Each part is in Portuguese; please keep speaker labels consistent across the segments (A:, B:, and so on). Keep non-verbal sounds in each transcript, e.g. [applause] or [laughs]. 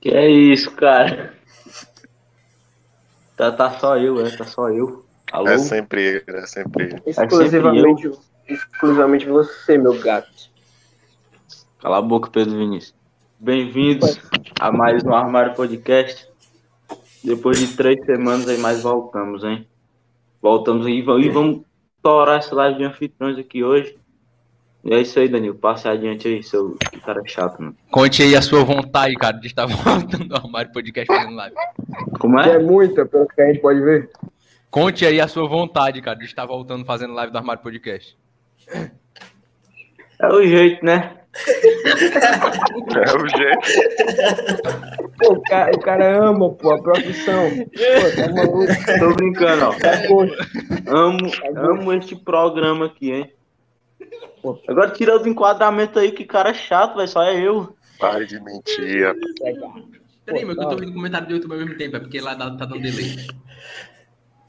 A: Que é isso, cara. Tá, tá só eu, é, tá só eu. Alô?
B: É sempre ele, é sempre ele. [laughs]
C: Exclusivamente, exclusivamente você, meu gato.
A: Cala a boca, Pedro Vinícius. Bem-vindos a mais um Armário Podcast. Depois de três semanas aí, mais voltamos, hein? Voltamos aí vamos- e vamos torar esse live de anfitriões aqui hoje. E é isso aí, Danilo. Passe adiante aí, seu que cara chato, mano.
D: Conte aí a sua vontade, cara, de estar [laughs] voltando ao armário podcast fazendo live.
A: Como
B: Ah,
C: Que é
A: é?
C: muita, pelo que a gente pode ver.
D: Conte aí a sua vontade, cara, de estar voltando fazendo live do armário podcast.
A: É o jeito, né?
B: É o jeito.
C: Pô, o cara, o cara ama, pô, a profissão. Pô, tá maluco,
A: Tô brincando, ó.
C: tá coxa.
A: Amo, amo este programa aqui, hein? Agora tira os enquadramentos aí, que cara chato, velho. Só é eu.
B: Pare de mentir.
D: Peraí, meu, que eu
C: tá.
D: tô vendo comentário do YouTube ao mesmo tempo, é porque lá dá- tá dando delay.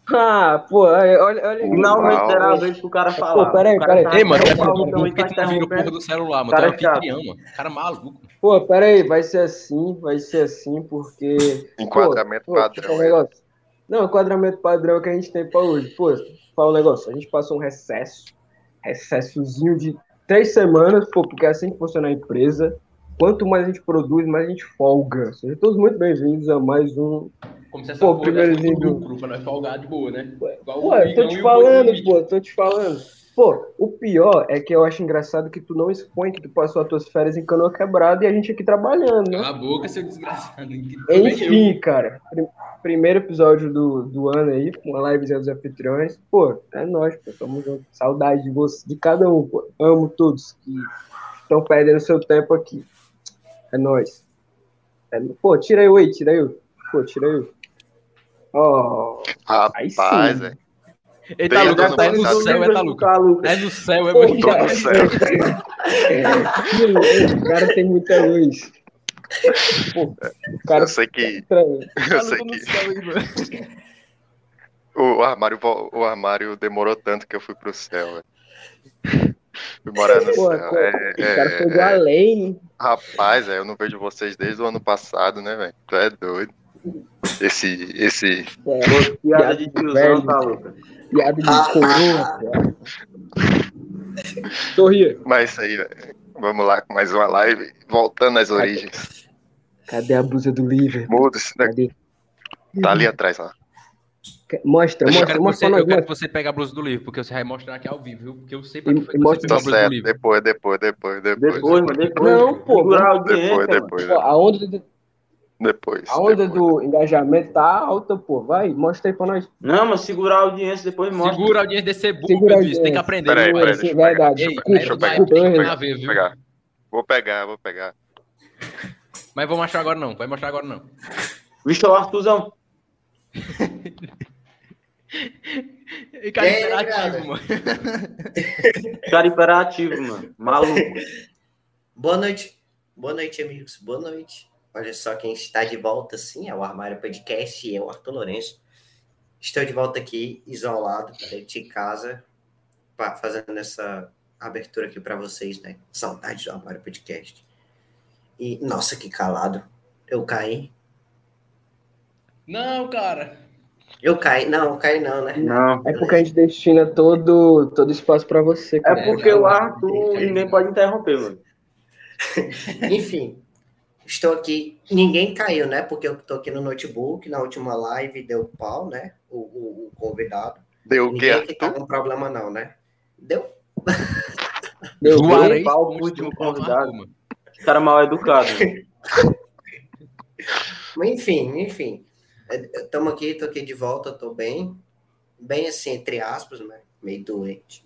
C: Ah, pô, olha, olha. olha-
A: Finalmente
B: Uau.
A: será a vez pro cara falar.
C: Pô, peraí,
A: O cara
C: peraí.
A: tá-
D: Ei, mano,
A: o
D: é
A: cara
C: então,
D: porque
A: tá
D: por que tu não vira o
A: interrompendo.
D: porra do celular, mano?
A: Cara
D: Cara,
A: chato.
D: cara, mano. cara maluco.
C: Pô, pera aí, vai ser assim, vai ser assim, porque.
B: Enquadramento
C: pô,
B: padrão,
C: deixa eu falar um
B: é.
C: negócio. Não, enquadramento padrão que a gente tem pra hoje. Pô, fala um negócio, a gente passou um recesso, recessozinho de três semanas, pô, porque é assim que funciona a empresa. Quanto mais a gente produz, mais a gente folga. Sejam todos muito bem-vindos a mais um.
D: Como se essa
C: Pô,
D: porra
C: primeirozinho
D: desse
C: do-
D: lucro pra nós folgar de boa, né? Igual
C: Pô,
D: o
C: eu tô
D: Igão e
C: te
D: o
C: falando,
D: Boninho.
C: pô, tô te falando. Pô, o pior é que eu acho engraçado que tu não expõe que tu passou as tuas férias em canoa quebrada e a gente aqui trabalhando, né?
D: Cala a boca, seu desgraçado. que também eu.
C: Enfim, cara. prim- primeiro episódio do, do ano aí, com uma livezinha dos anfitriões. Pô, é nóis, pô. Tamo junto. Saudade de você, de cada um, pô. Amo todos que estão perdendo seu tempo aqui. É nóis. É nó- pô, tira eu aí, tira eu. Pô, tira eu. Ó. Aí sim.
B: Rapaz, é.
D: Ele tá louco,
B: Pedro,
D: tá no
B: não sabe.
D: céu, é tá louco. É no céu, é
C: Pô,
D: meu
B: Tô
C: cara.
B: no céu.
C: É, Que louco, o cara tem muita luz. Pô, o cara
D: É.
B: Eu sei que.
C: estranho.
B: Eu sei que [laughs] o armário, vo- o armário demorou tanto que eu fui pro céu. velho. Fui morar no
C: Pô,
B: céu. É,
C: o cara
B: é,
C: foi do
B: é.
C: além.
B: Rapaz, é, eu não vejo vocês desde o ano passado, né, velho? Tu é doido. Esse, esse,
C: É.
A: Piada de tiozão,
C: Velho.
A: tá louco.
C: Piada de coroa. Sorria.
B: Mas isso aí, velho. Vamos lá com mais uma live. Voltando às origens.
C: Cadê a blusa do Liverpool?
B: Muda esse daqui.
C: Cadê?
B: Tá ali atrás, ó. Deixa
C: Mostra,
D: Eu
C: mostra,
D: quero, que você,
C: mostra,
D: eu quero
C: mostra.
D: que você pegue a blusa do livro, porque você vai mostrar aqui ao vivo, viu? Porque eu sei pra
C: E-
D: que foi que
C: e
D: você
C: mostra-
D: pegou
B: Tá
D: a blusa do
B: certo.
D: livro.
B: Depois, depois, depois, depois.
A: Depois, mano, depois.
C: Não, pô,
A: Segurar a audiência,
B: Depois,
A: mano.
B: depois,
C: Pô, a onda, do,
B: depois.
C: a onda
B: depois.
C: do engajamento tá alta, pô. Vai, mostra aí pra nós.
A: Não, mas segurar a audiência depois mostra.
D: Segura a audiência desse burro,
C: Segura a
D: Pedro, isso tem que
C: audiência.
D: aprender.
B: Peraí,
D: viu?
B: peraí,
C: Sim,
B: deixa eu pegar,
C: verdade. né?
D: Ei,
C: Desculpa,
D: deixa eu
C: desculpa,
D: pegar,
C: eu errei.
D: nada a ver,
B: Vou
D: viu?
B: pegar. Vou pegar, vou pegar.
D: Mas vou mostrar agora não, vai mostrar agora não.
A: Vixe, o Arthurzão.
D: E cara,
E: É,
D: interativo, mano.
A: Cara imperativo, mano. Maluco.
E: Boa noite. Boa noite, amigos. Boa noite. Olha só quem está de volta, sim, é o Armário Podcast e é o Arthur Lourenço. Estou de volta aqui, isolado, dentro de casa, pa- fazendo essa abertura aqui para vocês, né? Saudade do Armário Podcast. E, nossa, que calado. Eu caí.
D: Não, cara.
E: Eu caí. Não, eu caí não, né?
A: Não.
C: É porque a gente destina todo, todo espaço pra você,
A: É
C: cara.
A: porque o Arthur ninguém pode interromper, mano.
E: Enfim, estou aqui. Ninguém caiu, né? Porque eu estou aqui no notebook, na última live deu pau, né? O, o- o convidado.
B: Deu o quê? Então,
E: Ninguém aqui tá
B: Arthur?
E: com problema, não, né? Deu?
C: Deu, deu.
D: Juarez,
A: pau pro
D: Ponte
A: último
D: Preta,
A: convidado.
D: Arthur, mano.
A: Esse cara é mal educado. mano.
E: Mas enfim, enfim. Estamos aqui, estou aqui de volta, estou bem. Bem assim, entre aspas, né? Meio doente.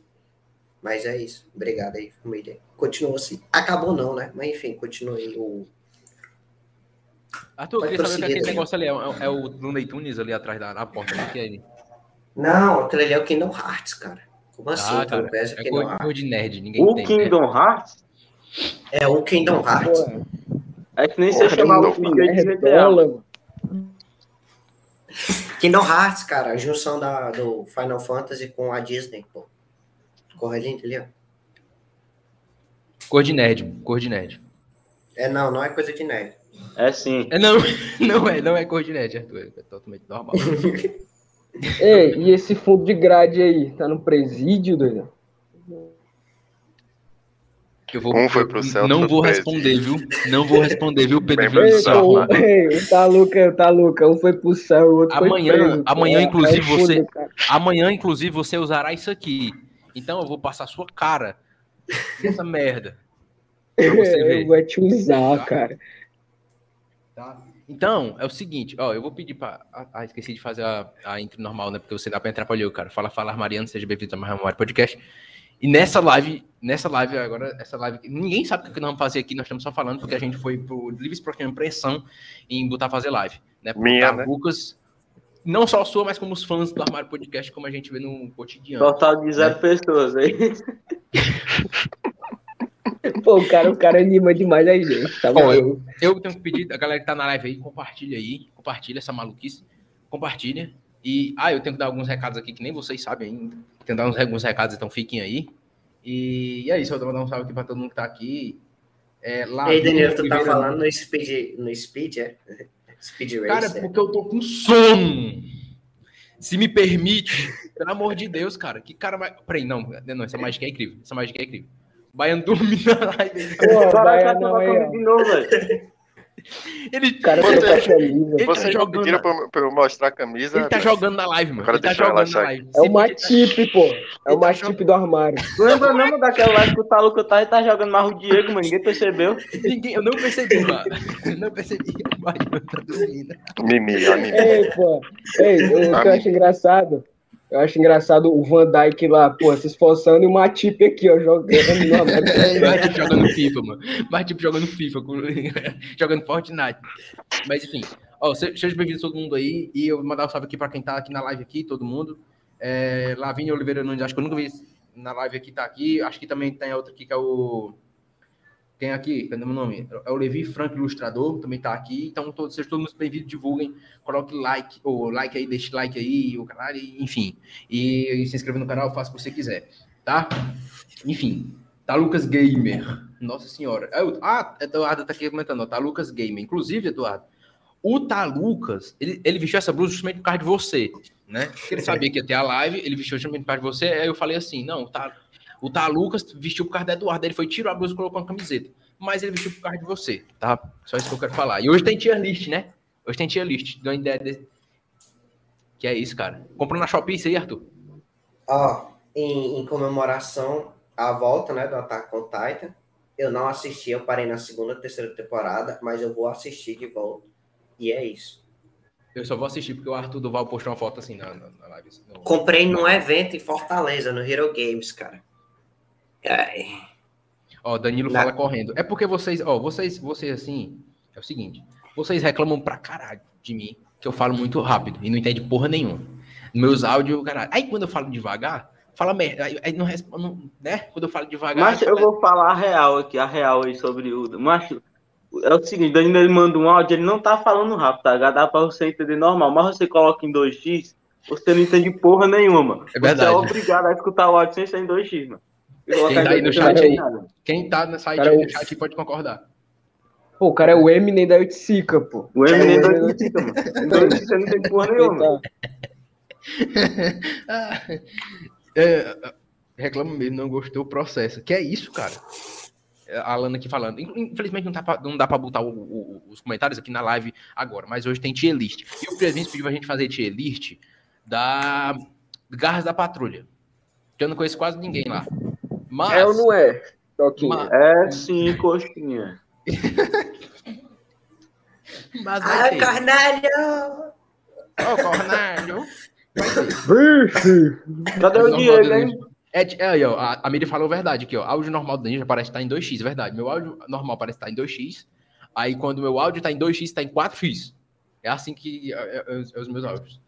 E: Mas é isso. Obrigado aí, família. Continua assim. Acabou não, né? Mas enfim, continuei o.
D: Arthur, eu
E: Pode
D: queria saber o que é
E: prosseguir,
D: aquele
E: né?
D: negócio ali. É, é- é o Looney Tunes ali atrás da na porta. O que é ele?
E: Não, aquele ali é o Kingdom Hearts, cara. Como assim?
D: Ah,
E: tu
D: cara,
E: não conhece o
D: É
E: Kingdom
D: coisa
E: Hearts?
D: coisa de nerd, ninguém né?
A: O
D: tem.
A: Kingdom Hearts
E: É o Kingdom Hearts.
C: Pô,
A: é que nem você
B: Porra,
A: chamava o
B: Kingdom
A: Pinguim de
C: nerdola,
A: GTA.
C: É mano.
E: Kingdom Hearts, cara, a junção da, do Final Fantasy com a Disney, pô. Correlinho, ali, ó.
D: Cor de nerd, cor de nerd.
E: É, não, não é coisa de nerd.
A: É sim.
D: É, não, [laughs] não é, não é cordinete, Arthur. É totalmente
B: [laughs]
D: normal.
C: Ei, e esse fundo de grade aí? Tá no presídio, doido?
D: Eu vou,
B: Um foi pro céu,
D: Não
B: outro
D: vou
B: foi
D: responder, viu? Não vou responder, viu, Pedro
B: Bem,
C: Ei,
D: Vinícius?
B: Só,
C: pô, [laughs]
D: Armar.
C: ei, um tá o Taluca, o Taluca. Um foi pro céu, o outro
D: Amanhã-
C: foi preso. tá pô.
D: amanhã,
C: Aí
D: inclusive,
C: foda,
D: você-
C: cara.
D: Amanhã, inclusive, você usará isso aqui. Então eu vou passar sua cara. Essa merda. Pra
C: [laughs]
D: você
C: Eu
D: ver.
C: vou te usar, cara.
D: Tá? Então, é o seguinte, ó, eu vou pedir pra. Ah, ah, esqueci de fazer a, a intro normal, né? Porque você dá pra atrapalhou, cara. Fala, fala, Mariano, seja bem-vindo a mais um Mário Podcast. E nessa live, nessa live agora, essa live, ninguém sabe o que nós vamos fazer aqui, nós estamos só falando porque a gente foi pro Livres Procurando Pressão em botar fazer live, né? Por
B: Minha, né?
D: Lucas, não só a sua, mas como os fãs do Armário Podcast, como a gente vê no cotidiano.
A: Total de
D: É.
A: zero pessoas, hein?
C: Pô, o cara, o cara anima demais a gente, tá
D: Bom,
C: bom?
D: Eu tenho que pedir, a galera que tá na live aí, compartilha aí, compartilha essa maluquice, compartilha. E, ah, eu tenho que dar alguns recados aqui que nem vocês sabem ainda. Tenho que dar uns, alguns recados, então fiquem aí. E, e é isso, eu vou dar um salve aqui pra todo mundo que tá aqui. É, lá,
E: Ei, Danilo, tu tá
D: Oliveira-
E: falando no speed, no speed, é? [laughs] Speed
D: Cara,
E: race, é?
D: porque eu tô com sono. Se me permite, pelo amor de Deus, cara. Que cara vai. Peraí, não, não, essa mágica é incrível. Essa mágica é incrível. Baiano dormindo na live.
C: Pô,
A: Caralho, vai
C: Baianão
A: acabar
C: aí, ó.
A: comigo de novo, velho.
D: Ele,
C: O é- cara
B: Você-
C: trocou a camisa.
D: Ele
B: Vocês
D: tá
B: não
D: jogando,
B: pediram
D: né?
B: pra, eu- pra eu mostrar a camisa?
D: ele tá
B: rapaz?
D: jogando na live, mano.
B: Cara,
D: Ele tá
B: deixa eu
D: jogando na
B: relaxar
D: live.
C: É
D: Se-
C: uma tip, pô. É
D: Ele tá
C: uma
D: jogando-
C: tip do armário.
A: [laughs] Lembra mesmo daquela live que o Taluco tá e tá jogando mais o Diego, mano? Ninguém percebeu.
D: Ninguém, eu não percebi, mano. [laughs] Eu não percebi. O Mariano tá dormindo.
B: Mimi, ó, Mimi.
C: Ei, pô. Ei, o que eu acho engraçado. Eu acho engraçado o Van Dyke lá, pô, se esforçando e o Matip aqui, ó, jogando. Não, mas-
D: [laughs] Mas tipo jogando FIFA, mano. Mas tipo jogando FIFA, com- [laughs] jogando Fortnite. Mas enfim, ó, se- seja bem-vindo todo mundo aí. E eu vou mandar um salve aqui pra quem tá aqui na live aqui, todo mundo. É, Lavínia Oliveira Nunes, acho que eu nunca vi esse- na live aqui, tá aqui. Acho que também tem outro aqui que é o. Quem é aqui? Cadê meu nome? É o Levi Franco Ilustrador, também tá aqui. Então, todos, sejam todos bem-vindos, divulguem, coloque like, ou like aí, deixe like aí, o canal, e, enfim. E, e se inscreva no canal, faça o que você quiser, tá? Enfim, Tá Lucas Gamer. Nossa senhora. Ah, eu- Ah, Eduardo tá aqui comentando, ó, tá Lucas Gamer. Inclusive, Eduardo, o tá Lucas, ele, ele vestiu essa blusa justamente por causa de você, né? Porque ele sabia que ia ter a live, ele vestiu justamente por causa de você. Aí eu falei assim: não, tá, o tá Lucas vestiu por causa do Eduardo. Aí Ele foi, tirou a blusa e colocou uma camiseta. Mas ele vestiu por causa de você, tá? Só isso que eu quero falar. E hoje tem tier list, né? Hoje tem tier list. Deu uma ideia desse. Que é isso, cara. Comprou na Shopee isso aí, Arthur?
E: Ó, em, em comemoração à volta, né, do Attack on Titan, eu não assisti, eu parei na segunda, terceira temporada, mas eu vou assistir de volta. E é isso.
D: Eu só vou assistir porque o Arthur Duval postou uma foto assim na, na, na live. assim, no-
E: Comprei num evento em Fortaleza, no Hero Games, cara. É. Ai,
D: Ó, Danilo
E: Na-
D: fala correndo. É porque vocês, ó, vocês, vocês assim, é o seguinte, vocês reclamam pra caralho de mim, que eu falo muito rápido e não entende porra nenhuma. Meus áudios, caralho. Aí quando eu falo devagar, fala merda, aí, aí não responde, não- né? Quando eu falo devagar, é
A: Mas eu
D: fala-
A: vou falar a real aqui, a real aí sobre o. Macho, é o seguinte, Danilo ele manda um áudio, ele não tá falando rápido, tá? Dá pra você entender normal, mas você coloca em 2x, você não entende porra nenhuma. mano.
D: É verdade.
A: Você é obrigado a escutar o áudio sem estar em 2x, mano. E colocar
D: Quem tá aí
A: em
D: no
A: 2x, não
D: chat aí?
A: tem nada.
D: quem tá no site,
C: Cara, eu-
D: no chat pode concordar.
C: Pô, o cara é o Eminem da Utsica, pô.
A: O Eminem é 2x, mano. Em 2x você não tem porra
C: Ele
A: nenhuma.
C: tá-
D: Ah, [laughs] é, reclama mesmo, não gostou, processa. Que é isso, cara. É, A Alana aqui falando. In- Infelizmente não, tá pra- não dá pra botar o- o- os comentários aqui na live agora, mas hoje tem tier list. E o Presidente pediu pra gente fazer tier list da Garras da Patrulha. Que eu não conheço quase ninguém lá. Mas.
C: É ou não é? Toquinho.
D: ma-
A: É sim, coxinha.
D: mas vai
E: Ai
D: ter.
E: Cornélio!
D: Ó, Cornélio.
C: Vixe!
A: Cadê o
D: Normal
A: Diego,
D: do
A: hein?
D: Ninja. É, ti- é, aí, ó, a, a Miri falou a verdade aqui, ó. Áudio normal do Ninja parece estar em 2x, é verdade. Meu áudio normal parece estar em 2x. Aí quando meu áudio tá em 2x, tá em 4x. É assim que é, é- é os- é os meus áudios.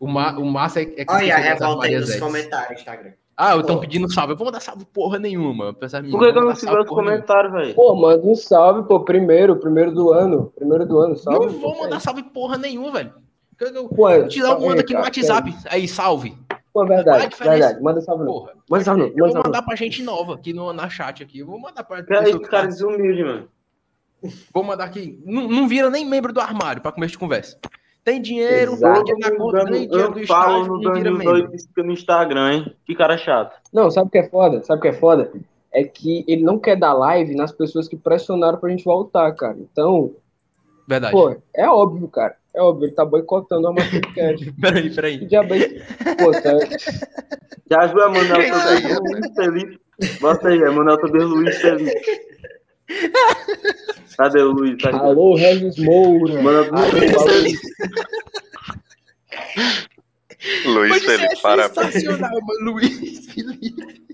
D: O, ma, o massa é, é que
E: Olha a
D: essas
E: revolta aí
D: Marias
E: nos
D: Etes.
E: comentários, tá, Instagram.
D: Ah, eu tô
E: Pô.
D: pedindo salve. Eu vou mandar salve porra nenhuma. Por
A: Por que, que eu não fiz os comentários, velho?
C: Pô, manda um salve, pô, primeiro, primeiro do ano. Primeiro do ano, salve.
D: Não vou
C: pô.
D: mandar salve porra nenhuma, velho. Que- que Eu,
C: Pô, é,
D: te dar um
C: salve aí,
D: manda aqui no
C: cara,
D: WhatsApp. Aí, salve.
C: Pô, é
D: Qual a
C: verdade,
D: diferença?
C: verdade. Manda salve não.
D: Porra.
C: Manda salve não,
D: Eu
C: manda
D: vou
C: salve não.
D: mandar pra gente nova aqui no, na chat aqui. Eu vou mandar pra
A: Cara,
D: pessoa
A: esse
D: que
A: cara
D: tá
A: desumilde, mano.
D: Vou mandar aqui. Não, não vira nem membro do armário para começo de conversa. Tem dinheiro,
A: Exato.
D: dinheiro na conta, nem dinheiro do
A: Eu falo
D: estágio,
A: no
D: não vira
A: Danilo
D: membro.
A: doido fica no Instagram, hein? Que cara chato.
C: Não, sabe o que é foda? Sabe o que é foda? É que ele não quer dar live nas pessoas que pressionaram pra gente voltar, cara. Então,
D: Verdade.
C: pô, é óbvio, cara. É óbvio, ele tá boicotando a Mastercard.
D: [laughs] Peraí, peraí.
C: Que diabo é esse? Pô, tá...
A: Já viu a Manuel
B: Quem
A: também
B: seria,
A: do Luiz Felipe? Bota aí, a Manuel também do Luiz Felipe. Cadê o Luiz? Tá aqui.
C: Alô, Regis Moura.
A: Manuel do Luiz Felipe.
D: É,
B: Luiz Felipe,
D: assim,
B: parabéns.
D: sensacional, mano. Luiz [laughs] Felipe.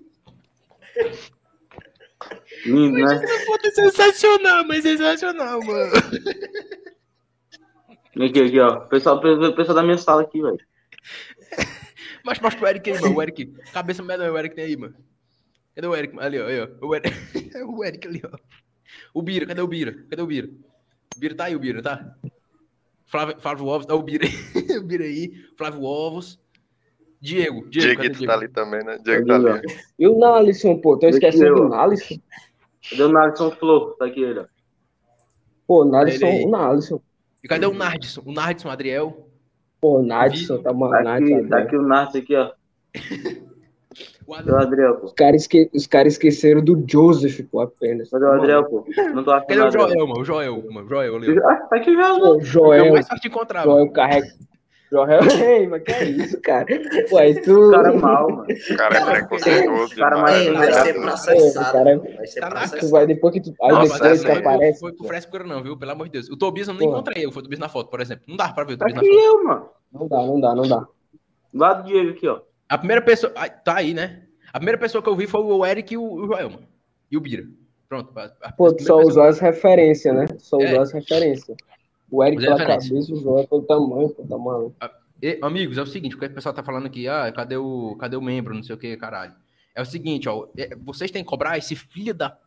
A: Lindo, né?
D: Puta, tá sensacional, mas sensacional, mano.
A: Aqui, aqui, ó. Pessoal, pessoal da minha sala aqui, velho.
D: Mas mostra pro Eric aí, mano. O Eric. Cabeça melhor, é o Eric tem aí, mano. Cadê o Eric? Ali, ó. aí, ó. O Eric, [laughs] é o Eric ali, ó. O Bira, cadê o Bira? Cadê o Bira? O Bira tá aí, o Bira, tá? Flávio, Flávio Ovos, tá o Bira aí. [laughs] O Bira aí. Flávio Ovos. Diego, Diego, cadê o
B: Dieguito
D: Diego?
B: tá ali também, né? Diego tá ali.
C: E o Nalisson, pô? Tô esquecendo
A: Eu.
C: do Nalisson.
A: Cadê o Nalisson Flor? Tá aqui ele, ó.
C: Pô, Nalisson,
D: Ele aí.
C: o Nalisson.
D: E cadê o Nardson? O Nardson, Adriel.
C: Pô, Nadson, tá mal.
A: Tá aqui, tá aqui o Narcis aqui, ó.
D: O
A: Cadê o
D: Adriel.
A: Adriel, pô?
C: Os caras esque... os caras esqueceram do Joseph, pô, apenas.
A: Cadê o Adriel, pô? Não tô
D: Tá Cadê
A: achando o
D: o
A: Adriel.
D: Joel, mano? O Joel, mano. O Joel, ali, ó.
A: Ah, Tá aqui já,
C: Pô,
D: É
C: Joel,
D: mais fácil de encontrar, mano.
C: Joel carrega. Joel, [laughs] ei, mas que é isso, cara? Ué, tu.
A: O cara é mal, mano.
B: O cara é preconceituoso
A: O cara
B: demais.
A: mais
E: Ei, vai
A: Caraca,
E: ser
B: né?
E: processado.
C: cara.
E: mano, Vai ser
D: Caraca,
C: Tu
E: processado.
C: vai depois que tu. Aí
B: Nossa,
C: depois
B: essa
C: que
D: é
B: aí
C: aparece.
D: Foi, foi pro
C: pô,
D: frescura, não, viu? Pelo amor de Deus. O Tobias eu nem
C: Pô.
D: encontrei eu, foi o Tobias na foto, por exemplo. Não dá pra ver o
A: Tá
D: Tobias na
A: aqui
D: foto.
A: eu, mano.
C: Não dá, não dá, não dá.
A: Do lado do Diego aqui, ó.
D: A primeira pessoa. ah, Tá aí, né? A primeira pessoa que eu vi foi o Eric e o, o Joel, mano. E o Bira. Pronto. a- a-
C: Pô,
D: as
C: tu só
D: primeiras
C: usou as referências, né? Só
D: É.
C: usou as referências. O Eric
D: Usei
C: pela
D: referência.
C: cabeça, o Joel pelo tamanho, pô, tá maluco.
D: E, amigos, é o seguinte, porque o pessoal tá falando aqui, ah, cadê o, cadê o membro, não sei o que, caralho. É o seguinte, ó, é, vocês têm que cobrar esse filho da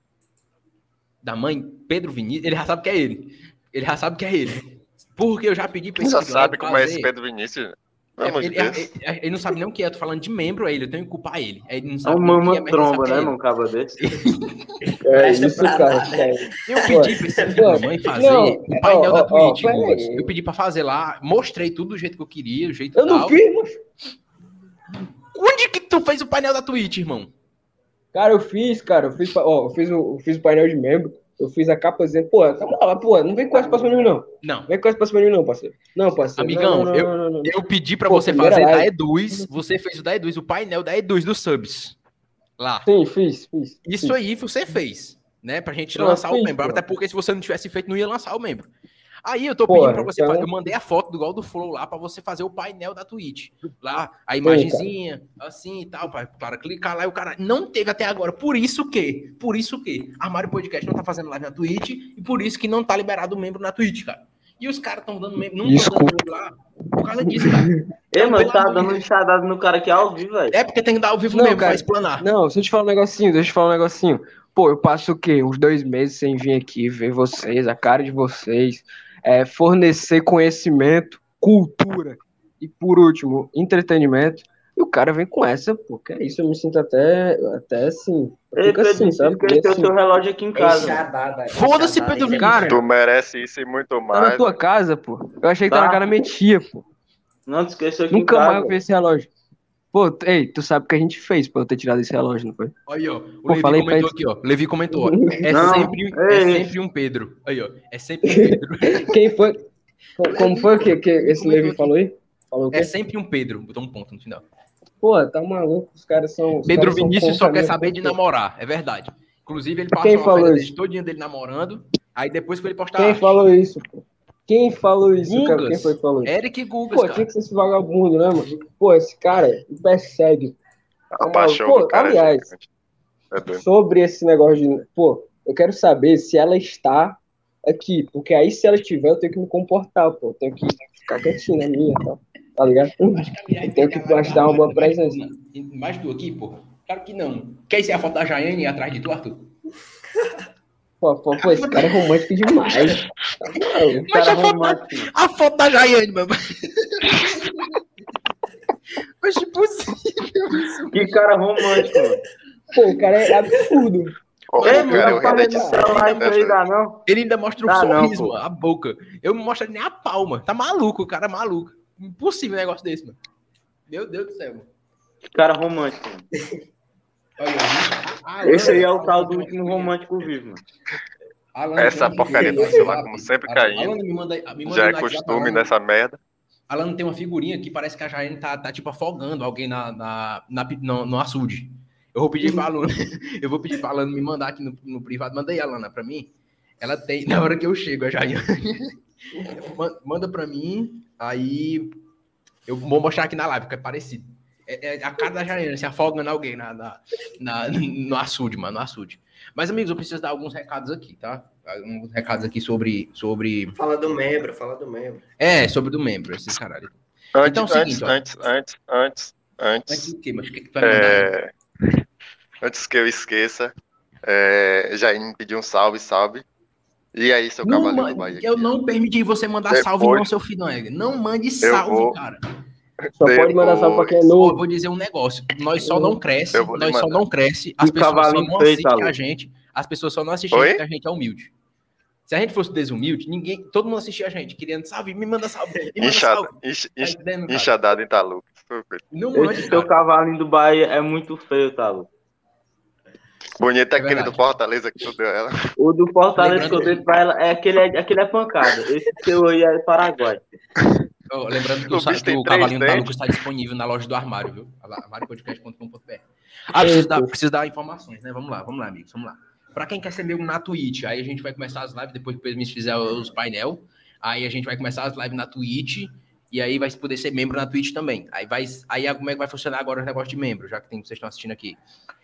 D: da mãe, Pedro Vinícius, ele já sabe que é ele. Ele já sabe que é ele. Porque eu já pedi pra
B: Quem já
D: cidadão
B: sabe como é
D: fazer-
B: esse Pedro Vinícius? Pelo
D: É,
B: amor de
D: ele, é-
B: Deus.
D: é- é- ele não sabe nem o que é, tô falando de membro aí, eu tenho que culpar ele. É, Ele não
A: É
D: sabe
A: um
D: nem o que
A: mama
D: é, mas ele
A: tromba,
D: sabe que é
A: né,
D: ele.
A: mano? Um cabo desse.
C: É
E: Presta
C: isso,
E: pra
C: cara.
E: nada.
C: cara.
D: Eu pedi pra esse filho da mãe fazer
C: não,
D: o
C: ó,
D: painel da
C: ó, ó,
D: Twitch.
C: peraí.
D: Lucas. eu pedi pra fazer lá, mostrei tudo do jeito que eu queria, do jeito
C: Eu não
D: tal.
C: fiz, mas...
D: Onde que tu fez o painel da Twitch, irmão?
C: Cara, eu fiz, cara. Eu fiz, pa- ó, eu fiz, o, eu fiz o painel de membro. Eu fiz a capazinha. Pô, tá mal, pô, não vem com essa pra cima de mim, não.
D: Não.
C: Vem com essa pra cima de mim, não, parceiro. Não, parceiro.
D: Amigão,
C: não, não, não, não, não, não.
D: Eu pedi pra
C: Pô,
D: você
C: primeira
D: fazer da
C: live.
D: Eduz, você fez o da Eduz, o painel da Eduz dos subs. Lá.
C: Sim, fiz, fiz.
D: Isso
C: fiz.
D: aí você fez, né? Pra gente
C: Eu
D: lançar o
C: fiz,
D: membro.
C: pô.
D: Até porque se você não tivesse feito, não ia lançar o membro. Aí eu tô
C: Pô,
D: pedindo pra você.
C: então-
D: fa- Eu mandei a foto do gol do Flow lá pra você fazer o painel da Twitch. Lá, a imagenzinha, assim e tal. Pra, para clicar lá e o cara não teve até agora. Por isso que, por isso que, Armário Podcast não tá fazendo live na Twitch e por isso que não tá liberado o membro na Twitch, cara. E os caras tão dando membro, não tão dando
C: Desculpa.
D: membro lá por causa disso, cara.
A: Ei,
D: Não,
A: mano,
D: pelo
A: tá
D: amor de
A: dando um
D: Deus.
A: enxadado no cara aqui ao vivo, velho.
D: É porque tem que dar ao vivo
C: Não,
D: mesmo pra
C: cara.
D: explanar.
C: Não, deixa eu te falar um negocinho, deixa eu te falar um negocinho. Pô, eu passo o quê? Uns dois meses sem vir aqui ver vocês, a cara de vocês, é, fornecer conhecimento, cultura e, por último, entretenimento. E o cara vem com essa, pô, que é isso, eu me sinto até, até assim, eu
A: Ei,
C: fico
A: Pedro,
C: assim, sabe?
A: esqueceu
C: Meio
A: o seu
C: assim.
A: relógio
D: É
A: aqui em casa. mano.
E: Enxadada.
D: Foda-se,
E: enxadada,
D: Pedro
E: hein?
C: Cara,
B: Tu merece isso e muito
C: tá na
B: mais.
C: tua casa, pô. Eu achei que tá na
A: Tá.
C: cara da minha tia, pô.
A: Não te esqueceu aqui
C: Nunca
D: Tá,
A: em casa.
C: mais eu vi esse relógio. Pô, tu- ei, tu sabe o que a gente fez pra eu ter tirado esse relógio, não foi?
D: Aí, ó. O
C: Pô,
D: Levi
C: falei pra
D: comentou
C: ele.
D: aqui, ó. Levi comentou, ó. É,
A: Não,
D: sempre, um-
A: ei.
D: é sempre um Pedro. Aí, ó. É sempre um
C: [laughs]
D: Pedro.
C: Quem foi? Co- Como foi que, que esse
D: Como é que
C: Levi
D: eu-
C: falou aí? Falou o quê?
D: É sempre um Pedro. Botou um ponto no final.
C: Pô, tá maluco, os caras são. os
D: Pedro
C: caras são
D: Vinícius só
C: contra
D: quer
C: mesmo.
D: saber de namorar. É verdade. Inclusive, ele
C: Quem
D: passou a
C: falou
D: vida
C: isso?
D: dele todinha dele namorando. Aí depois que ele postar.
C: Quem falou isso, pô? Quem falou isso, cara?
D: Gugas.
C: Quem foi que falou isso?
D: Eric Gugas,
C: Pô,
D: É, cara.
C: tinha que ser esse vagabundo, né, mano? Pô, esse cara me persegue.
B: A paixão
C: Pô,
B: do cara é
C: aliás.
B: gigante. É doido.
C: Sobre esse negócio de. Pô, eu quero saber se ela está aqui. Porque aí, se ela tiver, eu tenho que me comportar, pô. Eu tenho que ficar quietinho na minha e tal. Tá ligado?
D: Eu
C: Tem que gastar uma boa presença.
D: Mais tu aqui, pô. Claro que não. Quer ser a foto da Jaiane atrás de tu, Arthur?
C: Pô, pô, pô, esse cara é romântico demais. Tá maluco.
A: O cara
D: Mas é
A: romântico.
D: A foto da Jaiane, [laughs] mano. Mas, tipo, assim, [laughs]
A: Que cara romântico, mano.
C: Pô, o cara é absurdo.
B: Ô,
A: Ei,
B: cara, eu
A: mano, para
B: realmente
A: de celular
B: sinto
A: isso aí,
B: dessa-
A: dá não?
D: Ele ainda mostra o
A: Ah, não,
D: sorriso,
A: pô.
D: mano, a boca. Eu não mostro nem a palma. Tá maluco, o cara maluco. Impossível um negócio desse, mano. Meu Deus do céu, mano.
A: Que Cara romântico. mano.
D: Olha, eu- Alan-
A: Esse aí é o tal do último romântico vivo, mano.
D: Alan,
B: Essa
D: me manda
B: porcaria do
D: no
B: celular,
D: WhatsApp.
B: como sempre,
D: Alan,
B: caindo.
D: me manda, me manda
B: Já é
D: no WhatsApp,
B: costume
D: Alan-
B: dessa merda.
D: Alan tem uma figurinha que parece que a Jaine tá, tá tipo afogando alguém na, na, na, pi- no, no açude. Eu vou pedir pra Alan, [laughs] eu vou pedir pra Alan me mandar aqui no, no privado. Manda aí, Alana, pra mim. Ela tem, [laughs] na hora que eu chego, a Jaine. [laughs] Man- Manda pra mim, aí eu vou mostrar aqui na live, porque é parecido. É, é a cara da Jaiane se afogando alguém na, na, na- [laughs] no açude, mano, no açude. Mas, amigos, eu preciso dar alguns recados aqui, tá? Alguns recados aqui sobre. sobre
E: Fala do membro, fala do membro.
D: é, sobre do membro, esses caralho.
B: Antes,
D: Então é o
B: antes,
D: seguinte, ó.
B: antes, antes, antes,
D: Mas
B: antes.
D: o que, mas o que, que tu vai mandar?
B: É, Antes que eu esqueça, é... Jair me pediu um salve, salve. E aí, seu
D: Não
B: cavaleiro do
D: mande-
B: Bahia.
D: eu
B: aqui,
D: não permiti você mandar
B: Depois-
D: salve, não, seu filho. Não, não mande salve,
B: vou-
D: cara.
C: Só pode mandar salve pra quem é
D: Ó,
C: novo.
D: vou dizer um negócio. Nós só não cresce,
B: Eu vou lhe
D: nós só
B: mandar.
D: não cresce, as
A: Um
D: pessoas só
A: cavalinho
D: não
A: feio,
D: assistem
A: Talo.
D: a gente. As pessoas só não assistem a
B: Oi?
D: gente, porque a gente é humilde. Se a gente fosse desumilde, ninguém, todo mundo assistia a gente, querendo salve, me manda salve, me manda
B: Inchada,
D: salve.
B: inch-
D: Tá
B: inch-
D: entendendo, cara?
B: Inchadada em Talu. Super.
D: Não mande,
A: Esse seu
D: cara.
A: cavalinho do Bahia é muito feio, tá, Lu?
B: Bonito é
D: É
B: aquele
D: verdade.
B: do Fortaleza que tu deu ela.
A: O do Fortaleza
D: Lembrando-
A: que eu dei pra ela é aquele, é aquele é pancada. Esse seu aí é Paraguai.
D: Ó, lembrando que
B: O
D: o, sa-
B: bicho
D: que
B: tem
D: o
B: três
D: Cavalinho da
B: dentes.
D: Lucas está disponível na loja do armário, viu? armariopodcast.com.br. Ah, preciso dar, preciso dar informações, né? Vamos lá, vamos lá, amigos, vamos lá. Pra quem quer ser meu na Twitch, aí a gente vai começar as lives depois que o Pedro fizer os painel. Aí a gente vai começar as lives na Twitch. E aí vai poder ser membro na Twitch também. Aí, vai, aí como é que vai funcionar agora o negócio de membro, já que tem, vocês estão assistindo aqui?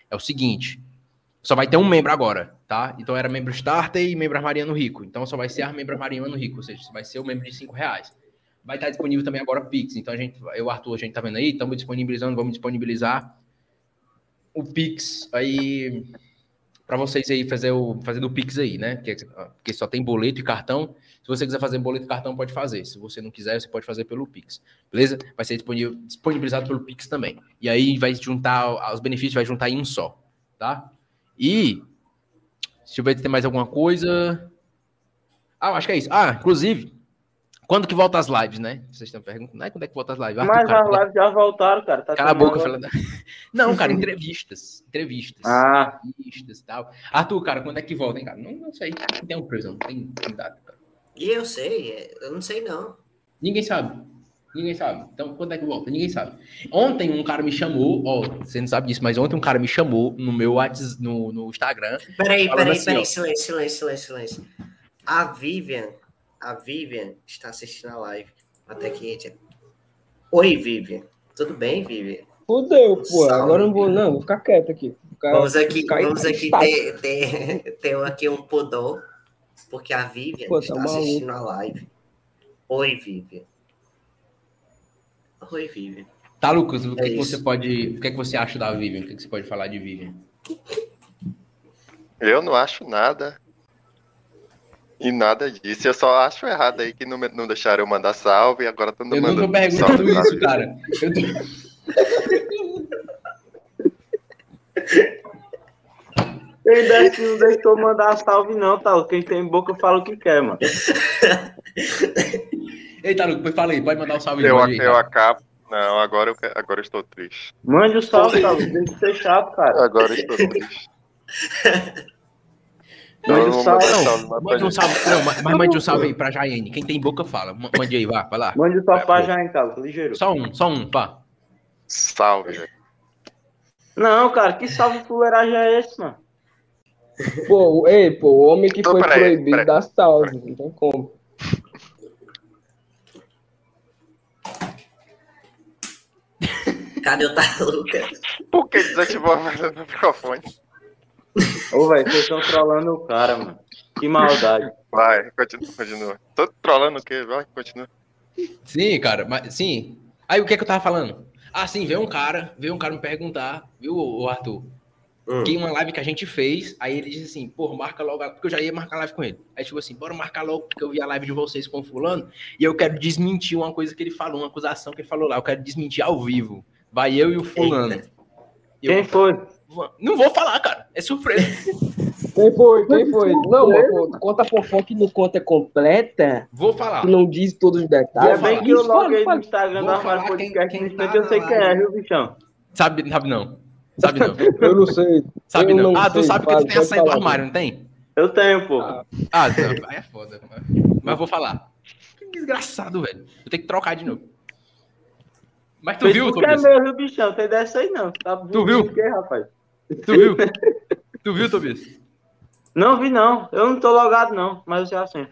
D: É o seguinte: só vai ter um membro agora, tá? Então era membro Starter e membro Armariano Rico. Então só vai ser a membro Armariano Rico, ou seja, vai ser o membro de 5 reais. Vai estar disponível também agora o Pix. Então a gente, eu, Arthur, a gente tá vendo aí, estamos disponibilizando, vamos disponibilizar o Pix aí para vocês aí fazer o fazer o Pix aí, né? Que- Porque só tem boleto e cartão. Se você quiser fazer boleto e cartão, pode fazer. Se você não quiser, você pode fazer pelo Pix. Beleza? Vai ser disponível, disponibilizado pelo Pix também. E aí vai juntar os benefícios, vai juntar em um só, tá? E deixa eu ver se tem mais alguma coisa. Ah, eu acho que é isso. Ah, inclusive, quando que volta as lives, né? Vocês estão perguntando, "Ai, quando é que volta as lives? Arthur,
A: Mas
D: cara,
A: as lives já voltaram, cara. Tá
D: Cala a
A: tendo
D: boca,
A: aula.
D: falando. [laughs] Não, cara, entrevistas. Entrevistas.
A: Ah,
D: Entrevistas e tal. Arthur, cara, quando é que volta, hein, cara? Não, não sei. Não tem um preso, não tem tem data, cara.
E: E eu sei, é- eu não sei não.
D: Ninguém sabe. Ninguém sabe. Então, quando é que volta? Ninguém sabe. Ontem um cara me chamou, ó, você não sabe disso, mas ontem um cara me chamou no meu WhatsApp, no, no Instagram.
E: Peraí,
D: Falando
E: peraí,
D: assim, ó.
E: peraí, silêncio, silêncio, silêncio, silêncio. A Vivian, a Vivian está assistindo a live. Até que. Oi, Vivian. Tudo bem, Vivian?
C: Fudeu, pô.
E: Salve.
C: Agora eu não vou, não, vou ficar quieto aqui. Ficar-
E: Vamos aqui,
C: ficar em-
E: vamos aqui
C: Tá.
E: ter, ter, [laughs] ter aqui um pudor, porque a Vivian
C: Pô, tá
E: está
C: maluco.
E: assistindo a live. Oi, Vivian. Oi, Vivian.
D: Tá, Lucas, o que,
E: É
D: é que
E: isso.
D: você pode. O que é que você acha da Vivian? O que, é que você pode falar de Vivian?
B: Eu não acho nada. E nada disso. Eu só acho errado aí que não, me- não deixaram eu mandar salve e agora estão
D: Eu não
B: mandando
D: tô perguntando
B: salve. tá?
D: isso, cara. Eu tô...
A: ele deve que não deixou mandar salve, não, tá? Lu? Quem tem boca fala o que quer, mano.
D: Eita, Lucas, fala aí, pode mandar um salve aí,
B: Eu,
D: pode ir,
B: eu
D: cara.
B: acabo. Não, agora eu, que- agora eu estou triste.
A: Mande o salve, tá? Lu? Tem que ser chato, cara.
B: Agora eu estou triste. Não,
A: Mande
D: um
B: eu
A: o
B: vou
A: salve,
B: mandar
A: não.
B: salve lá pra
D: Mande um
B: gente.
D: salve, não, mas mas mande um salve aí pra Jaiane. Quem tem boca, fala. Ma- Mande aí, vá, vai lá.
A: Mande o
D: É,
A: salve pra
D: pô.
A: já, hein, tá? Lu? Ligeiro.
D: Só um, só um, pá.
B: Salve, velho.
A: Não, cara, que salve fuleiragem é esse, mano?
C: Pô, ei, pô, o homem que
B: Então,
C: foi
B: peraí,
C: proibido
B: peraí.
C: dá salve, não tem como.
E: Cadê o Taluca?
B: Por que desativou a merda do microfone?
A: Ô, velho, vocês estão trolando o cara, mano. Que maldade.
B: Vai, continua, continua. Tô trolando o quê? Vai, continua.
D: Sim, cara, mas sim. Aí o que é que eu tava falando? Ah, sim, veio um cara, veio um cara me perguntar, viu, ô, ô, Arthur?
E: Hum.
D: Que uma live que a gente fez, aí ele disse assim, pô, marca logo, a- porque eu já ia marcar live com ele. Aí tipo assim, bora marcar logo, porque eu vi a live de vocês com fulano, e eu quero desmentir uma coisa que ele falou, uma acusação que ele falou lá, eu quero desmentir ao vivo. Vai eu e o fulano.
E: Eita.
D: Eu-
A: Quem foi?
D: Não vou falar, cara, é surpresa.
C: Quem foi? Quem foi? Não, mas conta- conta a fofoca que não conta é completa,
D: Vou falar.
C: que não diz todos os
A: Ainda
C: detalhes.
A: bem que eu
C: Isso, fala,
A: loguei no
C: fala.
A: Instagram do
D: Vou
A: Armário
D: falar
A: Podcast
D: quem-
A: no
D: quem tá
A: instante, eu sei
D: na
A: quem é,
D: live.
A: viu, bichão?
D: Sabe, sabe não. Sabe não.
C: [laughs] Eu não sei.
D: Sabe
C: Eu
D: não.
C: não
D: Ah, tu
C: sei,
D: sabe que
C: fala,
D: tu tem a
C: pode
D: saída do
C: falar.
D: armário, não tem?
A: Eu tenho, pô.
C: Ah. [laughs]
D: Ah, não. Aí é foda. Mas vou falar. Que desgraçado, velho. Vou ter que trocar de novo. Mas tu viu,
A: Facebook é
D: Tobias?
A: meu, viu, bichão? Tem dessa aí, não. Tá bonito
D: viu?
A: o quê, rapaz?
C: é
D: Tu viu? Tu viu, Tobias?
A: Não vi, não. Eu não tô logado, não. Mas eu sei a senha.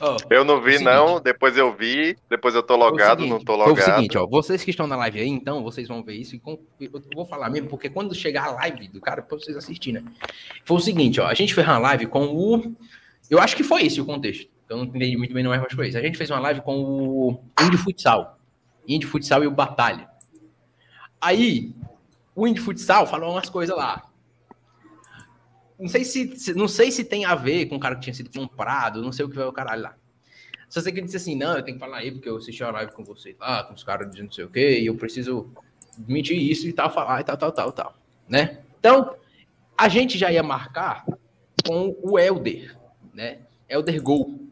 D: Ó,
B: Eu não vi,
D: Seguinte.
B: não. Depois eu vi. Depois eu tô logado,
D: Foi o
B: não
D: seguinte,
B: tô
D: foi
B: logado.
D: o seguinte, ó, vocês que estão na live aí, então, vocês vão ver isso. E com- eu vou falar mesmo, porque quando chegar a live do cara, pra vocês assistirem, né? Foi o seguinte, ó, a gente fez uma live com o... Eu acho que foi esse o contexto. Eu não entendi muito bem, não é, mas foi isso. A gente fez uma live com o Indy Futsal. Indy Futsal e o Batalha. Aí, o Indy Futsal falou umas coisas lá. Não sei se, se- não sei se tem a ver com o cara que tinha sido comprado, não sei o que vai o caralho lá. Só sei que ele disse assim, não, eu tenho que falar aí, porque eu assisti a live com vocês lá, com os caras de não sei o quê, e eu preciso mentir isso e tal, falar e tal, tal, tal, tal, né? Então, a gente já ia marcar com o Elder, né? Elder Gol.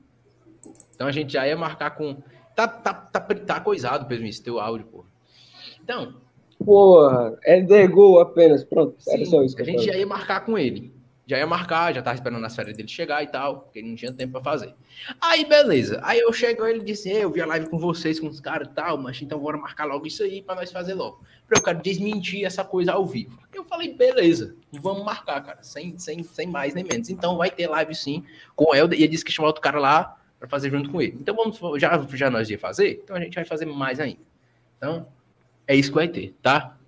D: Então a gente já ia marcar com... Tá, tá, tá, tá coisado, Pedro, esse teu áudio, porra. Então,
C: Porra, é de gol apenas. Pronto, era
D: Sim,
C: só isso que
D: a
C: eu
D: gente
C: falei.
D: já ia marcar com ele. Já ia marcar, já tava esperando as férias dele chegar e tal, porque ele não tinha tempo pra fazer. Aí, beleza. Aí eu chego ele disse: "Ei, Eu vi a live com vocês, com os caras e tal, mas então bora marcar logo isso aí pra nós fazer logo. Pra eu quero desmentir essa coisa ao vivo. Eu falei: Beleza, vamos marcar, cara, sem, sem, sem mais nem menos. Então vai ter live sim com o Helder. E ele disse que ia chamar outro cara lá pra fazer junto com ele. Então vamos, já, já nós ia fazer, então a gente vai fazer mais ainda. Então é isso que vai ter, tá?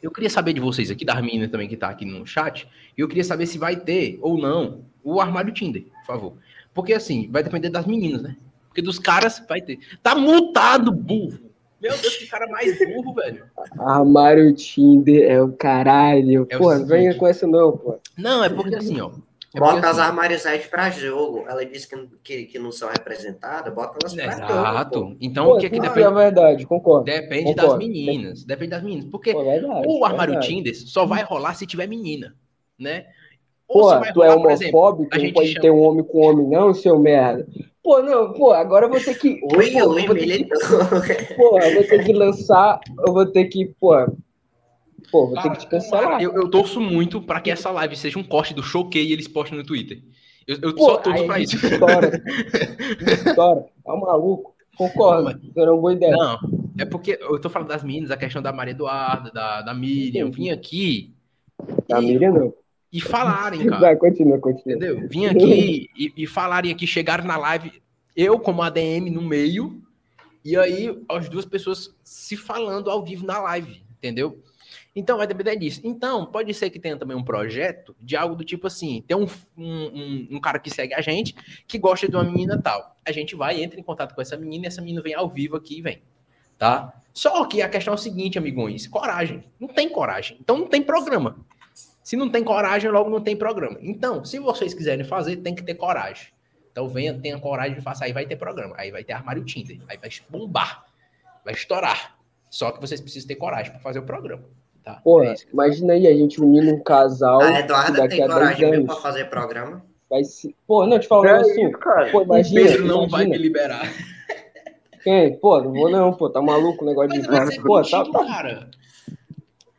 D: Eu queria saber de vocês aqui, das meninas também que tá aqui no chat, e eu queria saber se vai ter ou não o armário Tinder, por favor. Porque assim, vai depender das meninas, né? Porque dos caras vai ter. Tá multado, burro! Meu Deus, que cara mais burro, velho.
C: Armário Tinder é o caralho.
D: É o
C: porra,
D: seguinte.
C: venha com essa não, pô.
D: Não, é porque assim, ó. É porque,
E: Bota as
D: assim,
E: armarizadas pra jogo. Ela disse que, que, que não são representadas, bota elas pra jogo. pô.
D: Exato. Então,
C: Pô,
D: o que é que
C: isso
D: depende?
C: é verdade, concordo.
D: Depende das
C: Concordo.
D: meninas. Depende das meninas. Porque
C: Pô, é verdade,
D: o armário
C: verdade.
D: Tinder só vai rolar se tiver menina, né? Ou se
C: Pô,
D: vai
C: tu é
D: rolar, por exemplo, a
C: homofóbico, não
D: gente
C: pode
D: chama-
C: ter um homem com homem, não, seu merda. Pô, não, pô, agora eu vou ter que.
E: Oi,
C: pô,
E: oi,
C: eu vou ter
E: milhão.
C: que- Pô, eu vou ter que lançar, eu vou ter que, pô. Pô, vou ter que te cancelar.
D: Eu, eu torço muito pra que essa live seja um corte do Choquei e eles postem no Twitter. Eu, eu
C: Pô,
D: só torço
C: aí
D: pra
C: a
D: isso.
C: gente Estoura. estoura. Tá maluco? Concordo, não [laughs] é uma boa ideia.
D: Não, é porque eu tô falando das meninas, a questão da Maria Eduarda, da, da Miriam. Vim aqui
C: A Miriam não.
D: e falarem, cara.
C: Vai, continua, continua.
D: Entendeu? [laughs] Vim aqui e, e falarem aqui, chegaram na live, eu como ADM no meio, e aí as duas pessoas se falando ao vivo na live, entendeu? Então vai depender disso. Então, pode ser que tenha também um projeto de algo do tipo assim: tem um, um, um- um cara que segue a gente, que gosta de uma menina tal. A gente vai, entra em contato com essa menina e essa menina vem ao vivo aqui e vem. Tá? Só que a questão é o seguinte, amigões: coragem. Não tem coragem. Então não tem programa. Se não tem coragem, logo não tem programa. Então, se vocês quiserem fazer, tem que ter coragem. Então venha, tenha coragem de faça. Aí vai ter programa. Aí vai ter armário Tinder. Aí vai bombar. Vai estourar. Só que vocês precisam ter coragem para fazer o programa. Tá?
C: Porra,
D: isso Ah, é. que eu
C: imagina aí a gente unindo um casal
E: A
C: que
E: Eduarda
C: daqui
E: tem
C: a 10
E: coragem mesmo
C: anos
E: pra fazer
D: [laughs]
E: programa.
C: vai se. Pô, não, te falar um
A: É
C: negócio.
A: isso, cara.
C: Pô,
D: falo.
C: imagina.
D: O Pedro não vai me
C: imagina.
D: liberar.
C: Quem? Pô, não vou não, pô, tá maluco o negócio
D: Mas
C: de
D: vai ser
C: vídeo. Pô, tá,
D: contigo,
C: tá-
D: cara.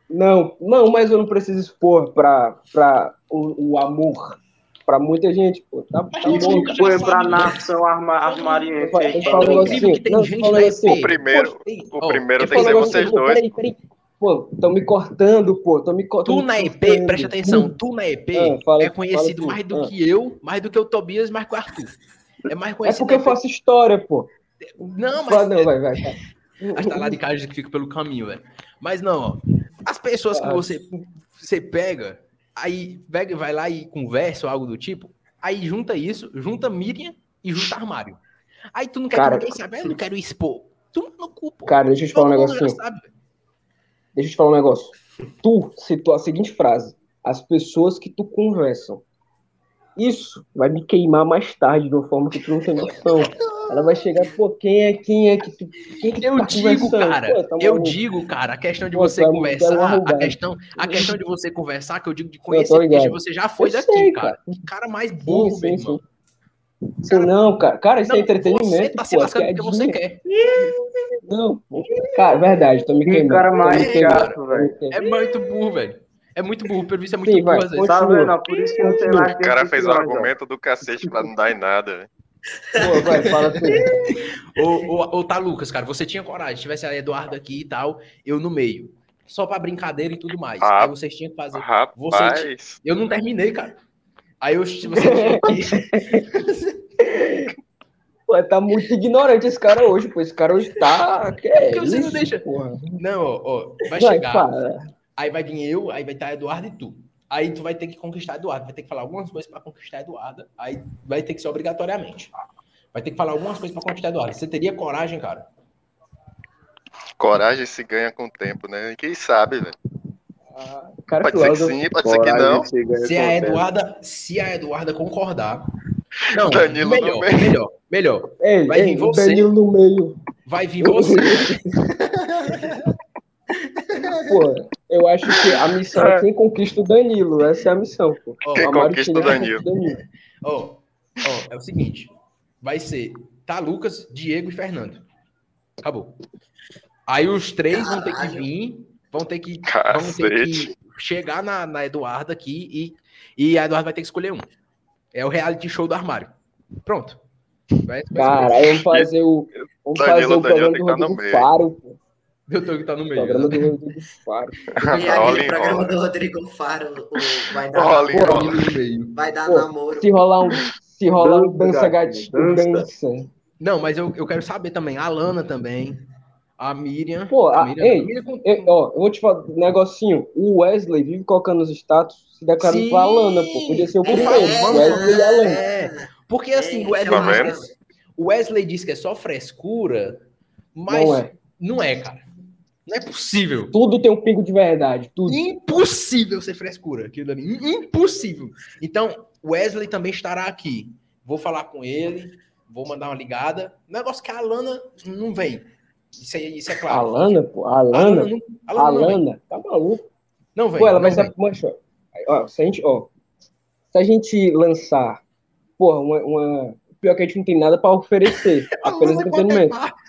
C: Não, não, mas eu não preciso expor pra, pra o, o amor pra muita gente, pô. Tá, tá
D: Mas
C: bom.
D: nunca-
A: Foi
D: já
A: pra
D: sabe.
A: nação arma, armariense.
C: Vai,
A: aí,
C: eu falo um
A: falou.
C: negócio
D: Incrível que
C: assim.
D: tem
C: Não,
D: gente
C: fala um
D: na
C: negócio
D: SP.
C: assim.
B: O primeiro, o
D: Ó,
B: primeiro
D: eu
B: tem que
D: falo
B: ser vocês
D: agora-
C: pô,
B: dois.
C: Peraí, peraí. Pô, estão me cortando, pô. Tão me cortando.
D: Tu na EP, presta atenção, tu na EP
C: Ah, fala-
D: é conhecido
C: fala tu,
D: mais do
C: ah.
D: que eu, mais do que o Tobias, mais que o Arthur. É mais
C: É
D: conhecido.
C: porque eu faço história, pô.
D: Não, mas tá
C: Fala, não, vai, vai. vai.
D: As talaricagens que ficam pelo caminho, velho. Mas não, ó. As pessoas que
C: Ah.
D: você, você pega, aí pega, vai lá e conversa ou algo do tipo, aí junta isso, junta Miriam e junta armário. Aí tu não quer
C: Cara,
D: que ninguém saiba, eu não quero expor. Tu no cu, pô.
C: Cara, deixa eu te falar um
D: Todo mundo
C: negocinho.
D: já sabe, velho.
C: Deixa eu te falar um negócio. Tu citou a seguinte frase: as pessoas que tu conversam. Isso vai me queimar mais tarde de uma forma que tu não tem noção. Ela vai chegar, pô, quem é, quem é que tu, quem que tu
D: Eu
C: tá
D: digo,
C: conversando?
D: cara,
C: Pô, tá
D: eu
C: maluco.
D: digo, cara, a questão de
C: Pô,
D: você
C: tá- tá
D: conversar, a
C: arrogante.
D: questão, a questão de você conversar, que eu digo de
C: tô
D: conhecer,
C: ligado.
D: porque você já foi
C: Eu
D: daqui,
C: sei,
D: cara.
C: cara.
D: Que cara mais
C: Sim,
D: burro, meu
C: sim,
D: irmão.
C: sim. Sim, não, cara. Cara, isso
D: Não,
C: é entretenimento.
D: Você tá se
C: pô, é
D: lascando porque você
C: piadinha.
D: quer.
C: Não, pô. cara, verdade, tô me
A: Que
C: queimando.
A: cara
C: tô me
A: mais
C: queimando,
A: chato,
C: tô me
A: velho.
C: queimando.
D: É muito burro, velho. É muito burro, pelo visto é muito
C: Sim,
D: burro
C: vai,
D: às vezes.
A: Tá
C: Continua.
A: vendo? Ó, Por isso que não tem mais
B: O cara fez o argumento do cacete pra não dar em nada, velho.
C: Pô, vai, fala assim. tu.
D: Ô, ô, ô, tá, Lucas, cara, você tinha coragem. Tivesse a Eduardo aqui e tal, eu no meio. Só pra brincadeira e tudo mais.
B: Ah.
D: Aí vocês tinham que fazer.
B: Rapaz,
D: Eu não terminei, cara. Aí eu,
C: [laughs]
D: você tinha que...
C: Pô, tá muito ignorante esse cara hoje, pô. Esse cara hoje tá. Que é
D: [laughs] que você não
C: isso,
D: deixa?
C: Porra.
D: Não, ó, ó, vai
C: Vai,
D: chegar.
C: fala.
D: Aí vai vir eu, aí vai estar Eduardo e tu. Aí tu vai ter que conquistar Eduardo, vai ter que falar algumas coisas para conquistar Eduardo, aí vai ter que ser obrigatoriamente. Vai ter que falar algumas coisas para conquistar Eduardo. Você teria coragem, cara?
B: coragem se ganha com o tempo, né? Quem sabe, velho.
C: Ah, Cara,
B: Pode
C: que
B: ser que
C: Laudo-
B: sim, pode ser que não.
D: Se a Eduarda, se a Eduarda concordar. Não,
B: Danilo no
D: melhor,
B: meio.
D: melhor, melhor.
C: Ei,
D: Vai vir
C: ei,
D: você.
C: Danilo no meio.
D: Vai vir
C: [laughs]
D: você.
C: Pô, eu acho que a missão é quem conquista o Danilo. Essa é a missão, pô.
D: Ó,
B: Quem
C: A Mari
B: conquista o
C: Chinesa
B: Danilo.
C: conquista o Danilo.
D: ó, ó, é o seguinte, vai ser tá Lucas, Diego e Fernando. Acabou. Aí os três vão ter que
E: Caralho.
D: vir, vão ter que Vamos ter
B: Cacete.
D: que chegar na, na Eduarda aqui e, e a Eduarda vai ter que escolher um. É o reality show do armário. Pronto. Vai, vai
C: Cara, aí vamos fazer o. Vamos fazer
B: Danilo,
C: o
B: Danilo
C: programa
B: tem
C: do
B: que estar no
C: Rodrigo
B: meio.
C: Faro, pô.
D: escolher. Eu tô que tá no
C: O
D: meio.
C: programa
D: né?
C: do Rodrigo Faro.
E: E
B: Rola
E: aquele
B: e
E: programa
B: rola.
E: do Rodrigo Faro, o vai dar,
B: Rola e
C: Pô,
B: rola.
E: vai dar
C: Pô,
E: namoro.
C: Se rolar um. Se rolar um
A: Dança,
C: dança gatinho,
A: dança.
C: dança.
D: Não, mas eu, eu quero saber também. A Lana também. A Miriam.
C: Pô, a-
D: Miriam,
C: ei,
D: Miriam com-
C: Eu, ó, eu vou te falar um negocinho. O Wesley vive colocando nos status se declarando
D: Sim!
C: pra Alana, pô. Podia ser o
D: É,
C: primeiro.
D: vamos-
C: Wesley e Alana.
D: é. Porque assim, o
B: Tá
D: Wesley,
B: vendo?
D: diz que, o Wesley diz que é só frescura, mas
C: Não é.
D: não é cara. Não é possível.
C: Tudo tem um pingo de verdade. Tudo.
D: Impossível ser frescura, aquilo ali. Impossível. Então, Wesley também estará aqui. Vou falar com ele, vou mandar uma ligada. Negócio que a Alana não vem. Isso, aí, isso é
C: A
D: claro.
C: Alana, pô. A
D: A Alana
C: Alana.
D: não, é. a
C: A
D: Alana não vem.
C: Alana. Tá maluco.
D: Não vem.
C: Pô, ela
D: não
C: vai
D: vem.
C: ser. Mancha, ó. Aí, ó, se a gente, ó. Se a gente lançar, porra, uma. uma... Pior que a gente não tem nada pra
D: [laughs]
C: oferecer.
D: A
C: apenas
D: Alana vai
C: entretenimento.
D: participar.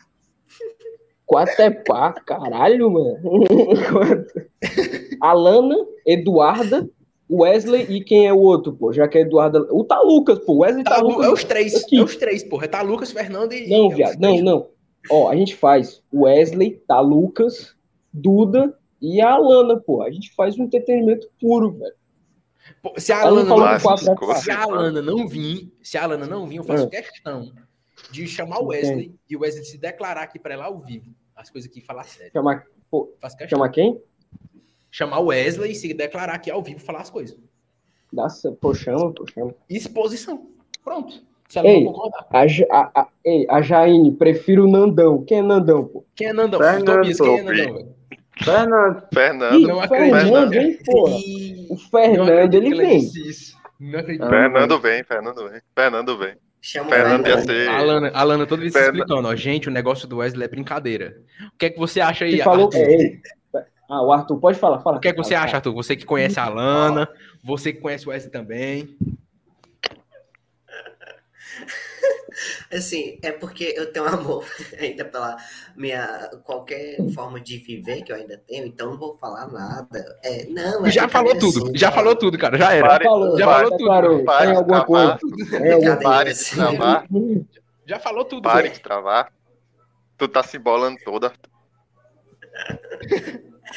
C: Quatro é pá, caralho, mano. [laughs] Alana, Eduarda, Wesley e quem é o outro, pô? Já que é Eduarda. O tá Lucas, pô. Wesley tá,
D: Tá, Lu- é
C: Lucas.
D: os três.
C: aqui.
D: É os três, porra. Tá Lucas, Fernando e. é
C: Não,
D: os
C: viado, não,
D: três.
C: não. Ó, a gente faz Wesley, tá Lucas, Duda e a Alana, pô. A gente faz um entretenimento puro, velho.
D: Pô, Se a
C: Ela não
D: Alana
C: falou
D: não
B: lá,
C: que quatro é pá.
B: ficou.
D: se a Alana não vir, se a Alana não vir, eu faço
C: Ah.
D: questão de chamar o Wesley e o Wesley se declarar aqui pra ela ao vivo. As coisas que falar sério.
C: Chamar,
D: Faço questão.
C: chamar quem?
D: Chamar o Wesley e se declarar aqui ao vivo falar as coisas.
C: Nossa, pô, chama, pô, chama.
D: Exposição. Pronto. Se ela
C: Ei.
D: não concordar.
C: A, Ja- a, a, ei, a Jaine, prefiro o Nandão. Quem é Nandão, pô?
D: Quem é Nandão?
A: Fernando,
D: Tobias, quem é Nandão? velho?
A: Fernando,
C: Ih,
B: Fernando.
D: não
C: o
D: acredito.
C: Fernando, hein, porra?
E: Ih,
C: O Fernando,
D: acredito
C: ele
D: que é ela
C: vem.
D: disse isso. Não acredito.
A: Ah.
B: Fernando vem, Fernando vem. Fernando vem.
E: chama o
B: Fernando ia
E: Fernando.
B: ser.
D: Alana, Alana, todo mundo se
B: Fernando.
D: explicando, ó. Gente, o negócio do Wesley é brincadeira. O que é que você acha aí,
C: Ele falou.
D: Arthur?
C: É, ele. Ah, o Arthur, pode falar, fala.
D: O que é que você
C: Fala,
D: acha,
C: fala.
D: Arthur? Você que conhece a Alana, você que conhece o Wesley também.
E: Assim, é porque eu tenho amor [laughs] ainda pela minha qualquer forma de viver que eu ainda tenho, então não vou falar nada. É, não, é
D: Já falou
E: brincadeira
D: tudo,
E: sim,
D: já
E: cara.
D: falou tudo, cara. Já era.
B: Pare,
C: falou,
D: já
C: já
D: falou
C: declarou.
D: tudo. tá
B: pare
C: Tem
B: de
C: alguma
B: travar.
C: coisa? Tem alguma
B: Pare de
E: Sim.
C: [laughs]
B: travar.
C: coisa?
D: [laughs] Já falou tudo.
B: Pare
D: velho.
B: de travar. Tu tá se embolando toda.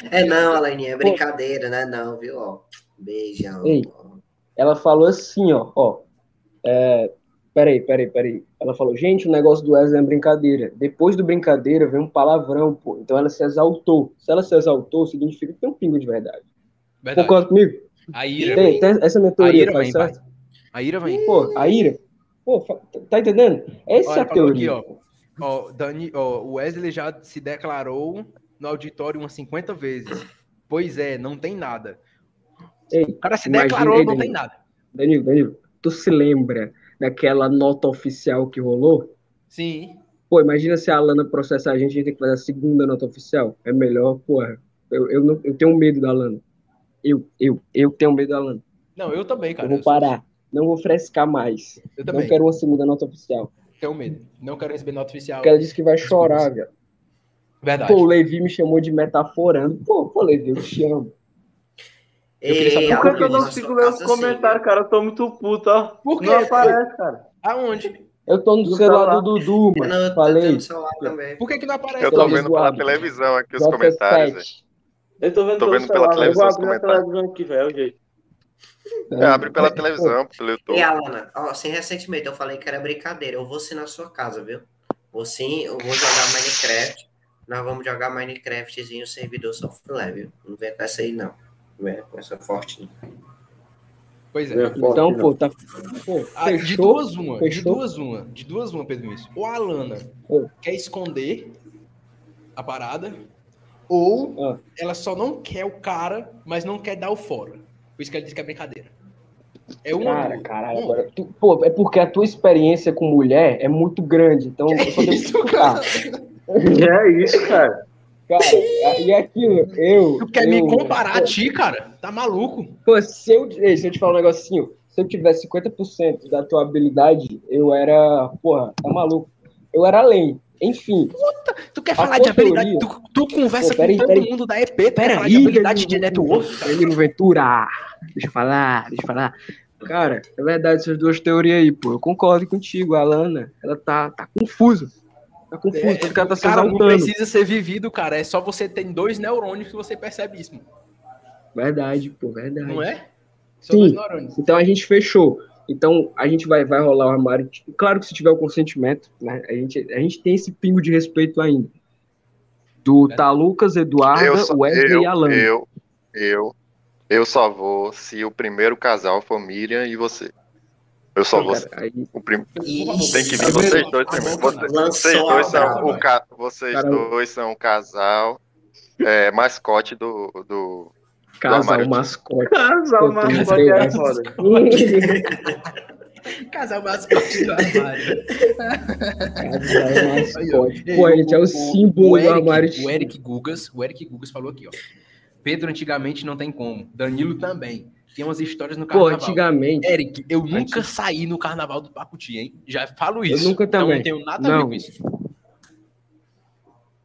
E: É não, Aleninha, é brincadeira, né? Não, viu? Ó, beijão.
C: Ei. Ela falou assim, ó, ó. é, peraí, peraí, peraí. Ela falou, gente, o negócio do Wesley é brincadeira. Depois do brincadeira vem um palavrão, pô. Então ela se exaltou. Se ela se exaltou, significa que tem um pingo de verdade.
D: Verdade.
C: Concorda comigo?
D: A ira,
C: Tem, tem essa é a minha
D: a
C: teoria,
D: ira
C: tá
D: vem, pai.
C: certo?
D: A ira vem.
C: Pô, a ira. Pô, fa- tá entendendo? Essa
D: Olha,
C: é a
D: falou aqui,
C: teoria.
D: ó. Ó, Dani, ó, o Wesley já se declarou no auditório umas 50 vezes. Pois é, não tem nada.
C: Ei,
D: O cara se
C: imagina- ei,
D: declarou, não
C: Danilo.
D: tem nada.
C: Danilo, Danilo, tu se lembra daquela nota oficial que rolou?
D: Sim.
C: Pô, imagina se a Lana processar a gente, a gente tem que fazer a segunda nota oficial. É melhor, porra. Eu, eu, não, eu tenho medo da Lana. Eu, eu, eu tenho medo da Lana.
D: Não, eu também, cara.
C: eu vou
D: sou-
C: parar. Não vou frescar mais.
D: Eu
C: Não
D: também.
C: quero uma segunda nota oficial.
D: Tenho medo. Não quero receber nota oficial.
C: Porque ela disse que vai chorar, velho.
D: Verdade.
C: Pô, o Levi me chamou de metaforando. Pô, pô, Levi, eu te amo.
E: Eu
D: queria saber
A: Por é que, que eu não consigo ler os
E: assim,
A: comentários, cara? Eu tô muito puto, ó.
D: Por quê?
A: Não aparece, cara.
D: Aonde?
C: Eu tô no
A: Não tá
C: celular
A: lá.
C: do Dudu,
E: Eu
C: mano.
E: né? não,
C: Falei.
E: no celular também.
D: Por que, que não aparece?
B: Eu tô
C: Então,
B: vendo pela
C: Eduardo.
B: televisão aqui os
C: Nota
B: comentários. velho.
C: sete.
A: Eu tô vendo,
B: Tô
A: pelo
B: vendo pela
A: celular,
B: televisão
A: Eu
B: os
A: vou abrir a
B: comentários.
A: televisão aqui, velho. é o jeito.
C: né?
B: É, abre pela televisão, pelo
E: E
C: É
B: YouTube.
E: Alana, ó, assim, recentemente eu falei que era brincadeira. Eu vou sim na sua casa, viu? Vou sim, eu vou jogar Minecraft. Nós vamos jogar Minecraftzinho servidor software, viu? Não vem com essa aí, não. Não vem com essa forte, não.
D: Pois é.
C: Então, pô, tá. Pô,
D: Ah, de
C: fechou.
D: duas uma, de
C: Fechou?
D: duas uma, de duas uma, Pedro Luiz. Ou a Alana
C: Oi.
D: quer esconder a parada, ou
C: Ah.
D: ela só não quer o cara, mas não quer dar o fora. Por isso que ela disse que é brincadeira. É uma ou
C: Cara,
D: outra.
C: caralho,
D: Hum.
C: agora. tu- pô, é porque a tua experiência com mulher é muito grande. Então, eu só devo
D: [laughs] Isso,
C: escutar.
D: cara.
A: [laughs] É isso, cara.
C: Cara, a- e aquilo, eu.
D: Tu quer
C: eu-
D: me comparar a
C: Pô,
D: ti, cara? Tá maluco?
C: Pô, se eu, ei, se eu te falar um negocinho, se eu tivesse 50% da tua habilidade, eu era. Porra, tá maluco? Eu era além. Enfim,
D: Tu quer
C: A
D: falar de habilidade?
C: teoria-
D: Tu, tu conversa
C: Pô, peraí,
D: com todo
C: peraí.
D: mundo da EP, tu quer falar de
C: aí,
D: habilidade de
C: Danilo
D: network, é cara?
C: Danilo é Ventura, deixa eu falar, deixa eu falar. Cara, é verdade essas duas teorias aí, pô. Eu concordo contigo, a Lana, ela tá, tá confusa. Tá confusa,
D: É,
C: porque ela tá se
D: Cara, não
C: exaltando.
D: precisa ser vivido, cara. É só você ter dois neurônios que você percebe isso, mano.
C: Verdade, pô, verdade.
D: não é? São
C: Sim.
D: dois neurônios.
C: Então a gente fechou. Então a gente vai, vai rolar o armário. Claro que se tiver o consentimento, né? A gente, a gente tem esse pingo de respeito ainda. Do
D: É.
C: tá Lucas,
B: Eu,
C: Eduarda,
B: só,
C: Wesley
B: eu,
C: e Alan.
B: eu, eu, eu só vou se o primeiro casal for Miriam e você. Eu só
C: Pô,
B: vou.
C: cara, aí,
B: O prim...
E: Isso.
B: Tem que
D: Tá
B: vir vocês
D: vendo?
B: dois
D: Tá
B: primeiro.
D: bom,
B: Vocês,
E: cara.
B: vocês
E: Lançou
B: dois
E: a
B: são
E: braba.
B: o ca... vocês
C: Cara,
B: dois são o casal é, mascote do, do.
C: casal,
B: armário.
D: [laughs]
C: mascote.
A: Casal,
C: Pô, tu
A: mas
C: me
A: pode é
C: deu
A: foda.
D: Casal mascote do armário.
C: Casal,
D: Aí, ó.
C: mascote. Pô, a gente é o símbolo do armário.
D: O Eric Gugas, o Eric Gugas falou aqui, ó. Pedro antigamente não tem como. Danilo também. Tem umas histórias no
C: Pô,
D: carnaval. É.
C: antigamente.
D: Eric, eu nunca saí no carnaval do Pacuti, hein? Já falo isso.
C: nunca
D: Então,
C: também.
D: Não tenho nada a ver
C: Não.
D: com isso.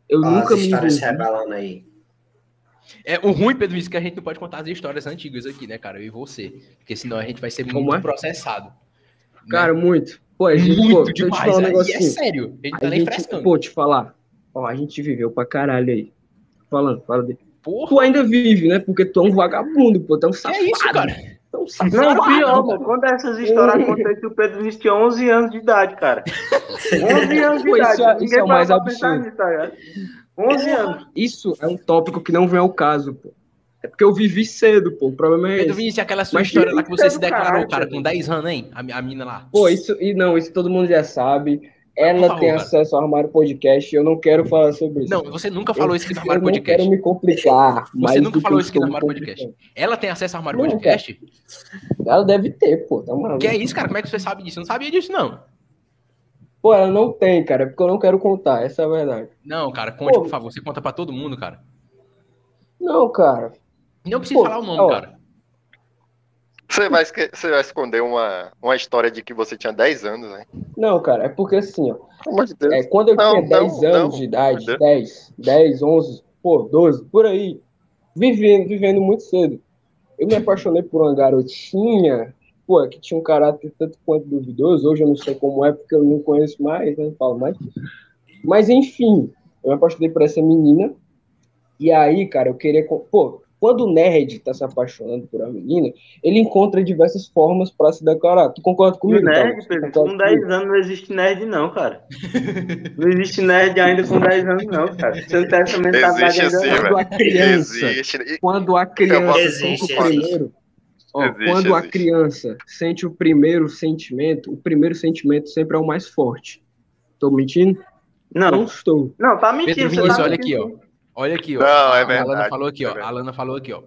C: Eu
E: Ó,
C: nunca
E: as
C: me
E: histórias
C: envolvi.
E: se rebalando aí.
D: É, o ruim, Pedro, isso é que a gente não pode contar as histórias antigas aqui, né, cara? Eu e você. Porque senão a gente vai ser
C: Como
D: muito
C: é?
D: processado. né?
C: Cara, muito. Pô, a gente, pô,
D: muito
C: deixa eu te
D: demais.
C: falar um
D: né? E é
C: negocinho.
D: sério. A gente não
C: A
D: tá nem
C: gente,
D: frescando.
C: pô, te falar. Ó, a gente viveu pra caralho aí. Falando, fala dele.
D: Porra,
C: Tu ainda vive, né? Porque tu é um vagabundo, pô. Tu é um
D: que
C: safado.
D: é isso, cara?
C: Tu é um
A: Não,
C: safado.
A: pior, mano. Quando essas histórias acontecem, o Pedro Luiz tinha 11 anos de idade, cara.
C: [laughs]
A: 11 anos de
C: Pô, isso
A: idade.
C: é- isso
A: Ninguém
C: é o mais
A: parava pra pensar
C: absurdo.
A: nisso, tá ligado? 11 anos.
C: Isso é um tópico que não vem ao caso, pô. É porque eu vivi cedo, pô. O problema é
D: Pedro
C: esse.
D: Vinícius, aquela sua
C: Mas
D: história
A: que
D: lá que você se
A: do caralho,
D: declarou, cara,
A: Pedro.
D: com 10 anos, hein? A, mi- a mina lá.
C: Pô, isso. E não, isso todo mundo já sabe. Ela
D: Por favor,
C: tem
D: cara.
C: acesso ao armário podcast. e Eu não quero falar sobre isso.
D: Não, você nunca falou isso aqui no
C: eu
D: Armário
C: não quero
D: Podcast.
C: me complicar. mais
D: Você
C: do
D: nunca
C: que
D: falou
C: eu
D: isso aqui no
C: estou me
D: Armário Podcast.
C: complicando.
D: Ela tem acesso ao Armário
C: Não,
D: Podcast?
C: Ela deve ter, pô. Tá maluco.
D: Que é isso, cara? Como é que você sabe disso? Eu não sabia disso, não.
C: Pô, ela não tem, cara. é Porque eu não quero contar. Essa é a verdade.
D: Não, cara, conte,
C: Pô.
D: por favor. Você conta pra todo mundo, cara.
C: Não, cara.
D: Não precisa
C: Pô,
D: falar o nome,
C: ó.
D: cara.
B: Você vai, esque- você vai esconder uma, uma história de que você tinha 10 anos, né?
C: Não, cara. É porque assim, ó.
B: Pelo amor de Deus.
C: É, quando eu
B: Não,
C: tinha
B: não,
C: 10 anos
B: não.
C: de idade,
B: Entendeu?
C: 10, 10, 11, pô, 12, por aí, vivendo, vivendo muito cedo. Eu me apaixonei por uma garotinha, pô, que tinha um caráter tanto quanto duvidoso, hoje eu não sei como é, porque eu não conheço mais, né, não falo mais. Mas, enfim, eu me apaixonei por essa menina, e aí, cara, eu queria... co- Pô, quando o nerd tá se apaixonando por uma menina, ele encontra diversas formas pra se declarar. Tu concorda
A: E
C: comigo, Thalys?
A: nerd,
C: Tu
A: Pedro,
C: concorda
A: com
C: comigo?
A: 10 anos não existe nerd, não,
C: [laughs]
A: cara. Não existe nerd ainda com 10 anos, não, cara. Você não tem essa mentalidade
B: Existe
A: ainda.
B: sim,
A: não.
B: velho.
C: Quando a criança...
B: Existe. né? E-
C: quando a
B: Eu posso-
C: criança sente
E: Existe,
C: o primeiro, Ó,
B: Existe,
C: quando a
B: existe.
C: criança sente o primeiro sentimento, o primeiro sentimento sempre é o mais forte. Tô mentindo? Não
A: Não,
C: estou.
A: não, tá mentindo.
D: Pedro
A: você
D: Vinícius,
A: tá
D: olha aqui,
A: mentindo.
D: ó. Olha aqui, ó.
B: Não, é
D: a Alana
B: verdade,
D: falou aqui,
B: é
D: ó. A
B: verdade.
D: Alana falou aqui, ó.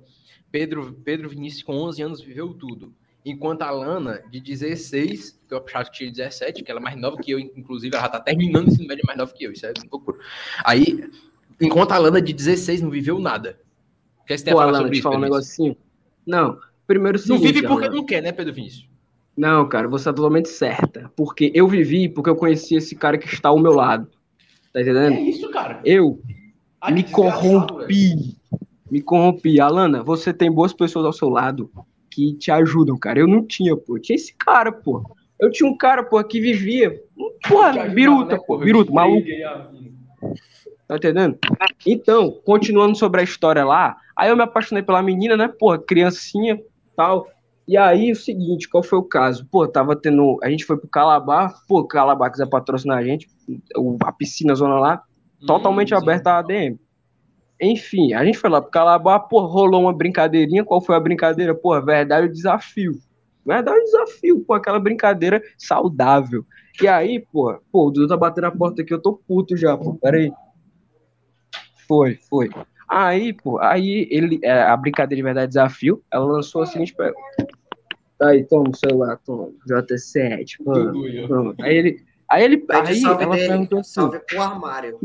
D: Pedro, Pedro Vinícius, com 11 anos, viveu tudo. Enquanto a Lana, de 16, que eu achava que tinha 17, que ela é mais nova que eu, inclusive, ela já tá terminando o ensino médio mais nova que eu, isso é um pouco. Aí, enquanto a Lana, de 16, não viveu nada. O que você tem a
C: Pô,
D: falar
C: Alan,
D: sobre
C: deixa eu falar
D: isso,
C: um
D: Pedro Vinícius?
C: negocinho. Não, primeiro o
D: Não
C: seguinte,
D: vive porque
C: Alan.
D: não quer, né, Pedro Vinícius?
C: Não, cara, você é totalmente certa. Porque eu vivi porque eu conheci esse cara que está ao meu lado. Tá entendendo?
D: É isso, cara.
C: Eu
D: Ah, que
C: me
D: desgraçado, velho.
C: corrompi. Me corrompi. Alana, você tem boas pessoas ao seu lado que te ajudam, cara. Eu não tinha, pô. Eu tinha esse cara, pô. Eu tinha um cara, pô, que vivia. um, Porra,
D: Te ajudava,
C: biruta,
D: né,
C: pô.
D: porra?
C: Biruta, maluco.
D: Cheguei a-
C: Tá entendendo? Então, continuando sobre a história lá, aí eu me apaixonei pela menina, né? Porra, criancinha, tal. E aí, o seguinte, qual foi o caso? Pô, tava tendo. A gente foi pro Calabar, pô, Calabar quiser patrocinar a gente, o- a piscina, a zona lá, totalmente
D: Hum, sim.
C: aberta a ADM. Enfim, a gente foi lá pro Calabar, pô, rolou uma brincadeirinha. Qual foi a brincadeira? Pô, verdade o desafio. Verdade o desafio, pô, aquela brincadeira saudável. E aí, pô, pô, o Dudu tá batendo a porta aqui, eu tô puto já, pô, peraí. Foi, foi. Aí, pô, aí ele, é, a brincadeira de verdade desafio, ela lançou a seguinte pergunta. Tá aí, toma o celular, toma, JT7, mano.
D: Dudu, eu-
C: toma. Aí ele, aí ele,
E: Pede
C: aí
E: salve
C: ela
E: dele,
C: perguntou assim,
E: Salve pro armário.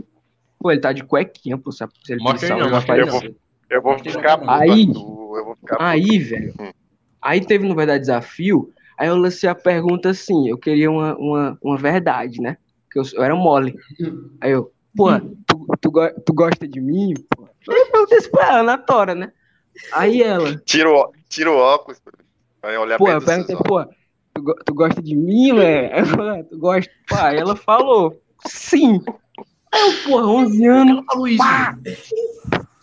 C: Pô, ele tá de cuequinha, pô. Se se ele
D: Mostra
C: pedir
D: ele não,
C: salve,
D: mostra
B: ele
C: rapaz,
B: não.
C: não.
B: Eu vou
D: Mas tem
B: ficar
D: que
B: puto,
D: acabar.
C: Aí.
B: Arthur, eu vou ficar puto.
C: Aí, velho.
B: Hum.
C: Aí teve, no verdade, desafio. Aí eu lancei a pergunta assim: eu queria uma, uma, uma verdade, né? Porque eu, eu era mole. Aí eu, pô, tu, tu, go- tu gosta de mim? Pô? Eu perguntei isso pra ela na tora, né? Aí ela,
B: Tira o, ó- tira o óculos. Vai
D: Tá
B: olhar
C: pô,
B: bem
C: eu
B: dos seus
C: perguntei,
B: olhos.
C: pô, tu, go- tu gosta de mim, velho? Aí eu falei, "Ah, tu gosta? Pô, aí ela falou, sim. Aí eu, porra, 11 anos,
D: Ela falou isso.
C: Pá!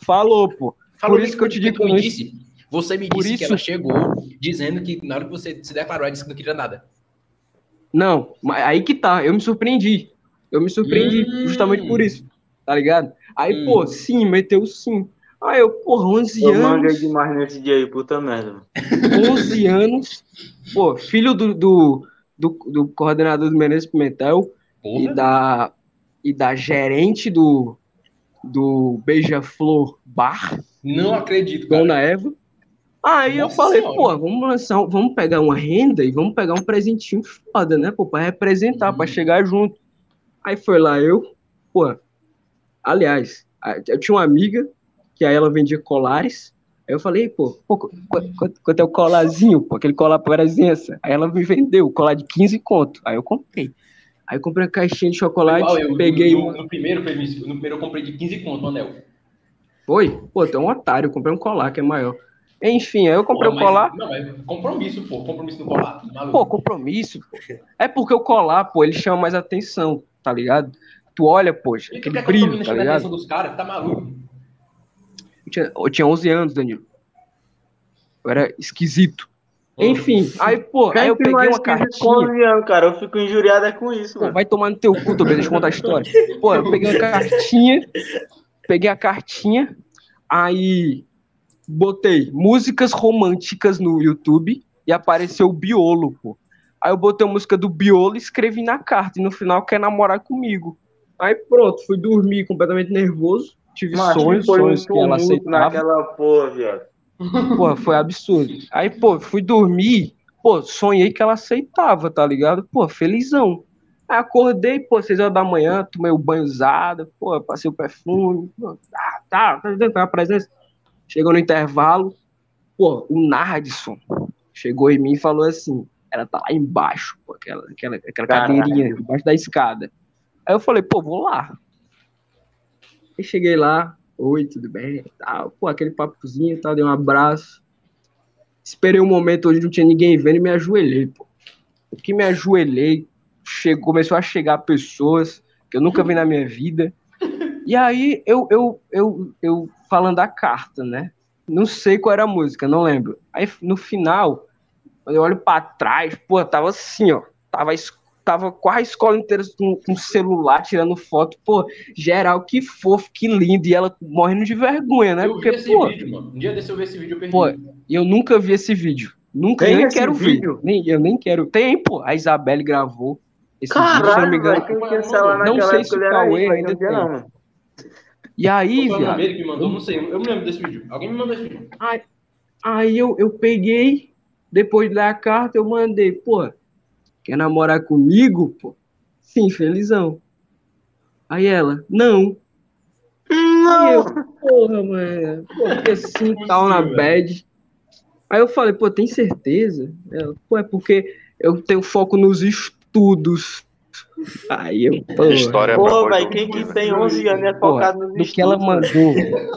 C: falou, pô.
D: Falou
C: Por isso que eu te digo
D: tu me
C: isso.
D: disse. Você me
C: Por
D: disse que
C: isso-
D: ela chegou dizendo que na hora que você se declarou, ela disse que não queria nada.
C: Não, mas aí que tá, eu me surpreendi. Eu me surpreendi
D: Hum.
C: justamente por isso, tá ligado? Aí,
D: Hum.
C: pô, sim, meteu sim. Aí eu, porra, 11
A: Eu manguei
C: anos,
A: demais nesse dia aí, puta merda. mano.
C: 11 anos, pô, filho do, do, do, do coordenador do Menezes Pimentel e
D: Porra.
C: da, e da gerente do, do Beija-Flor Bar,
D: Não acredito, cara.
C: Dona Eva. Aí eu
D: Nossa
C: falei,
D: Senhora.
C: pô, vamos lançar, um- vamos pegar uma renda e vamos pegar um presentinho foda, né, pô, pra representar,
D: Hum.
C: pra chegar junto. Aí foi lá eu, pô, aliás, a- eu tinha uma amiga que aí ela vendia colares. Aí eu falei, pô, pô qu- qu- quanto, quanto é o colarzinho, pô, aquele colar por presença. Aí ela me vendeu, o colar de 15 conto. Aí eu comprei. Aí eu comprei a caixinha de chocolate,
D: Igual eu,
C: peguei um,
D: no,
C: uma.
D: no primeiro, permisso, no primeiro eu comprei de 15 conto, um anel.
C: Foi? Pô, tu é um otário, eu comprei um colar que é maior. Enfim, aí eu comprei
D: Porra,
C: o
D: mas-
C: colar.
D: Não, é compromisso, pô. Compromisso no colar. tá Maluco.
C: Pô, compromisso. Pô. É porque o colar, pô, ele chama mais atenção, tá ligado? Tu olha, poxa,
D: E tu
C: aquele
D: quer que é eu
C: brilho,
D: não
C: tá
D: chame a
C: ligado?
D: atenção dos caras? Tá maluco?
C: Eu tinha, eu tinha 11 anos, Danilo. Eu era esquisito. Enfim, aí, pô, aí eu
A: Gente,
C: peguei
A: mas
C: uma
A: é que
C: cartinha.
A: desconfiança, cara. Eu fico injuriado é com isso,
C: Pô,
A: mano.
C: vai tomar no teu cu, Tobias, deixa eu contar a história. Pô, eu peguei uma cartinha, peguei a cartinha, aí botei músicas românticas no YouTube e apareceu o Biolo, pô. Aí eu botei a música do Biolo e escrevi na carta, e no final quer namorar comigo. Aí pronto, fui dormir completamente nervoso, tive
A: Macho,
C: sonhos,
A: foi
C: sonhos
A: um
C: que ela
A: tumulto
C: aceitava.
A: Naquela porra, viado.
C: Pô, foi absurdo. Aí, pô, fui dormir, pô, sonhei que ela aceitava, tá ligado? Pô, felizão. Aí acordei, pô, seis horas da manhã, tomei o banho usado, pô, passei o perfume, pô, tá, tá, tá, tá, tá, a presença. Chegou no intervalo, pô, o Nardson chegou em mim e falou assim, ela tá lá embaixo, pô, aquela, aquela, aquela
A: Caralho.
C: cadeirinha embaixo da escada. Aí eu falei, pô, vou lá. Aí cheguei lá, oi, tudo bem? Tal, pô, aquele papozinho e tal, dei um abraço. Esperei um momento onde não tinha ninguém vendo e me ajoelhei, pô. O que me ajoelhei, chegou, começou a chegar pessoas que eu nunca vi na minha vida. E aí eu, eu, eu, eu falando a carta, né? Não sei qual era a música, não lembro. Aí no final, quando eu olho pra trás, pô, tava assim, ó. Tava, es- tava quase a escola inteira com, com celular, tirando foto. Pô, geral, que fofo, que lindo. E ela morrendo de vergonha, né?
D: eu vi
C: Porque,
D: esse
C: pô,
D: vídeo, mano. Um dia desse eu ver esse vídeo, eu perdi.
C: Pô, e eu nunca vi esse vídeo. Nunca,
A: Tem
C: nem
A: esse
C: quero
A: vídeo?
C: ver. Nem, eu nem quero. Tem, pô. A Isabelle gravou esse vídeo, se eu não me
A: Caralho,
C: engano. um
A: velho. Quem tinha celular
C: Não
A: naquela
C: sei
A: época
C: se
A: ele era
C: Cauê
A: aí,
C: ainda
A: não tinha
C: tem.
A: não, mano.
C: E aí,
D: Qual foi o
C: viado,
D: nome dele que me mandou? Não sei, eu eu me lembro desse vídeo. Alguém me mandou esse vídeo.
C: aí eu, eu peguei, Depois de ler a carta, eu mandei, pô, quer namorar comigo, pô? Sim, felizão. Aí ela, não. Aí eu, porra, mano. Por que assim, tal, na bad? Aí eu falei, pô, tem certeza? Ela, pô, é porque eu tenho foco nos estudos. Aí eu, pô,
B: História
A: Pô,
B: pra
A: velho, quem que tem 11 anos é
C: Porra,
A: focado nos
C: do que ela
A: estudos?
C: mandou,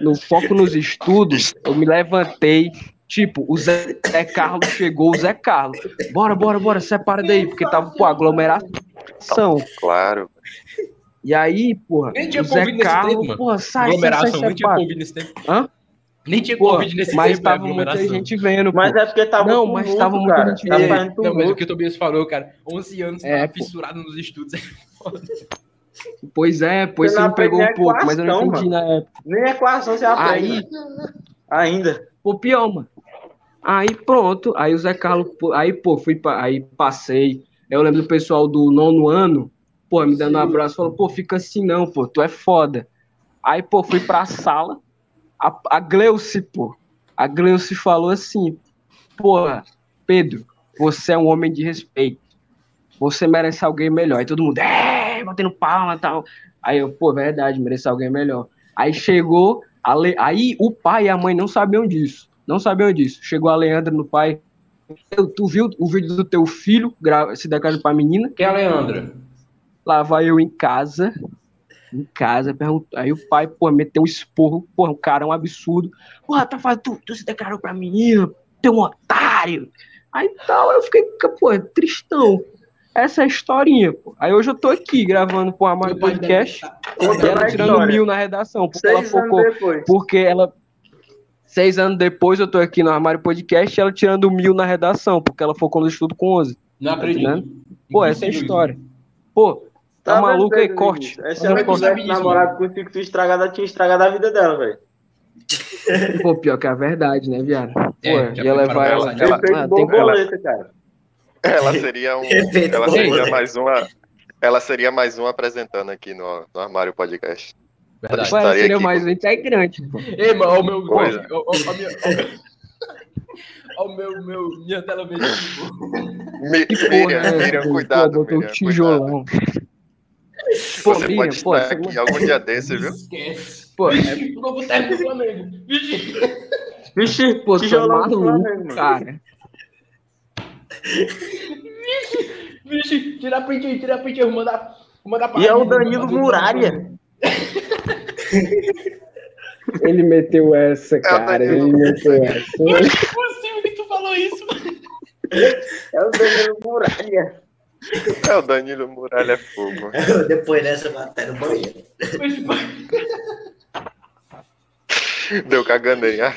C: no foco nos estudos, eu me levantei. Tipo, o Zé Zé Carlos chegou, o Zé Carlos. Bora, bora, bora, separa daí, porque tava com aglomeração.
B: Claro.
C: E aí, porra,
D: Nem tinha
C: o Zé
D: Covid nesse
C: Carlos,
D: tempo, mano.
C: porra, sai, sai, sai,
D: Aglomeração, nem tinha
C: separa.
D: Covid nesse tempo.
C: é Hã?
D: Nem tinha
C: Porra,
D: Covid nesse
C: mas
D: tempo, né,
C: tava muita
D: aglomeração.
C: gente vendo, pô.
A: Mas é porque tava
C: Não,
A: tumulto,
C: mas tava muito
A: cara.
C: gente-
A: Tava
C: É.
A: fazendo
D: Não, mas o
A: tumulto.
D: que o Tobias falou, cara, 11 anos,
C: É,
D: tava
C: pô.
D: fissurado nos estudos. [laughs]
C: Pois é, pois
A: Você
C: você
A: não
C: me pegou um
A: aprendeu a
C: pouco, mas eu não
A: equação, Tá
C: entendi na época.
A: Nem equação você aprende.
C: Aí,
A: Ainda.
C: Pô, pior, mano. Aí pronto, aí o Zé Carlos, pô, aí pô, fui pa- aí passei. Eu lembro do pessoal do nono ano, pô, me dando um abraço, falou, pô, fica assim não, pô, tu é foda. Aí, pô, fui pra sala, a, a Gleuce, pô, a Gleuce falou assim, pô, Pedro, você é um homem de respeito, você merece alguém melhor. Aí todo mundo, é, batendo palma e tal. Aí eu, pô, verdade, mereço alguém melhor. Aí chegou, a Le... aí o pai e a mãe não sabiam disso. Não sabiam disso. Chegou a Leandra no pai. "Eu- tu viu o vídeo do teu filho gra... se declarando pra menina?
D: Que é a Leandra?
C: Lá vai eu em casa. Em casa, pergunto. Aí o pai, pô, meteu um esporro. Porra, um cara é um absurdo. Porra, tá falando, tu, tu se declarou pra menina, teu um otário. Aí tal, eu fiquei, pô, é tristão. Essa é a historinha, pô. Aí hoje eu tô aqui gravando com a Mário Podcast. E ela tirando mil na redação, porque ela
A: Seis
C: focou.
A: anos depois.
C: Porque ela. Seis anos depois eu tô aqui no Armário Podcast e ela tirando mil na redação, porque ela focou no estudo com 11.
D: Não acredito.
C: Pô, essa é a história. Pô, tá
A: vendo,
C: maluco aí,
A: Pedro
C: corte.
A: Vinícius? Essa é
C: Fazer um
A: a
D: Mas
C: corte.
D: sabe
A: conversa
D: disso,
A: namorado contigo, tu estragada, tinha estragado a vida dela, velho.
C: Pô, pior que é a verdade, né, viado? Pô,
D: É, já
C: ia levar
D: prepara
C: ela.
D: ela,
C: ela,
A: Efeito
C: ah, tem-
A: borboleta, cara.
B: Ela seria um.
E: Perfeito,
B: Ela
E: bom,
B: seria
E: mano.
B: mais uma. Ela seria mais um apresentando aqui no, no Armário Podcast.
C: [laughs]
D: Verdade.
C: Pô, ela
B: Estaria
C: seria
B: aqui,
C: mais um integrante. pô.
D: Ei, mano, o meu.
B: Coisa.
D: Olha [laughs] o meu, meu, minha tela verde aqui, pô.
B: Mi,
C: Que
B: Miriam,
C: porra, né?
B: Miriam,
C: Pô,
B: cuidado.
C: Botou um
B: Miriam, cuidado.
C: tijolão. Pô,
B: Você
C: Miriam,
B: pode
C: pô,
B: estar
C: você-
B: aqui algum dia desse, viu?
D: Esquece.
C: Pô, é
D: Vixe, o novo técnico do Flamengo. Vixe.
A: Vixe,
C: Pô, tu é
A: tijolão do Flamengo,
C: maluco,
A: mano.
C: cara.
D: Vixe, tira a print aí, tira a print aí, vou mandar. Vou mandar pra
A: E é o
D: Vou mandar
A: Danilo
D: pra-
A: Muralha.
C: Ele meteu essa,
B: cara, ele
C: meteu essa.
D: Não é possível que tu falou isso, mano.
A: É o Danilo Muralha.
B: É o Danilo Muralha Fogo.
E: [laughs] Depois dessa matéria, no banheiro.
D: Vixe, mano.
B: Deu cagando aí. Ah,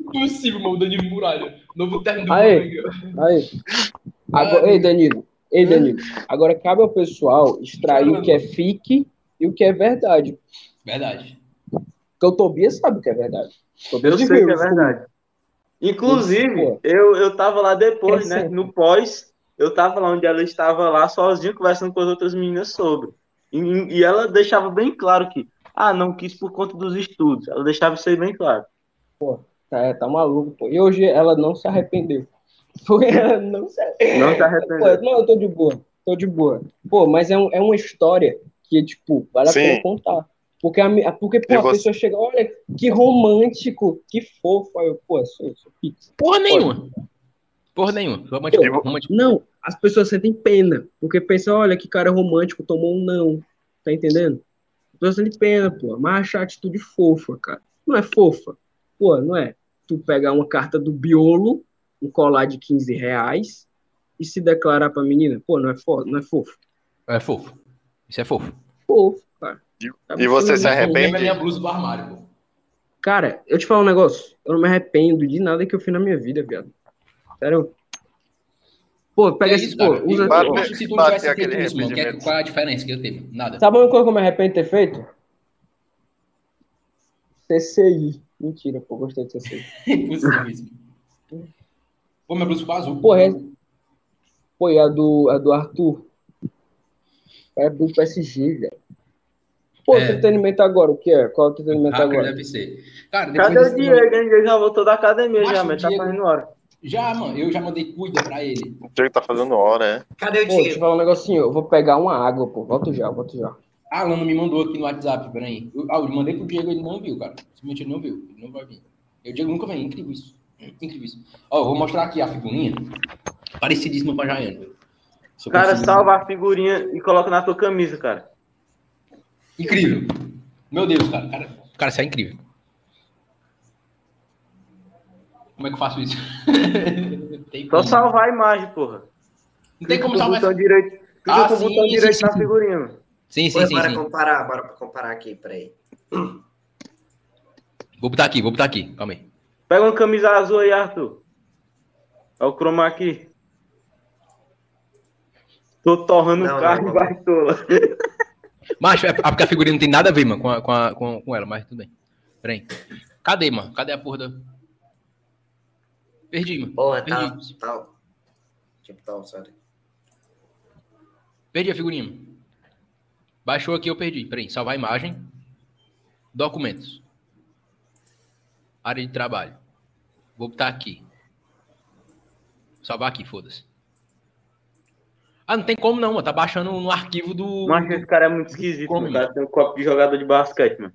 D: Impossível, mano, o Danilo Muralha. Novo técnico do
C: Aê.
D: Flamengo.
C: Aí. Agora, ei, Danilo. Ei, Danilo. Agora cabe ao pessoal extrair o que é fique e o que é verdade.
D: Verdade.
C: Porque o Tobias sabe o que é verdade. O Tobias
A: Eu sei
C: viveu
A: que é
C: isso.
A: verdade. Inclusive,
C: Pô.
A: eu, eu tava lá depois,
C: É
A: né?
C: sempre.
A: No pós, eu tava lá onde ela estava lá, sozinha, conversando com as outras meninas sobre. E, e ela deixava bem claro que, ah, não quis por conta dos estudos. Ela deixava isso aí bem claro.
C: Tá, tá maluco, pô. E hoje ela não se arrependeu. Foi, ela não se
A: Não se
C: Pô,
A: arrependeu.
C: não, eu tô de boa, tô de boa. Pô, mas é, um, é uma história que, tipo, vale a
B: Sim.
C: pena contar. Porque, a, mi- a- porque pô,
B: E
C: a
B: você-
C: pessoa chega, olha, que romântico, que fofo. Aí eu, pô, sou, sou pizza.
D: Porra nenhuma. Porra nenhuma. Romântico, romântico.
C: Não, as pessoas sentem pena, porque pensam, olha, que cara romântico, tomou um não. Tá entendendo? As pessoas sentem pena, pô, mas acha a atitude fofa, cara. Não é fofa? Pô, não é. Tu pegar uma carta do biolo, um colar de 15 reais e se declarar pra menina, pô, não é, fo não é fofo.
D: É fofo. Isso é fofo.
C: fofo, cara. Tá
B: E você se
C: muito
B: arrepende?
D: Lembra minha blusa do armário, pô.
C: bom. Cara, eu te falo um negócio. Eu não me arrependo de nada que eu fiz na minha vida, viado. Sério. Pô, pega
D: É
C: esse.
D: isso,
C: Pô,
D: cara.
C: usa.
D: Eu
B: Bate-
D: acho que se tu não
B: bate
D: tivesse
B: aquele
D: feito isso, mano, que é-
B: arrependimento.
D: qual é a diferença que eu tenho? Nada.
C: Sabe uma coisa que eu me arrependo de ter feito? CCI. Mentira, pô, gostei de CCI.
D: Impossível isso. Pô, minha blusa ficou azul.
C: Porra, é- Pô, e a do, a do Arthur? É do PSG, velho. Pô,
D: É.
C: entretenimento agora, o que é? Qual é o entretenimento
D: Ah,
C: agora?
D: deve ser. Cara, depois
A: Cadê o
D: desse-
A: Diego, hein? Ele já voltou da academia,
D: Acho
A: já,
D: o
A: mas tá
D: Diego.
A: fazendo hora.
D: Já, mano, eu já mandei cuida pra ele.
B: O Diego tá fazendo hora, é?
E: Cadê o
C: Pô, deixa eu
E: Diego?
C: falar um negocinho. Eu vou pegar uma água, pô. Volto já, volto já.
D: A Alana me mandou aqui no WhatsApp, peraí. Eu, ah, eu mandei pro Diego, ele não viu, cara. Simplesmente ele não viu, ele não vai vir. E o Diego nunca vem, incrível isso. Incrível isso. Ó, eu vou mostrar aqui a figurinha. Parecidíssima pra Jaiane. Se eu
A: Cara,
D: conseguir-
A: salva a figurinha e coloca na tua camisa, cara.
D: Incrível. Meu Deus, cara. Cara, cara isso é incrível. Como é que eu faço isso? Tem
A: Só
D: como.
A: salvar a imagem, porra.
D: Não Uhum. tem
A: Clica
D: como
A: com o
D: salvar
A: botão
D: essa.
A: direito. Clica
D: Ah,
A: com o
D: sim,
A: botão
D: sim,
A: direito
D: sim,
A: na
D: sim.
A: figurinha. mano.
D: Sim, sim,
E: Bora,
D: sim,
E: bora
D: sim.
E: comparar, bora comparar aqui, peraí.
D: Vou botar aqui, vou botar aqui. Calma aí.
A: Pega uma camisa azul aí, Arthur. Olha o chroma aqui. Tô torrando
E: Não,
A: o carro
E: não,
A: e
E: não.
A: vai tola.
D: Mas é porque a figurinha não tem nada a ver, mano, com, a- com, a- com, com ela, mas tudo bem. Peraí. Cadê, mano? Cadê a porra da. Perdi, mano.
E: Porra, tá,
D: Perdi,
E: tá. Tipo, tá, sabe?
D: perdi a figurinha. mano. Baixou aqui, eu perdi. Peraí, salvar a imagem. Documentos. Área de trabalho. Vou botar aqui. Salvar aqui, foda-se. Ah, não tem como não, mano. Tá baixando no arquivo do.
A: Mas esse cara é muito esquisito.
D: Como,
A: O cara tem um copo de jogador de basquete, mano.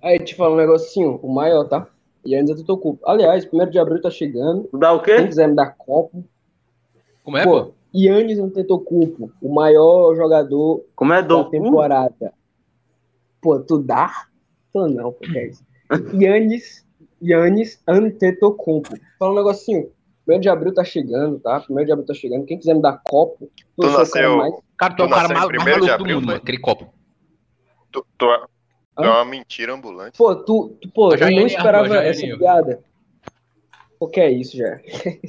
C: Aí, te falar um negocinho. O maior, tá? E ainda tu tocou. Aliás, primeiro de abril tá chegando.
A: Tu dá o
C: Quem
A: quê?
C: quiser me dar copo.
D: Como é, pô?
C: Pô, Yannis Antetokounmpo, o maior jogador
A: Como é
C: da
A: do cu?
C: temporada. Pô, tu dá? Tô não, pô, que é isso. Yannis, Yannis Antetokounmpo. Fala um negocinho. Primeiro de abril tá chegando, tá? Primeiro de abril tá chegando. Quem quiser me dar copo, eu
B: Tu
C: sou o cara mais-
B: nasceu.
D: Cara, tu é o
B: Tu
D: cara
B: nasceu em
D: mais, mais
B: 1º de
D: maluco do
B: abril,
D: mundo,
B: foi?
D: mano. Aquele copo.
B: Tu, tu é tu é
C: Hã?
B: uma mentira ambulante.
C: Pô, tu, tu- pô,
D: Eu já
C: eu não
D: ia,
C: esperava
D: eu já ia,
C: essa
D: eu.
C: piada. Pô, que é isso, já.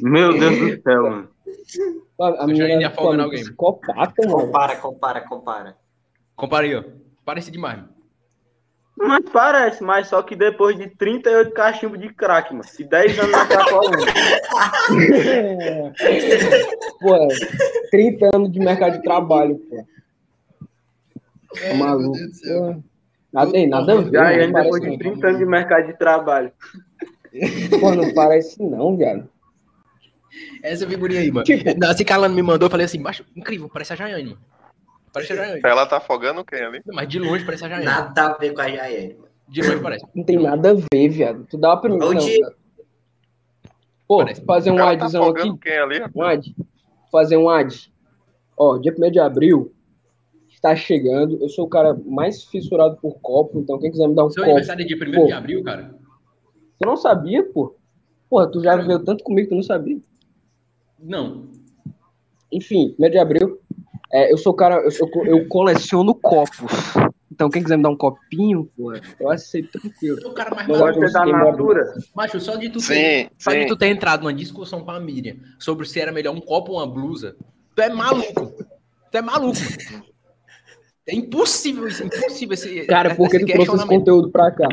A: Meu Deus do céu, mano.
C: A, a
D: Eu já ia
C: menina
D: afogando
C: pô,
D: alguém.
C: psicopata, mano.
E: Compara, compara, compara.
D: Compara aí, ó. Parece demais, mano.
A: Mas parece, mas só que depois de 38 cachimbos de crack, mano. E 10 anos na cacola,
C: [laughs]
A: mano.
C: pô, 30 anos de mercado de trabalho, pô.
A: É,
C: Tá maluco. pô. Nada, ei, nada a ver.
A: Já,
C: mano,
A: e ainda
C: não
A: depois de
C: parece
A: 30 anos de mercado de trabalho.
C: não. Pô, não parece não, viado.
D: Essa é figurinha aí, mano.
C: Tipo-
D: Não, assim que a Alana me mandou, eu falei assim, macho, incrível, parece a Jaiane, mano. Parece a Jaiane.
B: Ela tá afogando quem ali?
D: Não, Mas de longe parece a Jaiane.
E: Nada a ver com a Jaiane, mano.
D: De longe parece.
C: Não tem nada a ver, viado. Tu dá pra mim, não.
E: Ô, Diego.
C: cara. Pô,
D: Parece-
C: fazer um
B: Ela tá
C: adzão aqui.
B: afogando quem ali?
C: Um ad. Fazer um ad. Ó, dia 1 de abril está chegando. Eu sou o cara mais fissurado por copo, então quem quiser me dar um
D: Seu
C: copo.
D: aniversário é dia 1
C: Pô.
D: de abril, cara?
C: Tu não sabia, pô? Porra, tu já viveu tanto comigo que tu não sabia.
D: Não.
C: Enfim, 1 de abril. É, eu sou o cara, eu, sou- eu coleciono copos. Então, quem quiser me dar um copinho, pô, eu aceito tranquilo.
D: Você é o cara mais
C: Mas
A: Pode
D: maluco.
A: ser da
C: Quem mora-
A: Natura.
D: Macho, só de tu ter.
B: Sim,
D: Só de
B: sim.
D: tu ter entrado numa discussão com a Miriam sobre se era melhor um copo ou uma blusa, tu é maluco. Tu é maluco. mano. É impossível isso, é impossível esse.
C: Cara, por que
D: É
C: tu trouxe
D: esse
C: esse
D: questionamento.
C: conteúdo pra cá?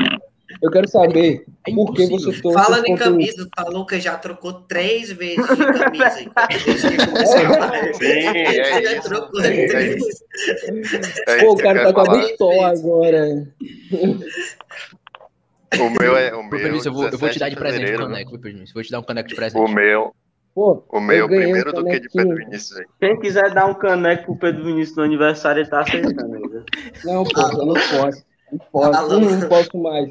C: Eu quero saber
D: É
C: por que
D: impossível.
C: você trouxe
E: Falando
C: esse
E: em
C: conteúdo.
E: camisa, o Taluca já trocou três vezes de camisa. hein? Desde que começou a
B: [laughs]
E: falar.
B: Sim,
E: [laughs]
B: é
E: Ele
B: isso.
E: trocou três.
B: É isso
C: Pô, o
B: que eu
C: cara
B: quero
C: tá com a
B: falar.
C: Vitó agora.
B: O meu é. O
D: Ô,
B: meu,
D: Pernice, eu, vou, eu vou
B: 17
D: te dar de presente um
B: fevereiro, né? Tipo,
D: caneco, viu, Pernice? Vou te dar um caneco de presente.
B: O meu,
C: Pô,
B: o meu,
C: Eu ganhei um
B: primeiro do que de Pedro
C: canequinho.
B: Vinícius. hein?
A: Quem quiser dar um caneco pro Pedro Vinícius no aniversário, ele tá aceitando. viu?
C: não, pô, eu não posso. Não posso,
E: Alô.
C: hum, não posso mais.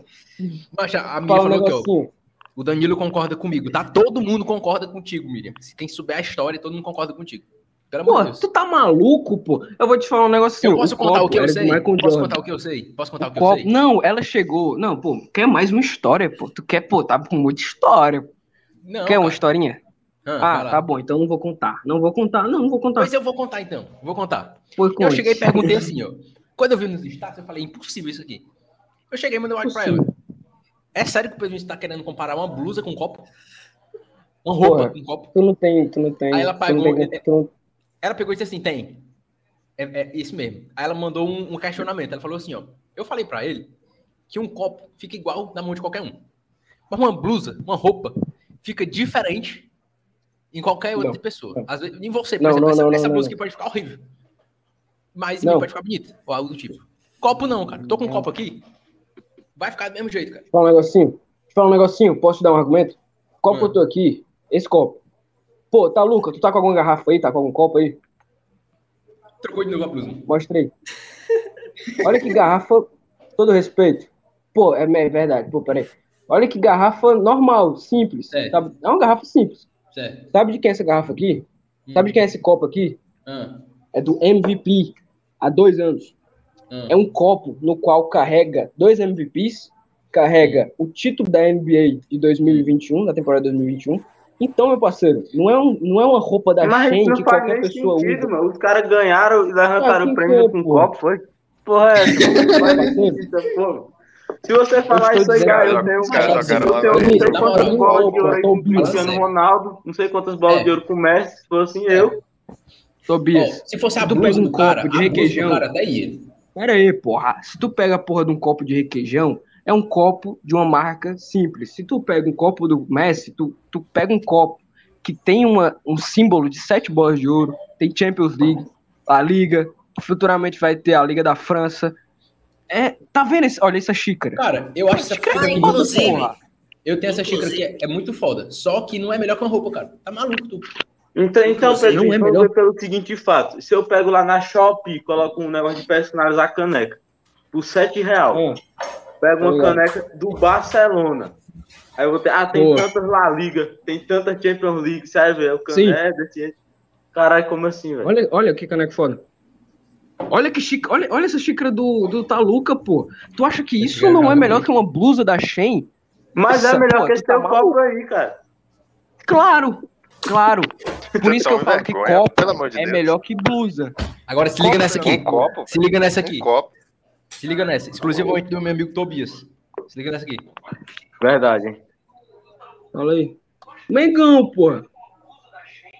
D: Mas a a Miriam
C: Fala um
D: falou que ó,
C: negocinho.
D: o Danilo concorda comigo, tá? Todo mundo concorda contigo, Miriam. Se quem souber a história, todo mundo concorda contigo. Pelo amor
C: Pô,
D: de Deus.
C: tu tá maluco, pô? Eu vou te falar um negocinho.
D: Eu posso contar
C: copo
D: o que eu
C: era do
D: sei?
C: Michael
D: Posso
C: Jordan.
D: contar o que eu sei? Posso contar o que eu
C: Copo-
D: sei?
C: Não, ela chegou. Não, pô, quer mais uma história, pô. Tu quer, pô, tá com muita história.
D: Não.
C: quer uma
D: cara.
C: historinha?
D: Ah,
C: Ah,
D: vai lá.
C: tá bom, tá. então não vou contar. Não vou contar, não, não vou contar.
D: Mas eu vou contar então. Vou contar.
C: Pois
D: Eu
C: conte.
D: cheguei e perguntei assim, ó. Quando eu vi nos status, eu falei, impossível isso aqui. Eu cheguei e mandei um áudio pra ela. É sério que o Pedro está querendo comparar uma blusa com um copo? Uma roupa
C: Porra.
D: com um copo?
C: Tu não tem, tu não tem.
D: Aí ela
C: tu
D: pagou,
C: não tem- tu não-
D: Ela pegou e disse assim: tem. É, é isso mesmo. Aí ela mandou um, um questionamento. Ela falou assim: ó, eu falei pra ele que um copo fica igual na mão de qualquer um. Mas uma blusa, uma roupa, fica diferente em qualquer outra
C: Não.
D: pessoa. Às vezes, em você, por
C: Não,
D: exemplo,
C: não,
D: essa,
C: não,
D: essa
C: não,
D: blusa
C: não.
D: aqui pode ficar horrível. Mas em
C: Não.
D: mim pode ficar bonita. Ou algo do tipo. Copo não, cara. Tô com um copo aqui. Vai ficar do mesmo jeito, cara.
C: Fala um negocinho. Fala um negocinho, posso te dar um argumento? Copo
D: Hum.
C: eu tô aqui, Esse copo. Pô, tá, Luca, tu tá com alguma garrafa aí? Tá com algum copo aí?
D: Trocou de novo a blusa.
C: Mostra
D: [laughs]
C: aí. Olha que garrafa, todo respeito. Pô, é, me- é verdade. Pô, peraí. Olha que garrafa normal, simples.
D: É.
C: sabe? É uma garrafa simples.
D: Certo.
C: Sabe de quem é essa garrafa aqui?
D: Hum.
C: Sabe de quem é esse copo aqui?
D: Ah,
C: É do MVP há dois anos.
D: ah.
C: É um copo no qual carrega dois MVPs, carrega o título da NBA de 2021, da temporada 2021. Então, meu parceiro, não é, um, não é uma roupa da
A: Mas
C: gente
A: isso
C: que
A: não faz
C: qualquer
A: nem
C: pessoa
A: sentido,
C: usa.
A: mano. Os caras ganharam e
C: Ah,
A: levantaram
C: que
A: o prêmio
C: que,
A: com um
C: pô?
A: copo, foi? Porra, é essa?
C: [laughs]
A: mano? Não faz nem
C: Parceiro.
A: sentido essa porra. Se você falar
C: estou
A: isso aí,
C: dizendo,
A: cara, eu
B: cara,
C: então
A: tenho um
B: os caras
A: eu
B: jogaram lá,
A: tenho não
B: velho.
A: sei
D: Na
A: quantas
D: moral,
A: bolas de ouro aí
C: pô,
A: com o
C: tô brincando.
A: Cristiano
D: Sério.
A: Ronaldo, não sei quantas bolas
D: É.
A: de ouro com o Messi, se fosse assim,
C: É.
A: eu.
C: Tobias,
D: Ó, se fosse a
C: Tu
D: blusa
C: pega um
D: do cara, a
C: copo de
D: blusa do
C: requeijão.
D: cara até ia.
C: Pera aí, porra. Se tu pega a porra de um copo de requeijão, é um copo de uma marca simples. Se tu pega um copo do Messi, tu, tu pega um copo que tem uma, um símbolo de sete bolas de ouro, tem Champions League, La Liga, futuramente vai ter a Liga da França. É, tá vendo? Esse, olha essa xícara.
D: Cara, eu acho essa xícara aqui muito
E: inclusive.
D: foda. Eu tenho essa xícara aqui,
E: Inclusive.
D: é muito foda. Só que não é melhor que uma roupa, cara. Tá maluco tu.
A: Então, então
E: Inclusive,
A: Pedro,
D: não é
A: vamos
D: melhor.
A: ver pelo seguinte fato: se eu pego lá na Shopee e coloco um negócio de personalizar a caneca por R$ 7 reais,
C: Ah,
A: Pega uma
C: Obrigado.
A: caneca do Barcelona. Aí eu vou ter, ah, tem
D: Boa.
A: tantas La Liga, tem tantas Champions League, sabe, velho? O
C: Sim.
A: caneca, desse jeito. Caralho, como assim, velho?
C: olha, olha que caneco foda. Olha que xícara, olha, olha essa xícara do, do Taluca, pô. Tu acha que isso não é melhor que uma blusa da Shein?
A: Mas
C: Nossa,
A: é melhor
C: pô,
A: que
C: tu
A: esse
C: tá
A: teu copo aí, cara.
C: Claro, claro. Por isso que eu
B: Toma
C: falo que
B: vergonha,
C: copo
B: pelo amor de
C: é
B: Deus.
C: melhor que blusa.
D: Agora se liga
B: Copo,
D: nessa aqui.
B: Um copo?
D: Se liga nessa
B: Um
D: aqui.
B: copo.
D: Se liga nessa. Exclusivamente do meu amigo Tobias. Se liga nessa aqui.
A: Verdade, hein?
C: Olha aí. Mengão, porra.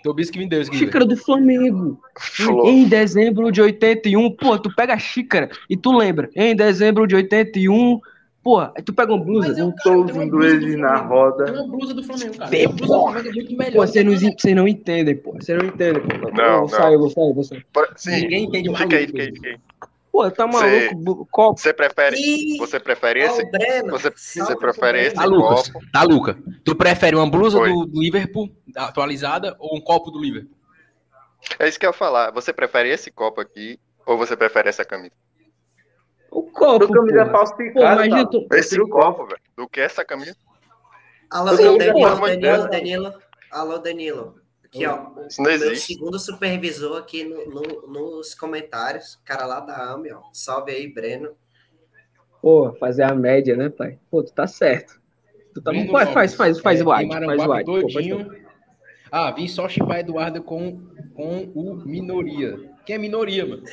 D: Tobias que me deu isso aqui. velho.
C: Xícara do Flamengo.
B: Flor.
C: Em dezembro de 81, pô, tu pega a xícara e tu lembra. Em dezembro de 81, pô, aí tu pega uma
D: Mas
C: blusa.
D: eu-
A: Um todos
D: tem uma
A: ingleses
D: blusa do
A: na
D: Flamengo.
A: roda.
D: Tem uma blusa do Flamengo, cara.
C: Tem,
D: Tem blusa do
C: porra.
D: Flamengo é muito
C: Pô,
D: melhor.
C: vocês não, vocês não entendem, pô. Vocês não entendem, pô. Eu
B: Não,
C: vou sair, eu vou sair, eu vou sair.
B: Pra- Sim,
D: Ninguém é entende mais.
B: fica aí,
D: isso,
B: fica aí,
D: velho.
B: fica aí.
C: Pô, tá
B: Cê-
C: maluco, bu- copo.
B: Você prefere,
E: Ih,
B: você prefere
E: ó,
B: esse?
E: o Breno.
B: Você,
E: Salve
B: você
E: pro
B: prefere
E: Breno.
B: esse
D: Tá, Lucas?
B: copo?
D: Tá, Luca. Tu prefere uma blusa
B: Oi.
D: do Liverpool atualizada ou um copo do Liverpool?
B: É isso que eu ia falar. Você prefere esse copo aqui ou você prefere essa camisa?
C: O copo,
A: Tô camisa
C: pô. Pô,
A: falsificada.
C: imagina
A: tá?
C: tu...
B: Esse
A: prefiro
B: copo, velho. Do que essa camisa?
E: Alô,
A: Pelo
E: Danilo, Danilo,
B: amor de
E: Danilo,
B: Deus.
E: Danilo. Alô, Danilo. Aqui, ó. o
B: Isso não
E: Meu
B: existe.
E: segundo supervisor aqui no- no- nos comentários. Cara lá da AME, ó. Salve aí, Breno.
C: Pô, fazer a média, né, pai? Pô, tu tá certo. Tu tá...
D: Breno
C: Faz,
D: Lopes.
C: faz, faz, faz
D: É,
C: o white,
D: tem
C: faz o
D: Maranguape
C: white. Pô, faz
D: todinho. Ah, vim só chipar Eduardo com, com o Minoria. Quem é Minoria, mano?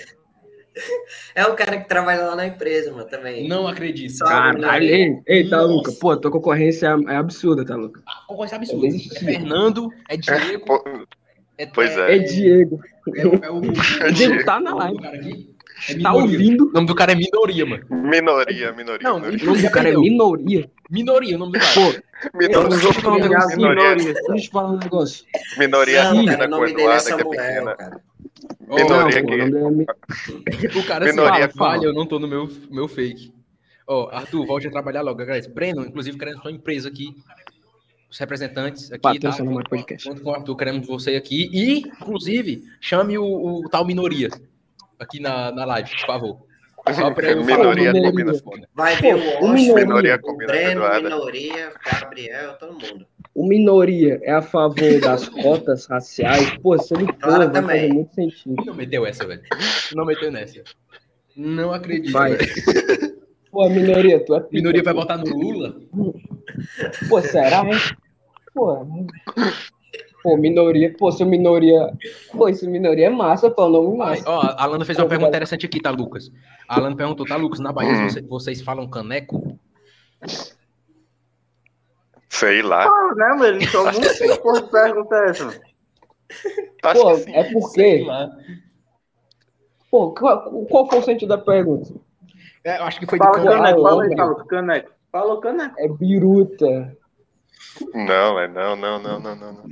E: É o cara que trabalha lá na empresa, mano, também.
D: Não acredito.
E: Só-
C: Caralho, ei, ei, tá
D: Nossa.
C: louca. Pô, tua concorrência é, é absurda, tá louca.
D: A concorrência é absurda. É Fernando, é Diego,
B: Pô,
D: é,
B: Pois é.
C: É Diego.
D: é o- é o-
B: [laughs] É
C: Diego
B: Diego.
C: tá na
D: o nome
C: live.
D: do cara aqui é
C: Tá
D: Minoria.
C: ouvindo?
D: O nome do cara é Minoria, mano.
B: Minoria, minoria.
D: Não,
B: minoria.
C: O nome do cara é minoria.
D: Minoria, o nome do cara.
C: Pô,
B: Minoria,
C: eu-
A: Os nomeados
B: Minoria.
A: minorias.
C: deixa eu te falar um negócio.
B: minoria
E: Não,
B: pequena,
E: cara, o nome dele é
B: acordoada, que é
E: Samuel,
B: pequena.
E: cara.
D: Ó,
C: Não,
B: Minoria
C: pô, o
B: que
C: nome dele é mi-
D: O cara assim,
B: Minoria,
D: fala,
C: fala.
D: vale, eu não tô no meu, meu fake. Ó, Arthur, volte a trabalhar logo, agradece. Breno, inclusive, queremos sua empresa aqui. Os representantes aqui.
C: Patrocina
D: junto
C: mais
D: com-
C: podcast.
D: Junto com o Arthur, queremos você aqui. E, inclusive, chame o, o tal minoria aqui na, na live, por favor. Só pra [laughs] eu falar o
B: Minoria
D: nome
C: combina.
D: dele, foda.
E: Vai
C: Pô,
E: ver
C: o
E: o Washington,
C: Minoria.
B: Minoria
E: o
B: combina com
E: Breno, o
B: Eduarda.
E: Minoria, o Gabriel, todo mundo.
C: O minoria é a favor das cotas raciais. Pô, se ele for,
E: Claro,
C: vai
E: também.
C: fazer muito sentido.
D: Não meteu essa, velho. Não meteu nessa. Não acredito.
C: Vai.
D: [laughs] velho.
C: Pô, minoria, tu é pica.
D: Minoria vai botar no Lula?
C: Pô, será, hein? Pô, pô, minoria. Pô, se o minoria. Pô, esse minoria é massa, pô, é um nome
D: Vai.
C: massa.
D: Ó, a Alana fez uma
C: Obrigado.
D: pergunta interessante aqui, tá, Lucas? A Alana perguntou, tá, Lucas, na Bahia
B: Hum.
D: você- vocês falam caneco?
B: Sei lá.
A: Ah, né, mano? Eles são muito porra de pergunta essa, mano.
B: Acho
C: Pô,
B: que sim.
C: é
D: Sei
C: porque.
D: lá.
C: Pô, qual, qual foi o sentido da pergunta?
D: É, eu acho que foi né?
A: Fala
D: do Cano.
A: caneco, fala aí,
C: Alô,
A: fala caneco. Fala caneco.
C: É biruta.
B: Não, é não, não, não, não, não. não.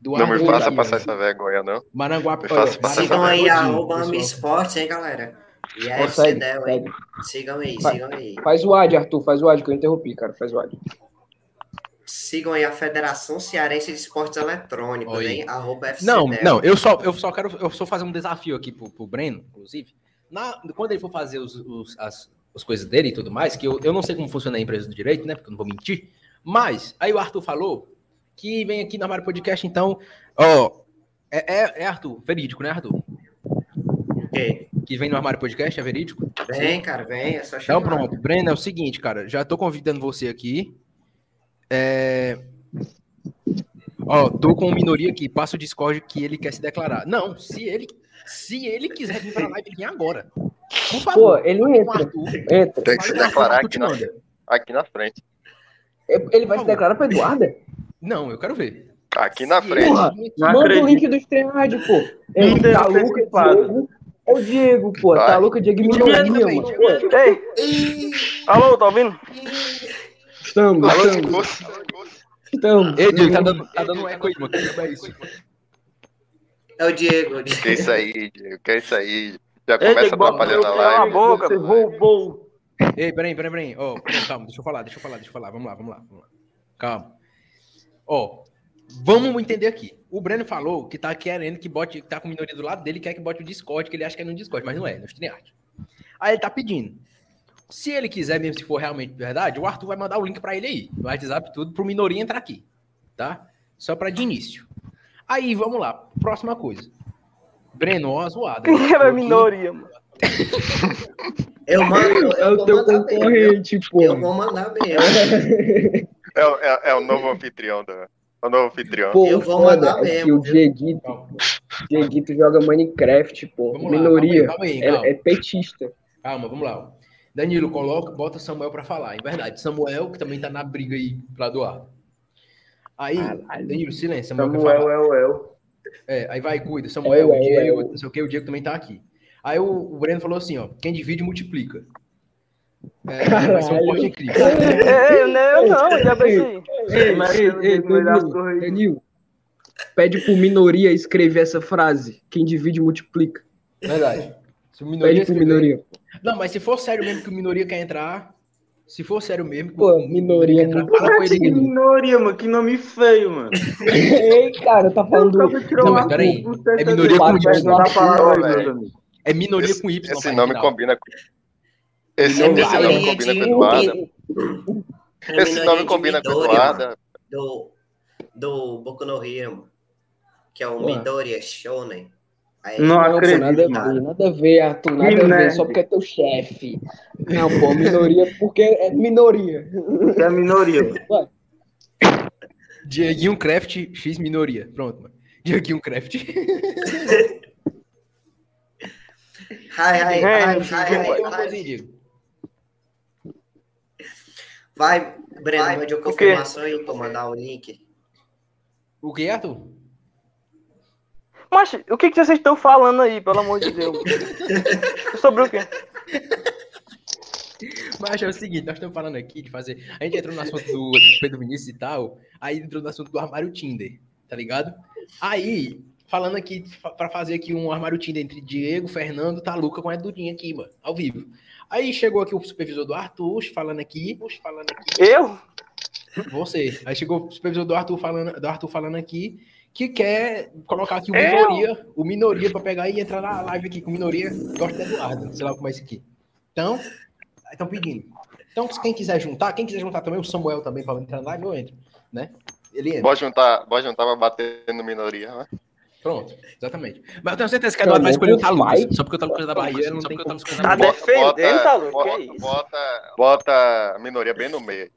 D: Do
B: Não me
D: Arthur
B: faça
D: Dias.
B: passar essa vergonha, não.
D: Maranguape.
B: Me faça
D: ó,
B: passar
E: Sigam
D: Maranguape
E: aí,
D: Todinho,
E: arroba
D: pessoal.
E: Ami Esportes, hein, galera. E a
C: Pô,
E: FC
C: segue,
E: Del, hein?
C: segue.
E: Sigam aí,
C: Vai.
E: sigam aí.
C: Faz o ad, Arthur, faz o ad que eu interrompi, cara. Faz o ad.
E: Sigam aí a Federação Cearense de Esportes Eletrônicos,
D: Oi.
E: hein? Arroba FC
D: Não,
E: Neo.
D: não, eu só, eu só quero eu só fazer um desafio aqui pro, pro Breno, inclusive. Na- quando ele for fazer os, os- as, as coisas dele e tudo mais, que eu, eu não sei como funciona a empresa do direito, né? Porque eu não vou mentir. Mas, aí o Arthur falou que vem aqui na Mário Podcast, então. Ó, é, é, é Arthur, verídico, né, Arthur?
E: Ok.
D: Que vem no Armário Podcast, é verídico.
E: Vem, cara, vem. É só
D: Então
E: chegar.
D: pronto, Breno, é o seguinte, cara, já tô convidando você aqui. É... Ó, tô com minoria aqui, passa o Discord que ele quer se declarar. Não, se ele, se ele quiser vir pra live, ele vem agora. Por
C: Pô,
D: favor,
C: ele
D: com o
C: entra,
D: Arthur.
C: entra.
B: Tem que se
D: Fala, Arthur,
B: declarar
D: Arthur
B: aqui
D: te
B: na,
D: manda.
B: aqui na frente.
C: É, Ele vai se declarar pra Eduarda?
D: Não, eu quero ver.
B: Aqui na
D: Se
B: frente.
C: Porra,
D: ele-
A: Não
C: Manda o
A: acredito.
C: link do StreamYard, pô. É,
A: Não tem
C: tá louco, é
A: antecipado.
C: Diego. É o Diego, pô.
B: Vai.
C: Tá louco, é Diego e
A: Diego
C: Minoria,
D: também,
C: mano.
D: Diego.
C: Pô,
A: Ei,
E: Ih,
A: alô, tá ouvindo?
C: Estamos,
B: Alô,
C: estamos,
B: moço.
C: estamos.
D: Ei, Diego, tá dando, tá dando um eco aí, mano. É isso.
E: É o Diego. o Diego.
B: Que isso aí, Diego. Que é isso aí. Já
A: Ei,
B: começa
A: Diego,
B: atrapalhando a
A: cala
B: live.
A: a boca. Você
B: Vai.
A: roubou.
D: Ei, peraí, peraí, peraí. Ó, não, calma, deixa eu falar, deixa eu falar, deixa eu falar. Vamos lá, vamos lá, vamos lá. Calma. Ó, vamos entender aqui. O Breno falou que tá querendo que bote, que tá com minoria do lado dele, quer que bote o Discord, que ele acha que é no Discord, mas não é, é no StreamYard. Aí ele tá pedindo. Se ele quiser mesmo, se for realmente verdade, o Arthur vai mandar o link pra ele aí, no WhatsApp e tudo, pro minoria entrar aqui, tá? Só pra de início. Aí, vamos lá, próxima coisa. Breno, ó, a zoada. né?
A: Quem [laughs] era a minoria, mano?
E: Eu mando.
C: É o
E: vou
C: teu
E: mandar mesmo.
C: concorrente, pô.
E: Eu vou mandar mesmo.
B: É, o- é- é o novo anfitrião da. É o novo anfitrião.
C: Pô,
E: Eu vou
C: foda
E: mandar
C: é que
E: mesmo,
C: O
E: viu?
C: Dieguito,
D: Calma,
C: Dieguito joga Minecraft, pô.
D: vamos lá,
C: Minoria.
D: calma aí, calma aí, calma.
C: É, é petista.
D: Calma, vamos lá. Danilo, coloca, bota Samuel pra falar. É verdade, Samuel, que também tá na briga aí lá do ar. Aí,
C: Caralho.
D: Danilo, silêncio. Samuel, quer
C: Samuel
D: falar.
C: é o El.
D: É, aí vai, cuida. Samuel,
C: É, é,
D: o Diego,
C: é.
D: não sei o que, o Diego também tá aqui. Aí o, o Breno falou assim, ó, quem divide multiplica. É, vai ser um
C: Caralho.
D: corte incrível.
A: É, eu não,
F: né?
A: eu não, já pensei.
C: Ei, ei, é ei, Danilo, Danilo, pede pro minoria escrever essa frase. Quem divide multiplica.
D: Verdade. Se o minoria
C: Pede pro
D: escrever-
C: minoria.
D: Não, mas se for sério mesmo que o minoria quer entrar, se for sério mesmo... que
C: Pô,
D: o
C: minoria
D: quer
C: é
D: entrar,
C: muito-
D: fala com ele
A: Que
D: aí.
A: minoria, mano. Que nome feio, mano.
C: Ei, cara, tá falando.
A: Eu acabo de tirar
D: Não,
A: uma
D: mas peraí.
A: puta
D: É minoria
A: dessa
D: com
A: barba,
D: Y.
A: não dá pra falar,
B: Não,
A: meus
B: velho.
A: amigos.
D: É minoria com Y.
B: Esse
D: vai,
B: nome
D: final.
B: combina com. Esse,
E: Não,
B: esse nome
E: minoria
B: combina com
E: de-
B: Eduarda.
E: Uma
B: Esse
E: minoria
B: nome
E: de
B: combina com
E: Midoriya, mano,
B: Eduarda.
E: Do, do Boku no Hero, mano. Que é o
C: Ué.
E: Midoriya Shonen. Aí, é um
A: Não
C: Não, pô,
A: acredito.
C: nada a ver, nada a ver, Arthur, nada
A: Que
C: a ver,
A: nerd.
C: só porque é teu chefe. Não, pô, minoria, porque é minoria.
A: Você é minoria, mano.
D: Dieguinho Craft X minoria. Pronto, mano. Dieguinho Craft.
E: Ai, ai,
A: É,
E: ai,
A: gente,
E: ai, ai, ai.
D: assim,
E: Vai, Breno, mande a confirmação aí pra mandar o link.
D: O que, Arthur?
F: Mas o que, que vocês estão falando aí, pelo amor de Deus? Sobre o quê?
D: Mas é o seguinte, nós estamos falando aqui de fazer. A gente entrou no assunto do Pedro Vinícius e tal, aí entrou no assunto do armário Tinder, tá ligado? Aí, falando aqui, fa- pra fazer aqui um armário Tinder entre Diego, Fernando, Taluca com a Edudinha aqui, mano, ao vivo. Aí chegou aqui o supervisor do Arthur falando aqui, falando aqui.
F: Eu?
D: Você. Aí chegou o supervisor do Arthur falando, do Arthur falando aqui que quer colocar aqui o
A: É,
F: Eu?
D: minoria, o minoria pra pegar e entrar na live aqui com o minoria, gosta do Eduardo, sei lá como é isso aqui. Então, estão pedindo. Então, quem quiser juntar, quem quiser juntar também, o Samuel também pra entrar na live, eu entro, né? Ele entra.
B: Bora juntar, bora juntar pra bater no minoria, né?
D: Pronto, exatamente. Mas eu tenho certeza que a Eduardo vai escolher o Talucas, só porque o Talucas é da Bahia, não tem como escolher.
F: Tá
D: Nada.
F: defendendo, tá louco?
B: bota,
F: Que isso?
B: bota, bota a minoria bem no meio.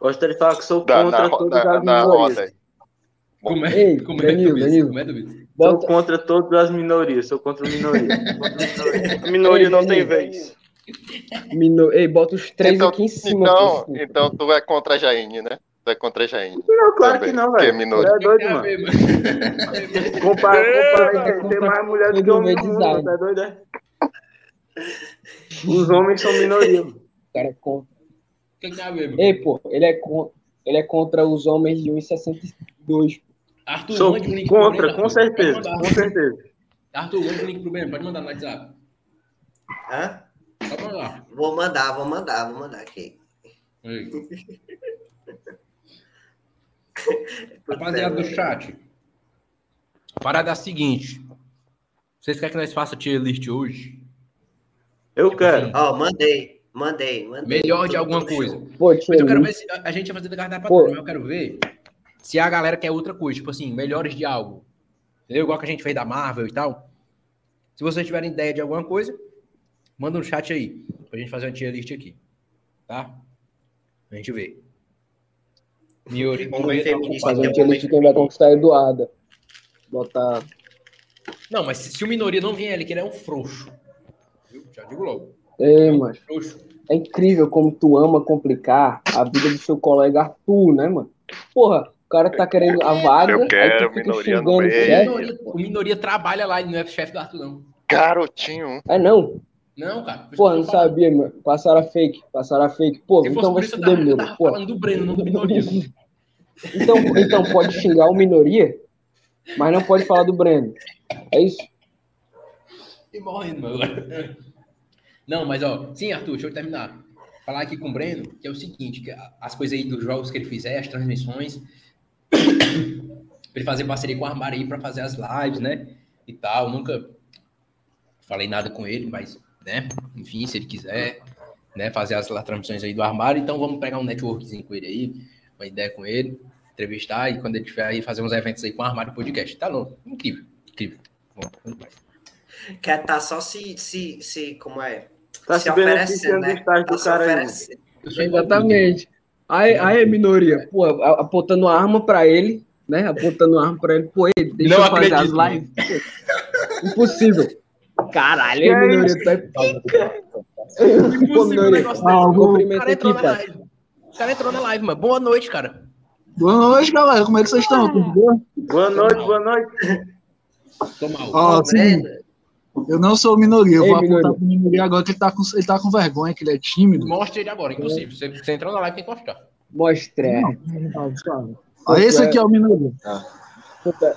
A: Gostaria de falar que sou
B: Da,
A: contra
B: na, ro-
A: todas
B: da,
A: as
B: na roda
A: minorias.
B: aí.
D: Como é,
C: Ei,
D: como é,
C: Danilo,
D: Duvido?
C: Danilo.
D: Como é, Duvido?
A: Sou
C: Bota,
A: contra todas as minorias. Sou contra a minoria.
F: A minoria não tem
C: Ei,
F: vez.
C: Então, mino, ei, bota os três
B: Então-
C: aqui em cima.
B: Então,
C: pô, assim.
B: então tu é contra a Jaine, né? Tu é contra a Jaine.
A: Não, claro que
B: Também,
A: não,
B: porque é
A: velho.
B: minoria.
A: Você é doido,
D: Tem a
A: mano.
D: ver, mano.
A: Comparar compara,
C: velho.
A: tem mais mulher do que homem no mundo, tá doido? é? Os homens são minoria. mano.
C: O cara é contra.
D: Tem a ver, mano.
C: Ei, pô, ele é contra, ele é contra os homens de 1,62.
D: Arthur,
A: Sou
D: mande o link pro Breno,
A: contra,
D: Arthur.
A: com certeza.
D: Pode mandar.
A: Com certeza.
D: Arthur, manda o link pro Breno, pode mandar no WhatsApp.
E: Hã?
D: Só pra lá.
E: Vou mandar, vou mandar, vou mandar aqui.
D: Aí. Rapaziada do chat. A parada é a seguinte. Vocês querem que nós faça tier list hoje?
A: Eu
D: Tipo
A: quero.
D: assim,
E: Ó, mandei, mandei, mandei.
D: melhor de
E: Tudo
D: alguma
E: show.
D: coisa.
C: Pô,
D: Mas eu quero
C: Tchê,
D: ver se a a gente vai fazer do cardápio
C: Pô.
D: pra mas eu quero ver se a galera quer outra coisa, tipo assim, melhores de algo. Entendeu? Igual que a gente fez da Marvel e tal. Se vocês tiverem ideia de alguma coisa, manda um chat aí, pra gente fazer uma tier list aqui. Tá? A gente vê. Miori, tá
E: Vamos ver, feminista,
C: fazer
E: que
C: um
E: é
C: tier
E: bom,
C: list de
E: hein?
C: quem vai conquistar a Eduarda. Botar.
D: Não, mas se, se o Minoria não vier ele, que ele é um frouxo. Viu? Já digo logo.
C: Ei, mas
D: Frouxo.
C: é incrível como tu ama complicar a vida do seu colega Arthur, né, mano? Porra, o cara tá querendo a vaga.
B: Eu quero
C: aí tu fica
B: minoria no
C: xingando o
B: meio.
D: O
C: chefe.
D: Minoria, o Minoria trabalha lá, ele não é chefe do Arthur, não.
B: Garotinho.
C: É não,
D: Não, cara. por isso
C: porra,
D: que eu
C: não
D: tô falando.
C: sabia, mano. Passaram a fake, passaram a fake. Pô,
D: Se fosse
C: então
D: por
C: vai se
D: isso, eu tava,
C: fuder, meu,
D: eu tava
C: porra.
D: falando do Breno, não do Minoria.
C: Então, então pode xingar o minoria, mas não pode falar do Breno. É isso.
D: E morrendo, mano. agora. É. Não, mas ó, sim, Arthur, deixa eu terminar. Falar aqui com o Breno, que é o seguinte, que a- as coisas aí dos jogos que ele fizer, as transmissões, [coughs] pra ele fazer parceria com o Armário aí pra fazer as lives, né? E tal, nunca falei nada com ele, mas, né? Enfim, se ele quiser, né, fazer as la- transmissões aí do Armário, então vamos pegar um networkzinho com ele aí, uma ideia com ele, entrevistar e quando ele tiver aí fazer uns eventos aí com o Armário Podcast. Tá louco, incrível, incrível. Bom, vamos lá.
E: Quer tá só se, se, se como é?
A: Tá se beneficiando do estágio
E: Tá
A: do
E: se
A: cara aí. mano.
E: oferecendo.
D: Eu sou
C: Exatamente. Aí, aí é minoria, pô, a- apontando a arma pra ele, né? Apontando a arma pra ele, pô, ele, deixa
D: Não
C: eu fazer
D: acredito.
C: as lives. Pô, impossível. Caralho, é
F: Gente,
C: minoria, tu é pica. Pô,
D: Impossível um
C: minoria,
D: negócio desse.
C: ah,
D: O
C: cumprimento
D: assim? cara entrou
C: aqui,
D: na
C: cara.
D: live. O cara entrou na live, mano. Boa noite, cara.
G: Boa noite, galera. Como é que vocês estão? Tudo bom?
A: Boa noite, boa noite.
D: Tô mal.
C: Ah,
G: Ó,
E: Ô, Breno,
G: Eu não sou minoria. Eu
C: Ei,
G: vou apontar
C: minoria.
G: pro minoria agora que ele tá, com, ele tá com vergonha, que ele é tímido.
D: Mostra ele agora, impossível. Você, você entrou na live, tem que mostrar.
C: Mostre.
G: Ó, esse aqui é o minoria.
C: Puta,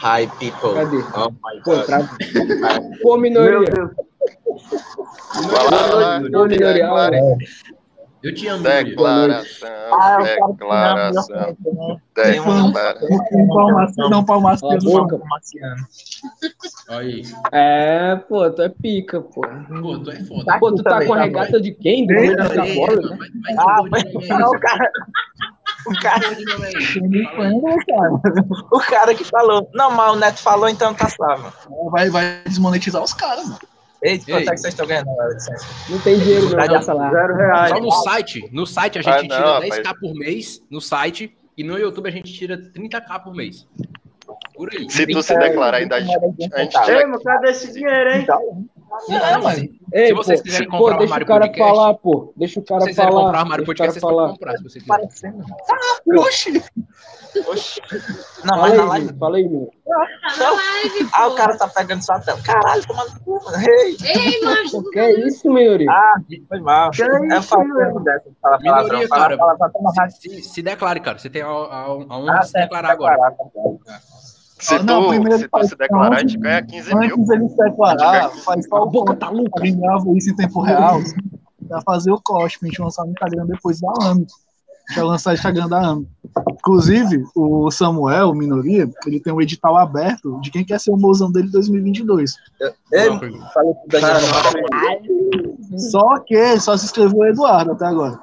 H: Hi, people.
C: Cadê?
H: Oh my
C: Pô,
H: God.
C: trava. Pô,
A: Meu
C: minoria.
A: Deus.
B: Vai lá,
C: Pô, minoria.
B: Declara-
D: Eu te amo,
B: É
D: Yuri.
B: Declaração,
G: Ah,
B: declaração,
G: né?
B: declaração.
G: Palmaciano, não
C: Cala a
G: palmaciano,
C: boca.
G: palmaciano.
D: Aí.
C: É, pô, tu é pica, pô.
D: Pô, tu é foda.
C: Pô, tu tá com a regata de quem? Do Breno da
D: Ei,
C: bola, né?
D: mano, mas- mas
F: Ah,
D: que
F: mas-
D: porra de
F: Não,
D: nome
F: o cara,
D: é
G: Você
D: esse?
G: me conhece, cara.
F: o cara que falou. Não, mas o Neto falou, então tá salvo.
G: Vai, vai desmonetizar os caras, mano.
F: Eita,
D: Ei.
F: quanto é que vocês estão ganhando agora? licença?
C: Não tem dinheiro, não,
D: Tá
F: Verdade,
C: passa lá.
A: Zero reais.
D: Só no site, no site a
B: Ah,
D: gente
B: não,
D: tira
B: rapaz.
D: 10k por mês, no site, e no YouTube a gente tira 30k por mês. Por aí.
B: Se tu se declarar ainda, a gente a gente
A: Ei,
B: tira
A: mano, cadê esse dinheiro, hein?
G: Não, mano.
C: Ei,
D: Se vocês
C: pô,
D: quiserem
C: pô,
D: comprar o
C: deixa
D: armário
C: o cara
D: podcast,
C: falar, pô. Deixa o cara
D: Se vocês
C: falar.
D: quiserem comprar o armário
C: deixa o cara
D: podcast, vocês podem
C: falar.
D: comprar, se vocês quiserem.
G: Parecendo. Oxi.
F: Não,
C: Fala
F: mas na
C: aí,
F: live.
C: Vini, fala aí, meu.
F: Não.
I: [laughs] live,
F: Ah,
I: pô.
F: o cara tá pegando sua tela. Caralho, tomando cu, mano. Ei,
I: Ei, macho,
C: Que é isso, minoria?
F: Ah, foi mal.
A: Que
F: É
A: isso, mano?
F: faltando dessa. Fala palavrão.
D: Minoria,
F: Fala,
D: cara.
F: fala, fala, fala, fala.
D: Se, se declare, cara. Você tem a- a- aonde
F: Ah,
D: se
F: certo,
C: tá
D: declarar agora.
B: Se
G: Ah, não,
B: tu,
G: primeiro
B: se tu
G: faz
B: se declarar, a
G: antes,
B: gente ganha 15 mil.
G: Antes ele é se declarar, faz só
C: A
G: o
C: boca tá louca.
G: Ganhava isso em tempo real. Pra fazer o corte, pra gente lançar no Instagram depois da AME. Pra lançar o Instagram da AME. Inclusive, o Samuel, o Minoria, ele tem um edital aberto de quem quer ser o mozão dele em 2022.
F: Ei, falei que o Daniel não
G: Só que só se inscreveu o Eduardo até agora.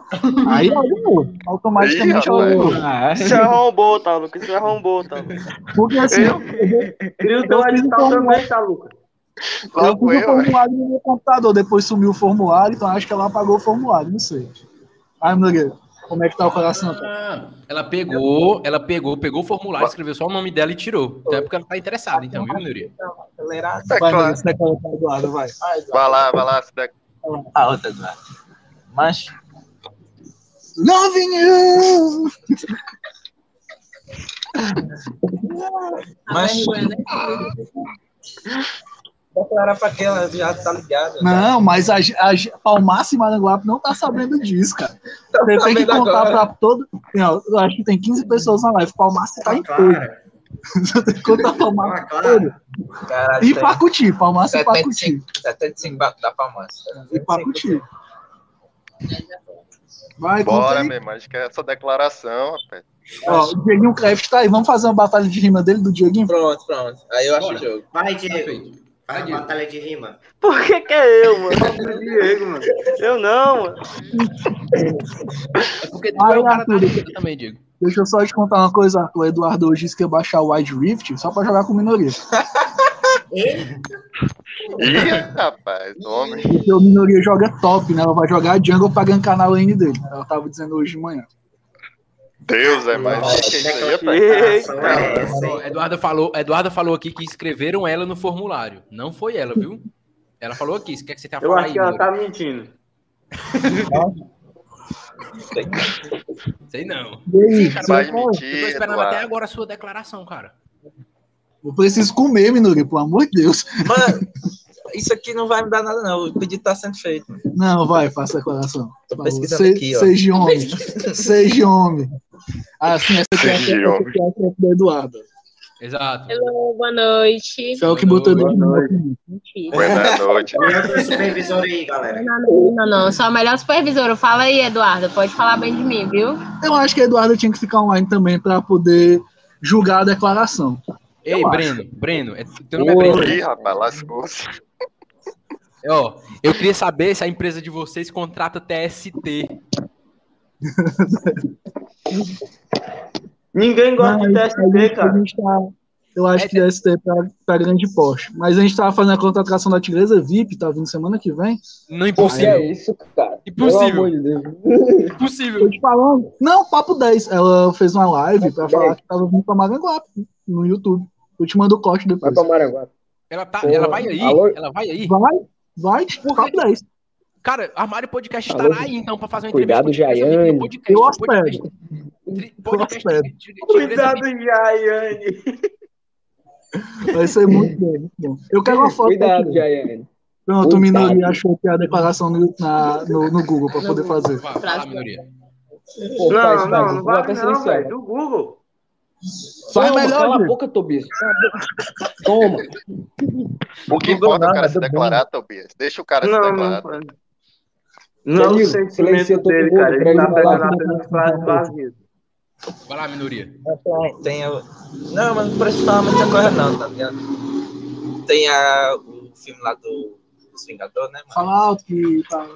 G: Aí ó, automaticamente
B: Ih, rapaz.
G: eu,
C: Ah,
F: Sim.
C: é. Sim.
F: Isso Isso é é arrombou, tá, Lucas? Isso é arrombou, tá, Lucas?
G: Porque assim, eu,
A: Cria o teu
G: Eu fiz
A: edital
G: um
A: também, tá, Lucas?
G: eu
B: Lá fui
G: fiz o
B: eu.
G: formulário no meu computador, depois sumiu o formulário, então acho que ela apagou o formulário, não sei. Aí, Minoria, como é que tá o coração? Tá?
D: Ah, ela pegou, ela pegou, pegou o formulário, escreveu só o nome dela e tirou. Então é porque ela tá interessada, então, viu, Minoria?
F: Acelerado.
G: Vai,
B: Declara.
G: Minoria, se declara pra Eduardo, vai.
B: Vai lá, vai lá, se declara.
F: A Ah, outra, Eduardo. Mas,
G: Loving you!
F: mas... Declarar pra quem ela já tá ligado.
G: Não, mas a, ge- a ge- Palmaça e Maranguape não tá sabendo disso, cara. Você tem que
F: sabendo
G: contar
F: agora.
G: pra todo. Não, eu acho que tem 15 pessoas na live. Palmaça tá em tudo. [laughs] Tá
E: Clara.
G: Você tem que contar
E: Fala,
G: Palmaça.
E: Clara.
F: Caralho,
G: E
F: isso aí.
G: Pacuti, Palmaça e Pacuti.
F: 75, 75 ba- da Palmas.
G: E Pacuti. Vai, conta
B: Bora,
G: aí.
B: meu irmão, a gente quer essa declaração, rapaz.
G: Ó, o Dieguinho Craft tá aí. Vamos fazer uma batalha de rima dele do Dieguinho?
H: Pronto, pronto. Aí eu acho
D: Bora.
H: o jogo.
E: Vai,
D: Tá
E: Diego.
D: feito.
E: Vai,
D: Diego.
E: batalha de rima.
F: Por que que é eu, mano? O Diego, mano. Eu não, mano.
D: É porque tu
G: Vai,
D: é o cara da
G: Arthur.
D: rima também, Diego.
G: Deixa eu só te contar uma coisa, Arthur. O Eduardo hoje disse que ia baixar o Wide Rift só pra jogar com minoria.
E: Ele?
B: Ih, rapaz, homem.
G: Porque o minoria joga top, né? Ela vai jogar a jungle pra gankar na lane dele. Ela tava dizendo hoje de manhã.
B: Deus é mais.
E: Nossa,
B: que isso aí,
E: que
B: rapaz?
E: comparação
F: Eita.
E: é essa, hein?
D: Eduarda falou, Eduarda falou aqui que escreveram ela no formulário. Não foi ela, viu? Ela falou aqui, isso quer que você tenha
A: Eu
D: falado
A: acho
D: aí,
A: que ela
D: Nuri?
A: tá mentindo.
D: Sei não.
G: E aí,
D: Sim, cara,
B: Vai
D: Eu tô
B: mentir,
D: esperando até
B: Eduardo.
D: agora a sua declaração, cara.
G: eu preciso comer, minoria, pelo amor de Deus.
H: Mano, isso aqui não vai me dar nada, não. O pedido tá sendo feito.
G: Não, vai, faça a declaração.
H: Tô
G: Por favor.
H: pesquisando
G: Se-
H: aqui, ó.
G: Seja
H: [laughs]
G: homem. Seja homem. Assim, essa aqui é a
B: Seja
G: essa
B: homem.
G: aqui é a frente da Eduarda.
D: Exato.
I: Hello, boa noite.
G: Foi é o que botou
D: Boa
G: ele no
A: noite.
I: Mentira.
B: Boa noite.
E: Quem é o teu supervisor aí, galera?
I: Não, não, não, não. Sou a melhor supervisora. Fala aí, Eduardo. Pode falar bem de mim, viu?
G: Eu acho que a Eduarda tinha que ficar online também pra poder julgar a declaração.
D: Ei,
G: Eu
D: Breno, Breno, é, teu nome é Breno. né?
B: Ih, rapaz, lascou-se.
D: É, Ó, eu queria saber se a empresa de vocês contrata TST.
A: Ninguém gosta
C: tá
A: de
G: Mas a
A: TST,
G: gente- a
A: cara.
G: gente tá- eu acho que ST é pra, pra grande porte. Mas a gente tava fazendo a contratação da Tigresa VIP, tá vindo semana que vem.
D: Não é
C: Por que é
D: impossível.
C: isso, cara? Pelo
D: Impossível.
C: amor de Deus.
D: Impossível.
G: Tô te falando. Não, Papo 10. Ela fez uma live pra
C: Papo
G: falar
C: 10.
G: que tava vindo pra Maranguape no YouTube. Eu te mando o corte
C: Vai
G: depois.
C: pra Maranguá.
D: Ela, tá,
C: Porra.
D: ela vai aí,
C: Alô?
D: ela vai aí.
G: Vai, vai, Papo 10.
D: Cara, Armário Podcast
C: Alô?
D: estará aí, então, pra fazer uma
C: Cuidado,
D: entrevista. com a Tigresa
C: Jaiane.
D: Vivi, podcast,
G: Eu
D: podcast. Tri- podcast,
G: Eu
D: Tigre- Tigresa
A: Cuidado,
D: Vivi.
A: Jaiane.
G: Vai ser muito bom. muito bom. Eu quero uma foto
C: Cuidado,
G: aqui.
C: Jaiane.
G: Pronto, o
C: Cuidado.
G: Minori achou que é a declaração no, na- no- no Google pra poder fazer.
D: Vai, fala, minoria.
A: Não,
C: Pô, faz,
G: tá
C: faz.
A: não, não
C: Vou até
A: vale não,
C: silenciar.
A: velho. Do Google.
G: Faz
C: Toma,
G: melhor,
C: Cala a
G: Diego.
C: boca, Tobias. Cala a boca. Toma.
B: O que
C: Não dou
B: importa é o cara
C: nada, tá
B: se
C: tô bem.
B: declarar, Tobias. Deixa o cara se
A: Não, não.
B: declarar.
A: faz. Não, o
C: Danilo, silencia
A: sentimento
C: todo
A: dele,
C: mundo,
A: cara. Ele
C: Breno
A: tá
C: vai lá,
A: pegando apenas frases vazias.
D: Vai lá, minoria.
H: É, Tem a... Não, mas não precisa falar muita coisa, não, tá ligado? Tem a... o filme lá do. Dos Vingadores, né, mano?
G: Fala alto que tá.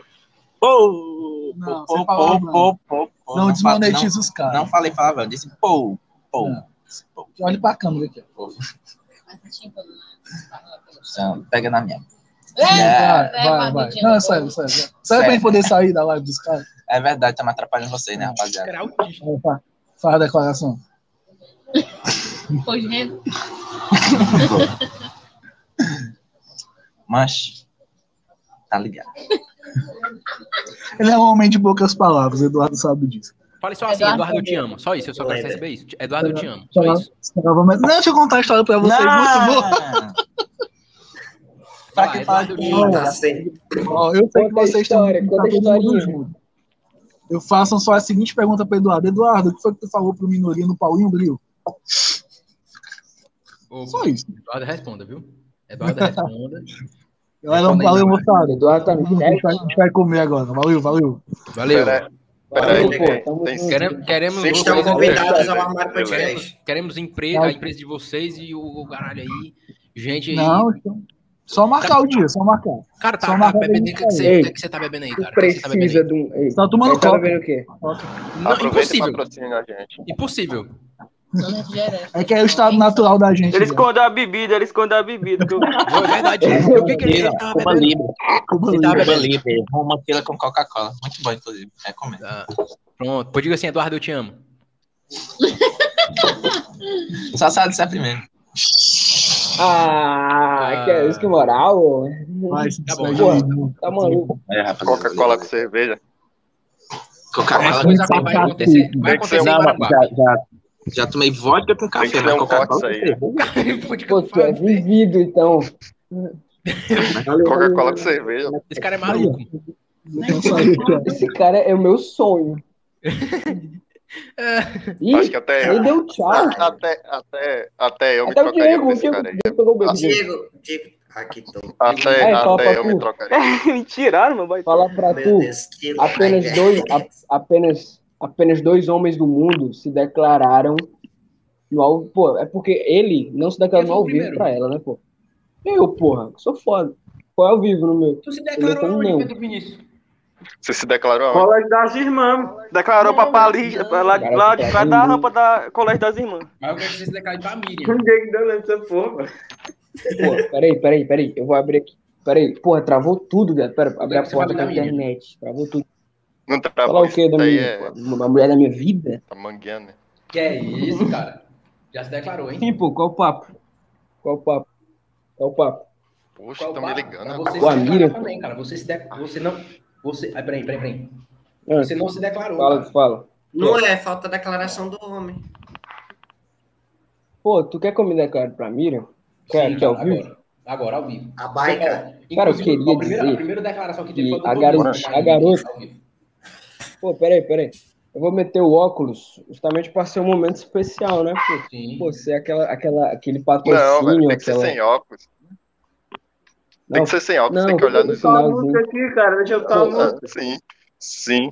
H: Pô,
G: Não,
H: pô,
G: sem
H: pô,
G: palavrão.
H: pô, pô, pô.
G: Não
H: fa-
G: desmonetiza os
H: Não, não
G: caras.
H: falei palavrão, disse pô, pô.
G: Não. Olha pra câmera aqui.
H: Então, Pega na minha.
G: Vai,
H: É. Yeah.
G: vai, vai. Não, é sério, sério. Sério pra gente poder sair da live dos caras?
H: É verdade, estamos atrapalhando vocês, né, rapaziada?
D: Cara, é autista.
G: Vai, vai. Fala a declaração.
I: Pois né?
H: Mas. Tá ligado.
G: Ele é um homem de poucas palavras, Eduardo sabe disso.
D: Fale só assim,
I: Eduardo
D: Eduardo, eu te
I: também.
D: amo. Só isso, eu só quero
E: Lembra.
D: saber isso. Eduardo, eu te amo. Só
G: Fala-
D: isso.
G: falava, mas- Não, Tá, deixa eu contar a história pra vocês, é muito boa.
H: pra
D: Vai,
H: que falar
D: Eduardo,
H: de
D: eu te
E: Ih,
D: amo.
E: tá certo.
G: Ó, eu sei que
C: Conta a
G: vocês estão.
C: história, conta a historinha.
G: Eu faço só a seguinte pergunta para Eduardo. Eduardo, o que foi que tu falou pro Minoria no Paulinho Bril?
D: Ô,
G: Só isso.
D: Eduardo, responda, viu? Eduardo, responda.
G: Galera, um valeu, moçada.
C: Eduardo tá no
G: Vamos, A gente vai- a gente vai comer agora. Valeu, valeu.
D: [laughs] Valeu.
B: Pera-
C: Valeu,
B: Pera-
C: pô. Tamo
B: Tem-
C: junto.
D: Queremos, queremos
B: Vocês
E: Estão
D: vocês-
E: convidados ao Armário Podcast.
D: Queremos, queremos empresa, a empresa de vocês e o, o caralho aí. Gente aí.
G: Não, então, só
H: Tá
G: marcar o dia, só marcar.
D: cara, tá,
G: só
D: tá
G: marca
D: bebendo.
G: aí,
D: O que, que você- o que que você tá bebendo aí, cara? O que que você tá bebendo
C: Precisa
D: aí?
C: de um. Ei,
G: Tá tomando
C: mas tá
G: copo.
C: bebendo o quê?
D: Não,
B: Aproveita e
D: impossível.
B: patrocina a gente.
D: Impossível.
G: É que é o estado natural da gente.
F: Ele
G: né?
F: esconde a bebida, ele esconde a bebida. que eu-
D: É verdade. O que que ele tava
H: Cuba
D: bebendo?
H: Libre.
G: Cuba
D: Ele tá
G: Livre.
H: Cuba
D: bebendo.
H: Libre. Uma tequila com Coca-Cola. Muito bom, inclusive. Recomendo.
D: Tá. Pronto. Pô, diga assim, Eduardo, eu te amo.
H: Só sabe se é primeiro.
C: Ah, que é isso, que moral. ô.
G: Vai, se
D: Tá bom,
G: despede aí, né?
C: Tá maluco.
H: É, rapaziada.
B: Coca-Cola com cerveja.
D: Uma
C: É,
H: Coca-Cola com
D: coisa que vai acontecer. Vai
B: Tem que ser
D: acontecer em
B: uma-
D: Guarabá.
H: Já tomei vodka
B: Tem que
H: com café,
B: ter
H: mas
B: um
H: Coca-Cola.
B: corte
H: com
B: isso aí.
H: cerveja.
D: Pô, de que eu
C: Pô, tu é
D: falo?
C: vivido, então.
B: Coca-Cola com cerveja.
D: Esse cara é maluco.
G: Então, só isso, cara.
C: Esse cara é o meu sonho.
D: [laughs]
C: Ih,
B: Acho que até
C: ele deu tchau.
B: a- Até, até, até eu me
C: Até o
B: trocaria
C: Diego,
B: com
C: o
B: esse
C: Diego,
B: cara aí.
C: o Diego pegou o bebê.
E: Diego, Diego. Aqui tô.
B: Até,
C: Vai, fala pra
B: até eu me
C: tu.
B: trocaria.
F: Me tiraram, meu baita.
C: Fala pra
E: Meu
C: tu,
E: Deus, que
C: Tá apenas
E: live.
C: dois, a- apenas apenas dois homens do mundo se declararam no ao Pô, é porque ele não se declarou
D: Eu
C: no
D: fui o
C: ao vivo
D: primeiro.
C: pra ela, né, pô? Eu, porra, sou foda. Foi ao vivo no meu.
D: Tu se
C: declarou
D: declarou
C: aonde,
D: onde,
C: Pedro
D: Pedro Vinícius?
B: Você se declarou aonde?
F: Colégio das Irmãs. Declarou pra Paris, lá,
C: Cara,
F: lá
C: que
F: de trás da rampa da Colégio das Irmãs.
D: Mas eu quero que você se declare pra
C: Hum?
A: [laughs]
D: Miriam.
A: Ninguém deu essa porra.
C: Pô, peraí, peraí, peraí. Eu vou abrir aqui. Peraí, porra, travou tudo, velho. Pera, abri a
D: Você
C: porta
D: vai
C: da
D: dar mídia.
C: internet. Travou tudo.
B: Não
C: Falar
B: travou.
C: o quê da
B: Ah, Isso aí
C: minha,
B: é
C: a mulher da minha vida?
B: tá mangueando, né?
D: Que é isso, cara? Já se declarou, hein?
C: Sim, pô, qual o papo? Qual o papo? Qual o papo?
B: Poxa,
D: Qual
B: estão me
D: barra?
B: ligando. né?
D: Pra
B: rapaz.
D: você se
C: Com a
D: declarar
C: Miriam.
D: também, cara. Você se de... Você não. Você. Ai, peraí, peraí, peraí.
C: Ah,
D: Você não se declarou.
C: fala,
D: cara.
C: fala.
E: Não é, falta a declaração do homem.
C: Pô, tu quer comida, cara, pra Miriam? Quer,
D: Sim,
C: quer
D: cara,
C: ouvir?
D: agora. Agora, ao vivo.
E: A baica.
C: Cara, eu
D: Inclusive,
C: queria
D: a primeira,
C: dizer
D: A primeira declaração que
C: que
D: teve foi do
C: a
D: Tobias,
C: garota-
D: né?
C: a garota- Pô, peraí, peraí. Eu vou meter o óculos justamente pra ser um momento especial, né, pô?
D: Sim.
C: Pô, ser aquela, aquela, aquele patrocínio,
B: Não, velho, tem que ser
C: aquela...
B: sem óculos. Tem
C: Não,
B: que ser sem óculos,
C: não,
B: tem que olhar no.
C: vou-
A: Tá a
C: Finalzinho.
A: música aqui, cara. Deixa eu botar a música.
B: Ah, Sim, sim.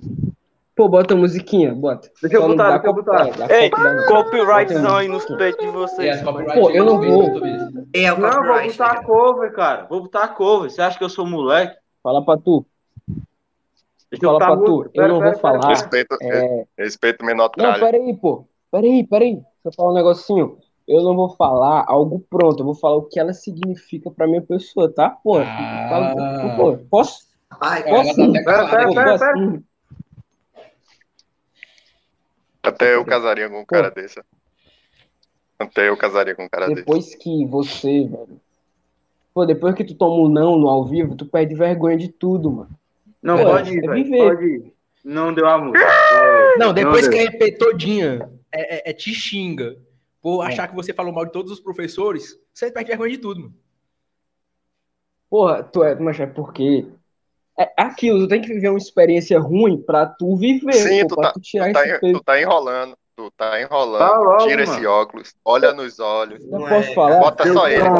C: Pô, bota a musiquinha, bota.
A: Deixa eu
C: Só não
A: botar,
C: dá
A: deixa eu
C: copyright,
A: botar.
C: dá
F: Ei,
C: copyright.
F: copyrightzão
C: um
F: aí nos peitos de
D: E
F: vocês.
D: as copyrights
C: Pô, eu não
D: chegam
C: vou.
D: no mesmo, Tobias.
E: É, o
A: Não, vou
E: copyright.
A: botar
D: né?
A: a cover, cara. Vou botar a cover. Você acha que eu sou moleque?
C: Fala pra tu,
A: Deixa eu
C: fala
A: botar a
C: pra tu.
A: música.
C: Eu
A: Pera,
C: não
A: pera, pera,
C: vou falar.
A: pera.
B: Respeito, eh,
C: É...
B: respeito o menor
C: Não,
B: tralho.
C: peraí, pô. Peraí, peraí. Deixa eu falar um negocinho. Eu não vou falar algo pronto, eu vou falar o que ela significa pra minha pessoa, tá? Pô,
D: Ah.
C: fala- um pô posso?
E: Baica.
D: Ela tá até
A: Pera,
D: calada
A: pera,
C: Pô,
D: aqui.
A: pera,
C: posso?
A: pera.
C: Hum,
B: Até eu casaria com um cara desse. ó. Até eu casaria com um cara desse.
C: Depois que você, velho. Pô, depois que tu toma um não no ao vivo, tu perde vergonha de tudo, mano.
A: Não,
C: Pô,
A: pode
C: é
A: ir, velho.
C: viver.
A: Pode ir. Não deu a música.
D: Não, depois
A: Não,
D: que é- a EP todinha é, é- é te xinga por achar que você falou mal de todos os professores, você perde vergonha de tudo, mano.
C: Porra, tu é, mas é porque. É aquilo, tu tem que viver uma experiência ruim pra tu viver,
B: Sim,
C: pô,
B: tu
C: pra
B: tá-
C: tu tirar
B: Tu tá,
C: esse
B: en-
C: peso.
B: tu tá enrolando. Tu tá enrolando.
A: Tá logo,
B: Tira
A: mano.
B: esse óculos. Olha nos olhos.
C: Não
E: Não
C: posso
E: é,
C: falar.
B: Bota só ele.
C: Ó,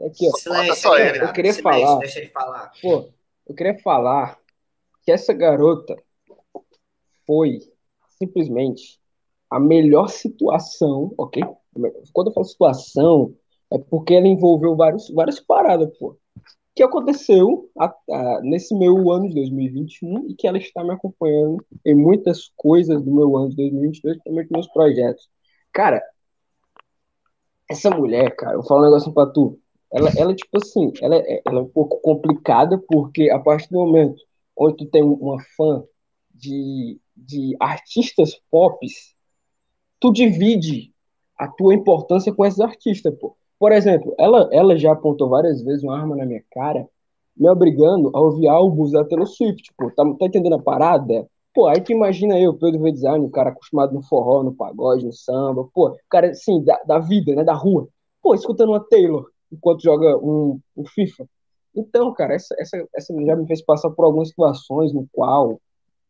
C: ó, aqui, ó.
E: Silêncio,
B: só ele.
E: cara.
C: Eu queria
E: Silêncio,
C: falar.
E: Deixa ele falar.
C: Pô, eu queria falar que essa garota foi simplesmente a melhor situação, ok? Quando eu falo situação, é porque ela envolveu vários, várias paradas, pô. Que aconteceu a- a- nesse meu ano de 2021 e que ela está me acompanhando em muitas coisas do meu ano de 2022, principalmente nos projetos. Cara, essa mulher, cara, eu vou falar um negócio pra tu. Ela, ela tipo assim, ela, é- ela é um pouco complicada, porque a partir do momento onde tu tem uma fã de, de artistas pop, tu divide a tua importância com esses artistas, pô. Por exemplo, ela, ela já apontou várias vezes uma arma na minha cara, me obrigando a ouvir álbuns da Taylor Swift, pô. Tá, tá entendendo a parada? Pô, aí tu imagina eu, Pedro V. Design, um cara acostumado no forró, no pagode, no samba, pô, o cara assim, da, da vida, né, da rua. Pô, escutando uma Taylor enquanto joga um, um FIFA. Então, cara, essa, essa, essa já me fez passar por algumas situações no qual,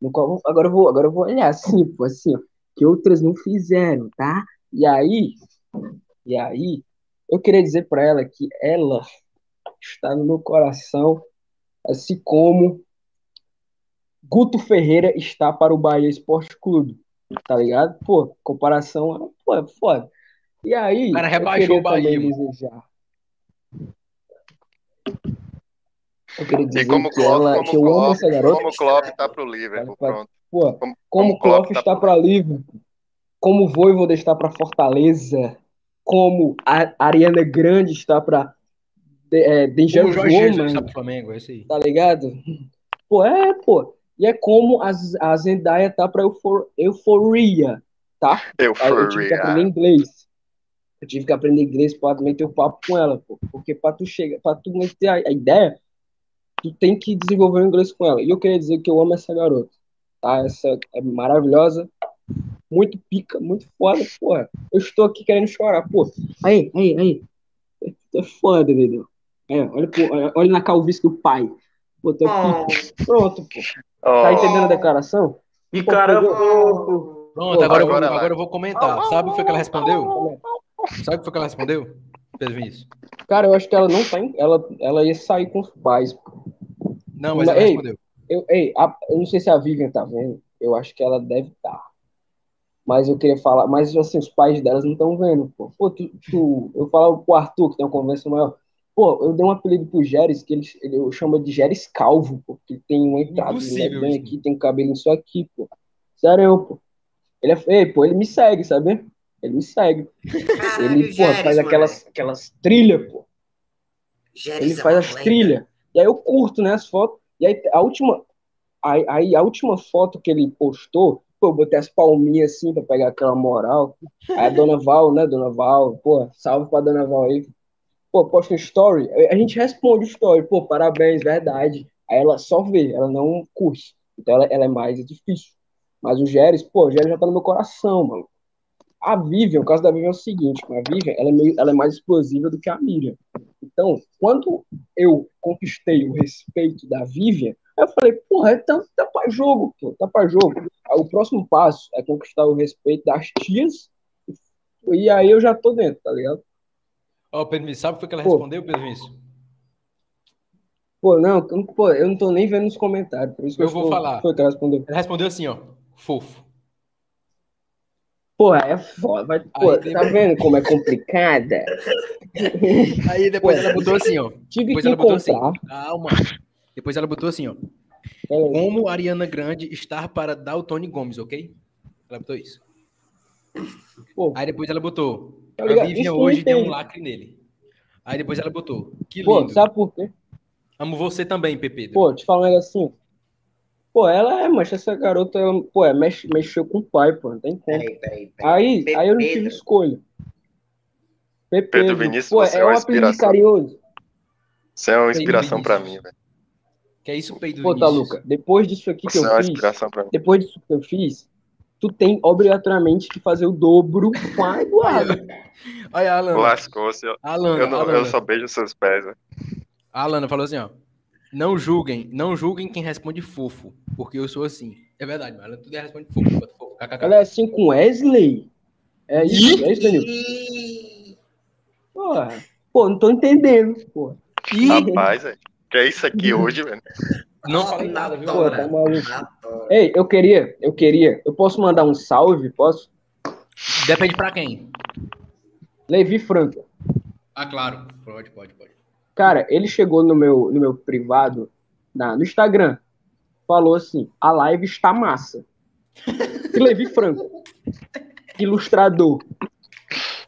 C: no qual agora eu vou, agora eu vou olhar [laughs] assim, pô, assim, ó, que outras não fizeram, tá? E aí, e aí, eu queria dizer pra ela que ela está no meu coração, assim como Guto Ferreira está para o Bahia Esporte Clube, tá ligado? Pô, comparação, pô, é foda. E aí,
D: O cara rebaixou
C: eu queria
D: o Bahia,
C: também
D: mano.
C: desejar. Eu queria dizer
B: E como
C: que,
B: Klopp,
C: ela,
B: como
C: que eu amo
B: Klopp,
C: essa garota.
B: como Klopp tá pro Liverpool,
C: Fala,
B: pronto.
C: Pô,
B: Como,
C: como
B: Klopp
C: Klopp
B: tá
C: está para Liverpool, como Voivoda está para Fortaleza, como a Ariana Grande está para é,
D: Como
C: Dangerous
D: o Jorge Jesus
C: Woman,
D: está pro Flamengo, é isso aí.
C: tá ligado? Pô, é, pô. E é como a, Z- a Zendaya tá pra eufor, euforia, tá? Aí Eu tive que aprender
B: Euforia.
C: inglês. Eu tive que aprender inglês pra meter o papo com ela, pô. Porque pra tu chegar, pra tu meter a, a ideia, tu tem que desenvolver o inglês com ela. E eu queria dizer que eu amo essa garota, tá? Essa é maravilhosa, muito pica, muito foda, porra. Eu estou aqui querendo chorar, pô. Aí, aí, aí. Tu é foda, entendeu? É, olha, pro- olha- olha na calvície do pai. Pô, tu é pica.
E: Oh,
C: Pronto, pô.
B: Ó,
C: Tá entendendo a declaração?
A: Que cara
C: Pô,
A: fofo.
D: Pronto, agora, eu vou,
B: Agora vai.
D: agora eu vou comentar. Sabe o que foi que ela respondeu? Sabe o que foi que ela respondeu? Pedro Vinícius.
C: Cara, eu acho que ela não tá. em- Ela, ela ia sair com os pais.
D: Não, mas
C: Mas,
D: ela
C: ei.
D: respondeu.
C: Eu, ei, a- eu não sei se a Vivian tá vendo. Eu acho que ela deve estar. Tá. Mas eu queria falar, mas assim, os pais delas não estão vendo, pô. Pô, tu, tu- eu falava pro Arthur, que tem uma conversa maior. Pô, eu dei um apelido pro Géris, que ele, ele eu chamo de Géris Calvo, pô, porque tem um entrado né,
D: Impossível
C: bem
D: isso.
C: aqui, tem um cabelo só aqui, pô. Sério, pô. Ele é, ei, pô, ele me segue, sabe? Ele me segue.
E: Caralho,
C: Ele, pô,
E: Géris,
C: faz
E: mano.
C: aquelas, aquelas trilhas, pô. Ele
E: Géris é
C: faz
E: uma
C: as
E: lenda.
C: trilhas. E aí eu curto, né, as fotos. E aí a última, aí, aí a última foto que ele postou, pô, eu botei as palminhas assim pra pegar aquela moral.
E: [laughs]
C: Aí a dona Val, né, dona Val, pô, salve pra dona Val aí. Pô, posta um story. A gente responde o story, pô, parabéns, verdade. Aí ela só vê, ela não curte. Então ela, ela é mais difícil. Mas o Géris, pô, o Géris já tá no meu coração, mano. A Vivian, o caso da Vivian é o seguinte, a Vivian, ela é, meio, ela é mais explosiva do que a Miriam. Então, quando eu conquistei o respeito da Vivian, eu falei, porra, então tá pra jogo, pô, tá pra jogo. Aí O próximo passo é conquistar o respeito das tias, e aí eu já tô dentro, tá ligado?
D: Ó, Pedro Vinícius, sabe o que foi que ela
C: Pô.
D: respondeu, Pedro Vinícius?
C: Pô, não, eu não- pô, eu não tô nem vendo nos comentários, por isso que
D: Eu
C: eu,
D: vou
C: tô-
D: falar.
C: Foi que ela respondeu.
D: Ela respondeu assim, ó. Fofo.
C: Porra, é foda, vai, pô,
D: tem-
C: tá vendo como é complicada?
D: Aí depois ela botou assim, ó.
C: Tive
D: Depois
C: que
D: ela botou assim.
C: encontrar. tá
D: Calma. Depois ela botou assim, ó.
C: Pera aí.
D: Como Ariana Grande estar para dar o Tony Gomes, ok? Ela botou isso.
C: Pô.
D: Aí depois ela botou.
C: Tá
D: a
C: ligado? Isso
D: Vivian
C: que eu
D: hoje deu um
C: entendo.
D: lacre nele. Aí depois ela botou. Que
C: Pô,
D: lindo.
C: sabe por quê?
D: Amo você também, Pepe.
C: Pô, te falando assim. Pô, ela é, mas essa garota, ela- pô, é, mexe, mexeu com o pai, pô, não tem como.
E: Peraí, peraí, peraí.
C: né? Aí,
E: Pe-
C: aí eu não tive
E: Pedro.
C: escolha. Pepe,
B: Pedro Vinícius,
C: pô,
B: você
C: é
B: é
C: um
B: uma
C: apelido
B: inspiração.
C: carinhoso.
B: Você é
C: Tá
B: uma inspiração pra mim,
D: Vinícius.
B: velho.
D: Que é isso, Pedro
C: Pô, tá
D: Vinícius?
C: Taluca, depois disso aqui que
B: Você é uma
C: eu fiz,
B: inspiração pra mim.
C: depois disso que eu fiz, tu tem obrigatoriamente que fazer o dobro com a Eduarda.
D: Olha, a
C: Ah.
D: Alana.
B: Lascou-se. Eu,
D: A Alana,
B: assim, eu não-
D: a
B: eu
D: Alana.
B: só beijo seus pés, né? velho.
D: A Alana falou assim, ó. Não julguem, não julguem quem responde fofo, porque eu sou assim. É verdade, mano. Tudo responde fofo. bota fofo, kkk.
C: Ela é assim com Wesley? É isso, é isso, Danilo?
E: Ih,
C: Porra. Pô, não tô entendendo, Tá porra.
B: Rapaz, velho. Que é isso aqui hoje, velho?
C: é
D: Não falei nada, viu?
C: Pô, tá
E: Adora,
C: maluco.
E: adora.
C: Ei, eu queria, eu queria, eu posso mandar um salve, posso?
D: Depende pra quem.
C: Levi Franco.
D: Ah, claro. Pode, pode, pode.
C: Cara, ele chegou no meu, no meu privado, na, no Instagram, falou assim: a live está
E: [laughs]
C: massa. E Levi Franco, ilustrador,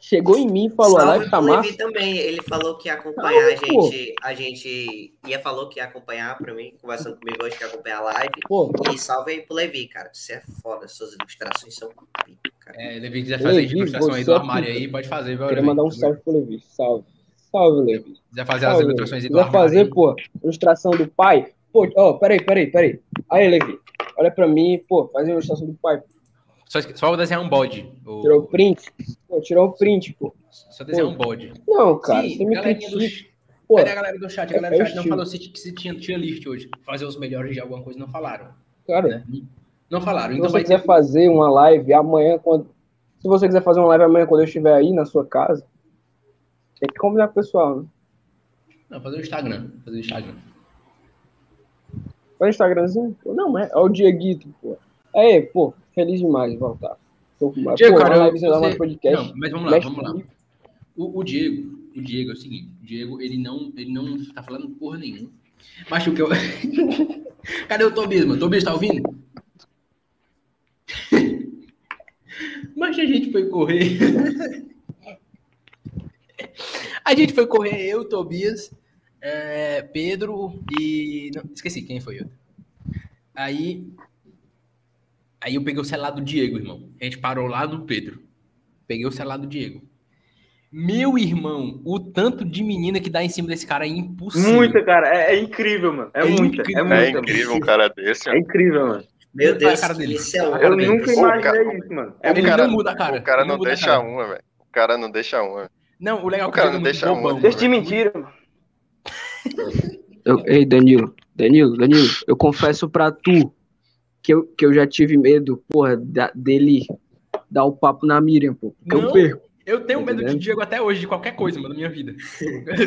C: chegou em mim e falou: a
E: Salve
C: live está
E: pro Levi
C: massa.
E: também. Ele falou que ia acompanhar a
C: pô.
E: gente. A gente ia falou que ia acompanhar pra mim, conversando comigo hoje, que ia acompanhar a live.
C: Pô,
E: E salve aí pro Levi, cara. Você é foda, suas ilustrações são pica, cara.
D: É, Levi, quiser fazer
C: Levi,
D: ilustração aí do
C: você é
D: armário
C: pica.
D: aí, pode fazer, viu?
C: queria
D: Levi?
C: mandar um salve pro Levi. Salve. Salve, Levi.
D: quiser fazer as
C: Salve, Levi.
D: ilustrações aí do
C: Quiser
D: armário.
C: fazer,
D: aí.
C: pô, ilustração do pai? Pô, ó, peraí, peraí, peraí. Aí, Levi, olha pra mim, pô, faz a ilustração do pai.
D: Só, só vou desenhar um bode. Ou-
C: Tirou o print? Pô, tirou o print, pô.
D: Só desenhar um bode.
C: Não, cara,
D: Sim,
C: você me
D: galerinha do-
C: critica. Pô,
D: Cadê a galera do chat? A galera
C: é
D: do
C: o
D: chat não
C: estilo.
D: falou se, se tinha tier list hoje. Fazer os melhores de alguma coisa, não falaram.
E: É.
C: cara,
D: né? Não falaram.
C: Se
D: Então
C: você
D: vai
C: quiser fazer uma live amanhã, quando. Se você quiser fazer uma live amanhã quando eu estiver aí na sua casa, tem que combinar com o pessoal, né?
D: Não, fazer o Instagram. Fazer o Instagram.
C: Faz é Instagramzinho? Pô, não, é. É o Dieguito, pô. Aí, pô, feliz demais de voltar. Tô com uma-
D: Diego,
C: pô,
D: cara,
C: uma livezinha lá
D: você-
C: no podcast.
D: Não, mas vamos lá,
C: mexe
D: vamos lá.
C: comigo.
D: O, o Diego, o Diego é o seguinte, o Diego, ele não, ele não tá falando porra nenhuma. Mas o que eu... Cadê o [laughs] Tobias, mano? Tobias, tá ouvindo? [laughs] Mas a gente foi correr... [laughs] a gente foi correr, eu, Tobias, é, Pedro e... não, esqueci quem foi eu. Aí... Aí eu peguei o celular do Diego, irmão. A gente parou lá no Pedro. Peguei o celular do Diego. Meu irmão, o tanto de menina que dá em cima desse cara é impossível.
A: Muita, cara. É, é incrível, mano. É,
D: É
A: muita. É
D: incrível.
A: muita.
B: É
A: mano.
B: incrível um cara desse,
A: É
B: ó.
A: incrível, mano.
E: Meu
D: Olha a
E: Deus,
D: cara dele.
E: isso é
D: Eu
A: Eu
E: louco.
A: nunca
B: Ô, cara,
A: imaginei isso, mano. É
D: Ele
A: muito-
B: cara-
D: não muda a cara.
B: O cara
D: ele
B: não
D: muda a
B: deixa
D: cara.
B: uma, velho. O cara não deixa uma.
D: Não, o legal é
B: O cara não
D: Diego é muito
B: deixa uma,
D: bobão.
B: velho.
A: Deixa de mentira, mano.
C: Eu- ei, Danilo, Danilo, Danilo, eu confesso pra tu que eu, que eu já tive medo, porra, da- dele dar o papo na Miriam, pô. Porque
D: Não.
C: eu perco.
D: Eu tenho
C: Tá
D: medo de
C: entendendo?
D: Diego até hoje, de qualquer coisa, mano, da minha vida.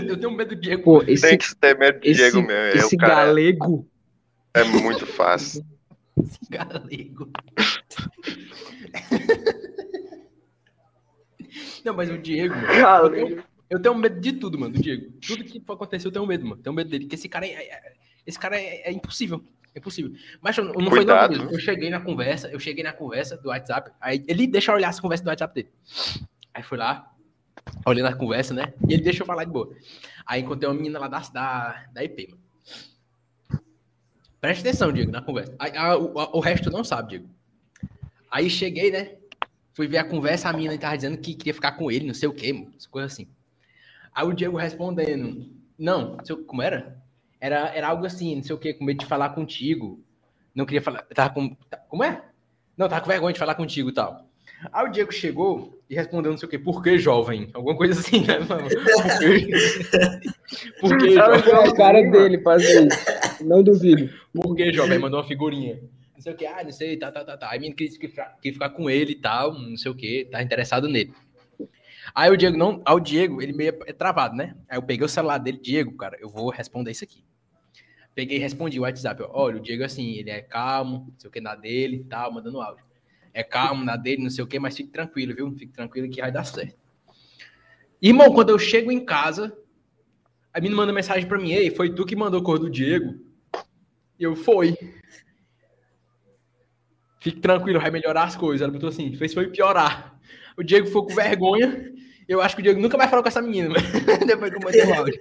D: Eu tenho medo de Diego.
C: Pô, esse,
B: Tem que ter medo de
C: esse,
B: Diego mesmo. É,
C: esse
B: o cara
C: galego.
B: é muito fácil.
D: Galego. Não, mas o Diego, mano, eu,
F: Cara,
D: tenho, eu tenho medo de tudo, mano, do Diego. Tudo que aconteceu, eu tenho medo, mano. Tenho medo dele, que esse cara é, é- esse cara é, é impossível. É impossível. Mas eu- não foi nada
B: Cuidado.
D: mesmo. Eu cheguei na conversa, eu cheguei na conversa do WhatsApp. Aí ele deixa eu olhar essa conversa do WhatsApp dele. Aí fui lá, olhando a conversa, né? E ele deixou eu falar de boa. Aí encontrei uma menina lá da, da, da IP, mano. Presta atenção, Diego, na conversa. Aí, a- o, a- o resto não sabe, Diego. Aí cheguei, né? Fui ver a conversa, a menina tava dizendo que queria ficar com ele, não sei o quê, mano, essas coisas assim. Aí o Diego respondendo, não, não sei o- como era? Era, era algo assim, não sei o quê, com medo de falar contigo. Não queria falar, tava com, tá- como é? Não, tava com vergonha de falar contigo e tal. Aí o Diego chegou e respondeu não sei o quê, por que jovem? Alguma coisa assim, né, mano? Por que, por que
C: Cara,
D: jovem?
C: foi a cara dele fazer isso. Não duvido.
D: Por que, jovem? Mandou uma figurinha. Não sei o que, ah, não sei, tá, tá, tá, tá. Aí menino quis que fra- que ficar com ele e tal, não sei o que, tá interessado nele. Aí o Diego não. Aí o Diego, ele meio é travado, né? Aí eu peguei o celular dele, Diego, cara, eu vou responder isso aqui. Peguei e respondi o WhatsApp. ó, Olha, o Diego assim, ele é calmo, não sei o que, na dele e tal, mandando áudio. É calmo, na dele, não sei o que, mas fique tranquilo, viu? Fique tranquilo que vai dar certo. Irmão, quando eu chego em casa, a menina manda mensagem pra mim, ei, foi tu que mandou a cor do Diego? E eu, foi. Fique tranquilo, vai melhorar as coisas. Ela botou assim, fez foi piorar. O Diego ficou com vergonha. Eu acho que o Diego nunca mais falou com essa menina. mas [laughs] Depois que eu mandei o áudio.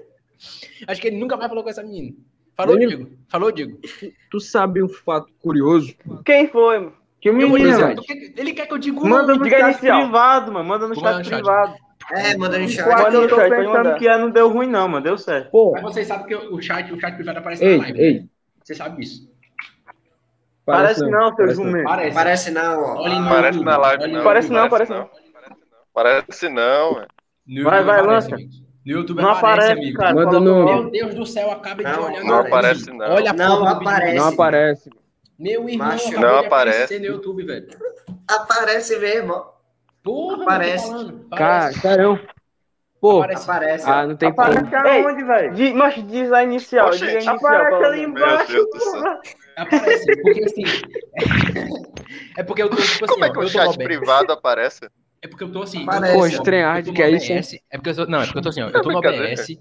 D: Acho que ele nunca mais falou com essa menina. Falou,
C: Ele-
D: Diego? Falou, Diego?
C: Tu sabe um fato curioso?
F: Quem foi, mano?
C: Que
D: Eu vou dizer,
C: menina,
D: tu quer- ele quer que eu diga o
A: Manda
D: nome.
A: no
F: Diga
A: chat
F: inicial.
A: privado, mano. Manda no
D: Vou
A: chat
D: mandar no chat.
A: privado.
E: É, manda no chat.
F: Pode
A: Aqui eu tô
F: mandar, pode mandar.
A: pensando que ah, não deu ruim, não, mano. Deu certo.
C: pô,
D: Mas vocês sabem que o chat, o chat privado aparece
C: ei,
D: na live. né?
C: ei,
D: Vocês sabem disso.
A: Parece, não, seu
C: parece não.
A: jumento.
D: Parece.
E: Parece não, ó.
D: Olhem no
B: Parece
D: YouTube,
B: na live,
D: olhem
B: não.
D: no
F: Parece
D: YouTube.
F: não, parece não.
B: Parece não, velho.
A: Vai,
D: No YouTube
A: vai,
D: aparece,
A: lança.
D: amigos. No YouTube
A: Não
D: aparece,
A: aparece,
D: amigo.
A: cara.
C: Manda
A: Coloca
C: no-
A: o nome.
D: Meu Deus do céu, acabem de
E: Não,
D: olhar
B: Não
D: no
B: aparece não.
D: Olha a
E: Não
D: foto do menino.
E: aparece.
C: Não aparece.
D: Meu irmão
E: Macho.
D: acabou
B: Não
D: de
B: aparece.
D: aparecer no YouTube, velho.
E: Aparece mesmo.
D: Porra,
E: Aparece.
D: mano, tô falando.
C: Cara,
D: Aparece.
C: carão. Pô,
D: Aparece.
E: Aparece.
C: ah, não tem como.
A: Aparece aonde, velho?
F: Di- Mas diz a inicial,
B: Oxe,
F: diga a inicial.
A: Aparece
F: pelo
A: ali
F: menos.
B: Meu
A: embaixo.
B: Deus do céu.
A: porra.
D: Aparece. Porque assim. [laughs] é porque eu tô, tipo assim,
B: Como é
D: ó,
B: que o
D: eu tô
B: chat
D: Roberto.
B: privado aparece?
D: É porque eu tô assim. eu
E: Aparece.
D: tô-
E: Pô,
C: estranhar
D: eu tô
C: de que é
D: no
C: isso, hein?
D: OBS, É porque eu sou, não, é porque eu tô assim, ó. Eu tô no
B: brincadeira.
D: OBS,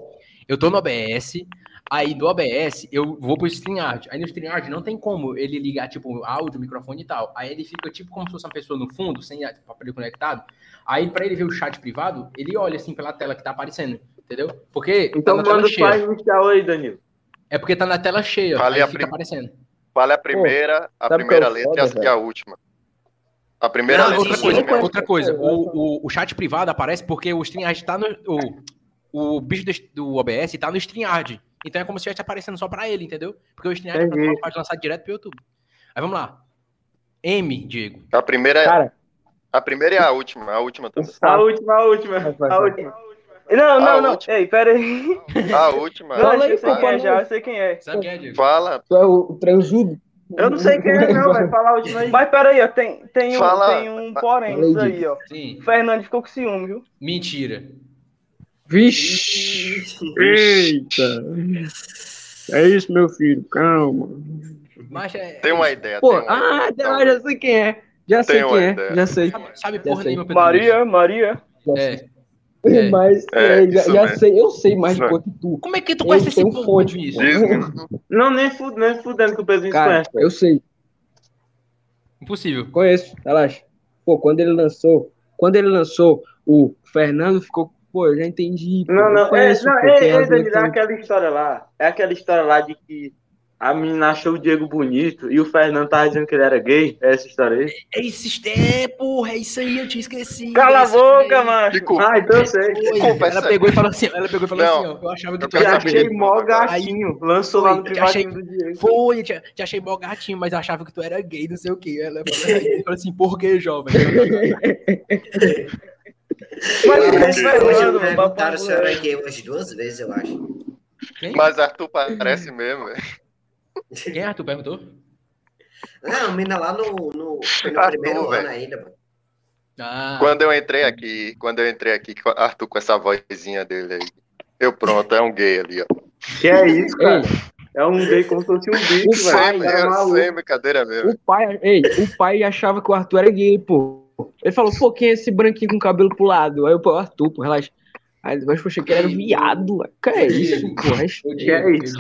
D: eu tô no OBS, aí do OBS eu vou pro StreamYard. Aí no StreamYard não tem como ele ligar, tipo, áudio, microfone e tal. Aí ele fica, tipo, como se fosse uma pessoa no fundo, sem a- aparelho conectado. Aí pra ele ver o chat privado, ele olha, assim, pela tela que tá aparecendo, entendeu? Porque tá
A: Então
D: na tela
A: manda o
D: cheia.
A: pai inicial aí, Danilo.
D: É porque tá na tela cheia,
B: Fale
D: aí
B: a
D: fica
B: prim-
D: aparecendo.
B: Fale a primeira, a
C: sabe o que
B: primeira
C: é o
B: letra
C: foda,
B: e a- e a última. A primeira
E: Não,
D: Não,
E: sim,
B: letra
D: outra
E: sim,
B: é a
D: coisa,
E: sim.
B: última.
D: outra coisa. O, o, o chat privado aparece porque o StreamYard tá no. O, o bicho do, do OBS tá no StreamYard. Então é como se estivesse aparecendo só pra ele, entendeu? Porque o StreamYard é
A: Entendi.
D: pode- pode lançar direto pro YouTube. Aí vamos lá. M, Diego.
B: A primeira, é-
C: Cara,
B: a primeira e a última, a última
C: [laughs]
B: também.
A: A última, a última.
C: Vai, vai,
A: A
C: vai.
A: última. Não, não,
B: A
A: não.
B: última.
F: Ei, pera aí.
B: A última.
F: Não,
C: Fala
F: eu sei
C: aí,
F: quem
C: fala
F: é
C: aí.
F: já, eu sei quem é.
D: Sabe quem é, Diego?
B: Fala,
C: tu é o o transudo?
A: Eu não sei quem é, não, velho. Fala a última aí.
F: Mas pera aí, ó, tem, tem, um,
B: Fala.
F: tem um porém nisso aí, ó.
D: Sim.
F: O Fernando ficou com ciúme, viu?
D: Mentira.
C: Vixe. Eita. É isso, meu filho, calma.
D: Mas é.
B: tem um uma ideia.
C: Pô,
B: tem uma ideia.
C: ah, já, já sei quem é. Já sei
B: Tenho
C: quem
B: uma
C: é,
B: ideia.
C: já sei.
D: Sabe, sabe
C: Já
D: porra
C: sei.
D: nenhuma, Pedro.
F: Maria, Maria.
D: É. É.
C: Mas
B: É,
C: é, já,
B: isso
C: já
B: mesmo.
C: sei, eu sei mais de
B: Isso
C: cor que tu.
D: Como é que tu
C: Eu
D: conhece esse
C: tenho
D: povo,
C: fonte,
D: Vinícius?
B: Diz,
A: Não, nem fu- nem fudendo que o Pedro
C: Cara,
A: conhece.
C: eu sei,
D: Impossível.
C: conheço, relaxa. Pô, quando ele lançou, quando ele lançou, o Fernando ficou, pô, eu já entendi. pô,
A: Não,
C: eu
A: não, é,
C: conheço,
A: não,
C: pô,
A: é,
C: tem
A: é,
C: as
A: Danilo, é
C: letras-
A: aquela história lá. É aquela história lá de que a menina achou o Diego bonito e o Fernando tava dizendo que ele era gay. É essa história aí?
D: É isso, é, porra, é isso aí, eu tinha esquecido.
F: Cala
D: é
F: a
D: isso aí.
F: boca, macho.
B: Ficou.
A: Ah, então eu sei.
D: Foi.
B: Confessa
D: Ela
B: aí.
D: pegou e falou assim, ela pegou e falou
B: Não.
D: assim, ó, eu achava que
B: Eu
D: tu
A: Te
B: quero
D: era
B: saber.
D: gay.
A: achei mó gatinho. Lançou lá no
D: Foi, te achei-
A: privadinho do Diego.
D: Foi, eu te, te achei mó gatinho, mas eu achava que tu era gay, não sei o quê. Ela falou aí, falou assim, por que, jovem?
E: Hoje
A: Mas o Fernando,
E: hoje
A: mano, papai
E: perguntaram se eu
A: moleque.
E: era gay umas duas vezes, eu acho.
D: Quem,
B: Mas Arthur parece mesmo, velho.
D: quem Arthur perguntou?
E: Não, mina lá no, no, foi no
B: Ah,
E: primeiro
B: tu,
E: ano
B: velho.
E: ainda, mano.
D: Ah,
B: Quando eu entrei aqui, quando eu entrei aqui, com- Arthur com essa vozinha dele aí. Eu pronto, é um gay ali, ó.
A: Que é isso, cara?
C: Ei,
A: É um gay como se fosse um bicho,
C: Ufa,
A: velho.
B: Sem,
A: Cara,
B: eu,
A: maluco.
B: sem brincadeira mesmo.
C: o pai, ei, o pai achava que o Arthur era gay, pô. Ele falou, pô, quem é esse branquinho com o cabelo pro lado? Aí eu, pô, é Arthur, pô, relaxa. Aí depois eu achei que ele era um viado, mano. Que é isso, pô?
D: Ô,
C: Relaxa.
D: Diego,
A: é isso?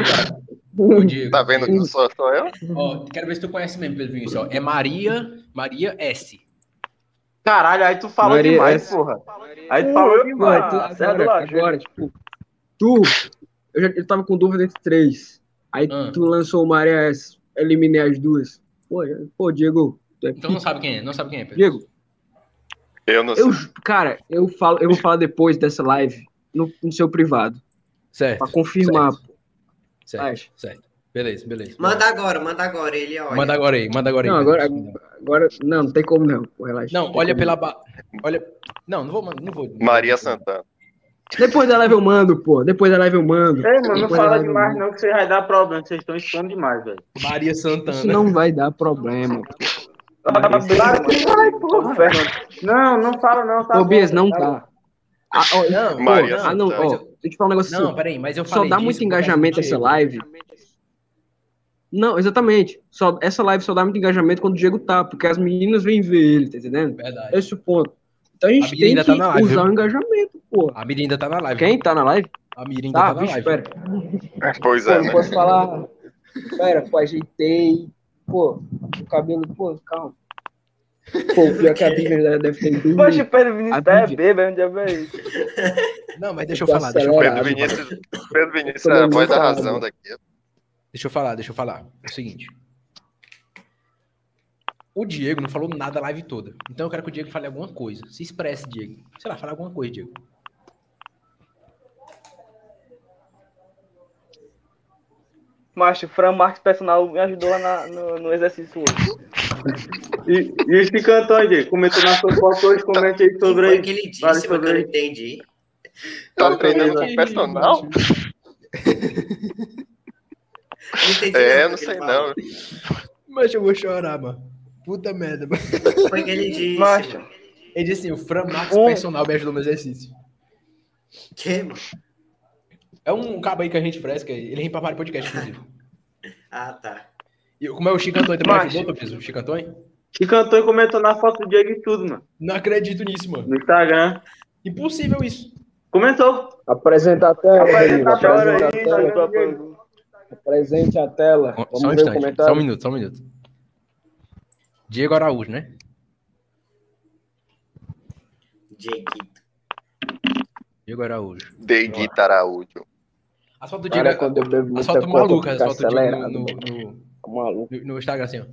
D: Ô, Diego.
B: Tá vendo que eu sou, sou eu?
D: Ó, quero ver se tu conhece mesmo, Pedro Vinícius. ó. É Maria, Maria S.
A: Caralho, aí tu falou
C: Maria,
A: demais,
C: essa-
A: porra. Aí tu falou demais.
C: Mano, tu-
A: Sai do
C: agora,
A: lado,
C: agora, tipo, tu, eu, já, eu tava com dúvida entre três. Aí
D: Ah.
C: tu lançou o Maré S, eliminei as duas. Pô, eu- pô Diego, tu é
D: Então não sabe quem é, não sabe quem é, Pedro.
C: Diego,
B: Eu não sei.
C: eu, ju- cara, eu falo, eu vou falar depois dessa live no, no seu privado,
D: Certo.
C: pra confirmar.
D: Certo.
C: pô.
D: Certo,
C: Mas-
D: certo. Beleza, beleza.
E: Manda agora, manda agora, ele olha.
D: Manda agora aí, manda agora aí.
C: Não,
D: Pedro.
C: agora, agora, não, não tem como não, pô, relaxa.
D: Não,
C: tem
D: olha
C: como
D: pela. Ba... Olha. Não, não vou. mandar, Não vou.
B: Maria Santana.
C: não. Depois da live eu mando, pô, depois da live eu mando.
A: Ei, mano, não
C: Depois da
A: fala
C: live eu
A: demais
C: mando.
A: não, que você vai dar problema. Vocês estão expondo demais, velho.
D: Maria Santana.
C: Isso não vai dar problema.
F: Ah,
A: Não, não fala não, tá
C: Ô, Bias,
A: bom,
C: não
A: tá bom. tá
C: tá. Ah, ó,
D: Não,
B: Maria
C: Pô,
D: não,
C: ah, não,
B: Santana.
C: ó, deixa eu te falar um negócio
D: Não,
C: assim.
D: peraí, mas eu
C: Só
D: falei
C: dá
D: disso
C: muito
D: por causa
C: engajamento
D: do
C: essa
D: Diego.
C: live. Não, exatamente. Só, essa live só dá muito engajamento quando o Diego tá, porque as meninas vêm ver ele, tá entendendo?
D: Verdade.
C: Esse é o ponto. Então a
D: A
C: gente
D: Bia
C: tem
D: ainda
C: que
D: tá na live,
C: usar
D: viu?
C: o engajamento, pô.
D: A Miriam ainda tá na live.
C: Quem tá na live?
D: A Miriam ainda
C: Tá,
D: tá na
C: bicho,
D: live.
C: pera.
B: Pois
C: Pô,
B: é,
C: não
B: né?
C: posso falar. Pera, pô, ajeitei. Pô, o cabelo, pô, calma. Pô, pior é
D: [laughs]
C: que a Bíblia deve ter dormido.
F: Poxa, o Pedro Vinícius
C: A
F: tá
C: Bíblia.
F: bêbado, onde é bêbado?
D: Não, mas deixa eu
C: Tá
D: falar, deixa eu
C: acelerado.
D: falar.
B: Pedro Vinícius, Pedro Vinícius
C: Tô
B: é a
C: dando
B: voz da
C: muita
B: razão
C: água.
B: daqui.
D: Deixa eu falar, deixa eu falar. É o seguinte. O Diego não falou nada a live toda. Então eu quero que o Diego fale alguma coisa. Se expresse, Diego. Sei lá, fala alguma coisa, Diego.
F: Macho, o Fran Marques Personal me ajudou lá na- no, no exercício hoje.
A: E, e os que cantam aí, Diego? Comentou na sua foto
F: Tá.
A: hoje, comente aí
E: O que
A: sobre
E: foi que
A: aí. Fala
E: ele disse, mas que
A: sobre
E: eu não
A: aí.
E: entendi.
B: Tá treinando com personal?
E: Não entendi
B: É,
E: nada
B: não
E: que ele
B: sei
E: falou.
B: não.
D: Mas eu vou chorar, mano. Puta merda, mano.
E: O que foi que ele disse?
F: Macho.
E: mano?
D: Ele disse assim, o Fran Max
F: Um.
D: personal me ajudou no exercício.
E: Que, mano?
D: É um cabo aí que a gente fresca, ele vem pra Mário Podcast, inclusive.
E: Ah, tá.
D: E como é o Chico Antônio também
F: Mas-
D: ajudou, Topes? O Chico Antônio?
A: Que cantou e comentou na foto do Diego e tudo, mano.
D: Não acredito nisso, mano.
A: No Instagram.
D: Impossível isso.
A: Comentou.
C: Apresenta a
A: Tá
C: tela, Danilo,
A: Apresenta a tela
C: apresenta a
F: tá
A: aí, tá
C: tela.
A: Danilo.
C: Apresente a tela. Vamos ver o comentário.
D: minuto, um só um minuto. Diego Araújo, né?
E: Dieguito.
D: Diego Araújo.
B: Deguita Araújo.
D: As fotos do Diego
C: Cara,
D: é
C: quando eu bebo muita
D: as fotos
C: coca, eu
D: malucas, as
C: fico
D: fotos do Diego
C: acelerado.
D: um no,
C: mano.
D: no-
C: Fico Maluco.
D: no- no Instagram, assim, ó.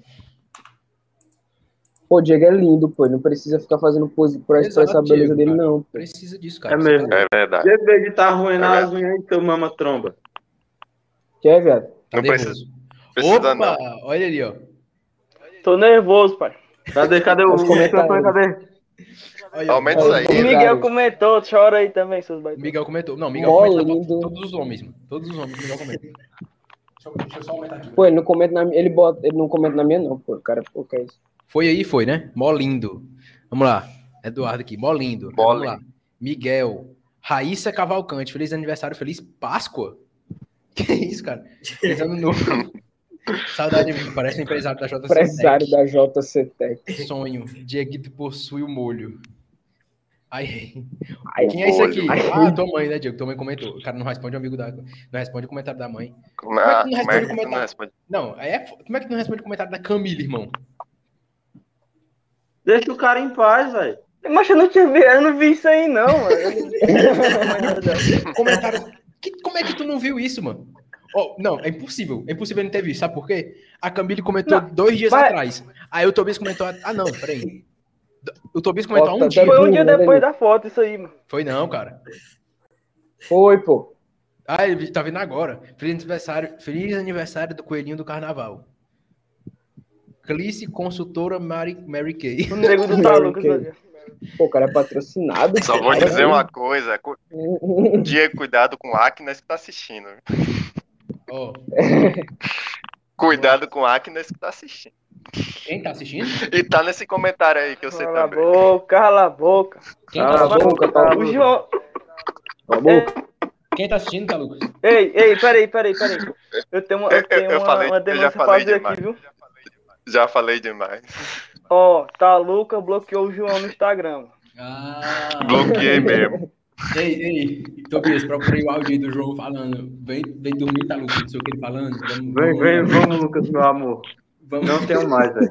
C: Pô, o Diego é lindo, pô. Ele Não precisa ficar fazendo pose pra
F: é
D: Exato,
C: expressar a beleza
D: Diego,
C: dele,
D: cara.
C: não. pô.
D: Precisa disso, cara.
A: É mesmo.
B: É verdade.
A: Diego de tá arruinando as unhas aí, seu mama tromba.
C: Quer, viado?
D: Tá
B: Não
D: nervoso.
B: Precisa
D: Opa,
B: não.
D: olha ali, ó.
F: Tô nervoso, pai.
A: Cadê, cadê o
C: Os comentários.
A: Cadê?
D: Olha, ó.
B: Aumenta isso aí.
F: O Miguel comentou, chora aí também, seus
D: O
F: baitos.
D: Miguel comentou. Não, o Miguel
C: Mó
D: comentou na foto de
C: lindo.
D: todos os homens, mano. Todos os homens, o Miguel comentou. Deixa eu- Deixa eu só aumentar aqui.
C: Pô, ele não comenta na minha. Ele, bota... ele não comenta na minha, não, pô. Cara, pô, que é isso?
D: Foi aí, foi, né? Mó lindo. Vamos lá. Eduardo aqui, mó lindo.
B: Mó
D: Vamos lá. Miguel. Raíssa Cavalcante, feliz aniversário, feliz Páscoa. [laughs] Que isso, cara? Feliz ano novo. [laughs] Saudade, mano. parece um empresário da JC.
F: é
C: Empresário da JCTEC.
D: Sonho. Dieguito possui o molho. Ai, [laughs]
C: Ai,
D: quem é isso aqui?
B: molho.
D: Ah, tua mãe, né, Diego? Tua mãe comentou. O cara não responde o amigo da. Não responde o comentário da mãe.
B: Como é
D: Como é que não
B: como é
D: responde o
B: que tu não
D: comentário?
B: responde?
D: Não, aí é... fo- como é que tu não responde o comentário da Camila, irmão?
A: Deixa o cara em paz, velho.
F: Mas eu não tinha vi, eu não vi isso aí, não, mano.
D: comentário. Que- como é que tu não viu isso, mano? Ó, não, é impossível. É impossível ele não ter visto. Sabe por quê? A Camille comentou dois dias
F: mas-
D: atrás. Aí o Tobias comentou. Ah, não, peraí. O Tobias comentou há
C: Ó,
D: um
C: tá-
D: dia.
F: Foi um dia
C: Olha
F: depois
C: ali.
F: da foto, isso aí, mano.
D: Foi não, cara.
C: Foi, pô.
D: Ah, ele tá vindo agora. Feliz aniversário, feliz aniversário do Coelhinho do Carnaval. Clice Consultora Mary, Mary Kay.
F: O nego do maluco, isso aí.
C: Pô, o cara é patrocinado.
B: Só vou
C: cara.
B: dizer
C: [laughs]
B: uma coisa. cu- Diego, cuidado com Acnes que tá assistindo.
D: Ó,
B: Cuidado com Acnes que tá assistindo.
D: quem tá assistindo?
B: E tá nesse comentário aí que eu sei
F: Cala a
B: também.
F: boca, cala a boca.
D: Quem
A: Cala
D: tá,
A: a
D: assistindo?
A: boca, cala a
F: O
A: boca.
F: João.
C: Cala a boca.
D: Quem tá assistindo, tá, Lucas?
F: Ei, ei, peraí, peraí, peraí. Eu tenho, uma-
B: Eu- eu-
F: eu tenho
B: eu
F: uma,
B: falei-
F: uma
B: eu já
F: denúncia a
B: falei
F: fazer
B: demais.
F: aqui, viu?
B: Já falei demais.
F: Ó, tá Taluca bloqueou o João no Instagram.
D: Ah,
B: Bloqueei mesmo.
D: ei, ei, Tobias, procurei o áudio aí do João falando. Vem, vem dormir, tá louco? Não sei o que ele falando. Vamos,
A: Vem, vem, vamos, Lucas, meu amor.
D: vamos.
A: Não tenho mais, velho.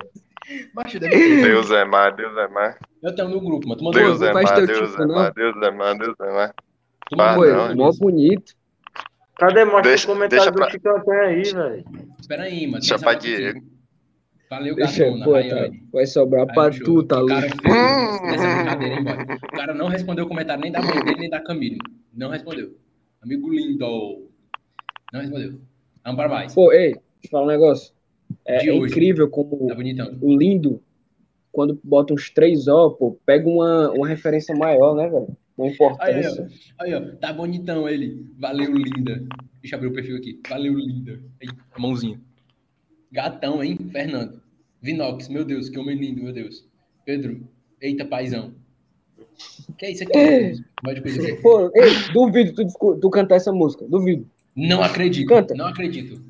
D: Macho, deve ter.
B: Deus é mais, Deus é mais.
D: Eu tenho no grupo, mano. Tu mandou,
B: Deus é
C: faz
B: mais,
C: teu
B: Deus
C: tipo,
B: é
C: não?
B: mais, Deus é mais, Deus é mais.
D: tu
B: Ah,
D: mandou.
C: Pô,
B: não,
C: mó bonito.
D: Tá
A: Cadê? Mostra
B: Deixa-
A: o comentário
B: deixa pra-
A: do Chicantan aí, velho.
D: Espera aí, mano.
B: Deixa
D: Tem essa
B: pra Diego.
D: Valeu,
C: Deixa,
D: Gatona.
C: pô,
D: Vai,
C: tá,
D: vai.
C: vai sobrar
D: Aí,
C: pra
D: show.
C: tu, tá
D: O
C: louco?
D: cara fez essa brincadeira, hein, boy? O cara não respondeu o comentário nem da mãe dele, nem da Camille. Não respondeu. Amigo lindo. Não respondeu. Vamos para mais.
C: Pô, ei, deixa eu falar um negócio. É,
D: De
C: é
D: hoje.
C: incrível como
D: Tá bonitão.
C: o lindo, quando bota uns três O, pô, pega uma, uma referência maior, né, velho? Uma importância.
D: Aí, ó. Tá bonitão ele. Valeu, linda. Deixa eu abrir o perfil aqui. Valeu, linda. Aí, a mãozinha. Gatão, hein, Fernando. Vinox, meu Deus, que homem lindo, meu Deus. Pedro, eita, paizão. Que é isso aqui? meu Deus? Pode coisa aqui.
C: Pô, ei, duvido tu, discu- tu cantar essa música, duvido.
D: Não acredito.
C: Canta.
D: Não acredito.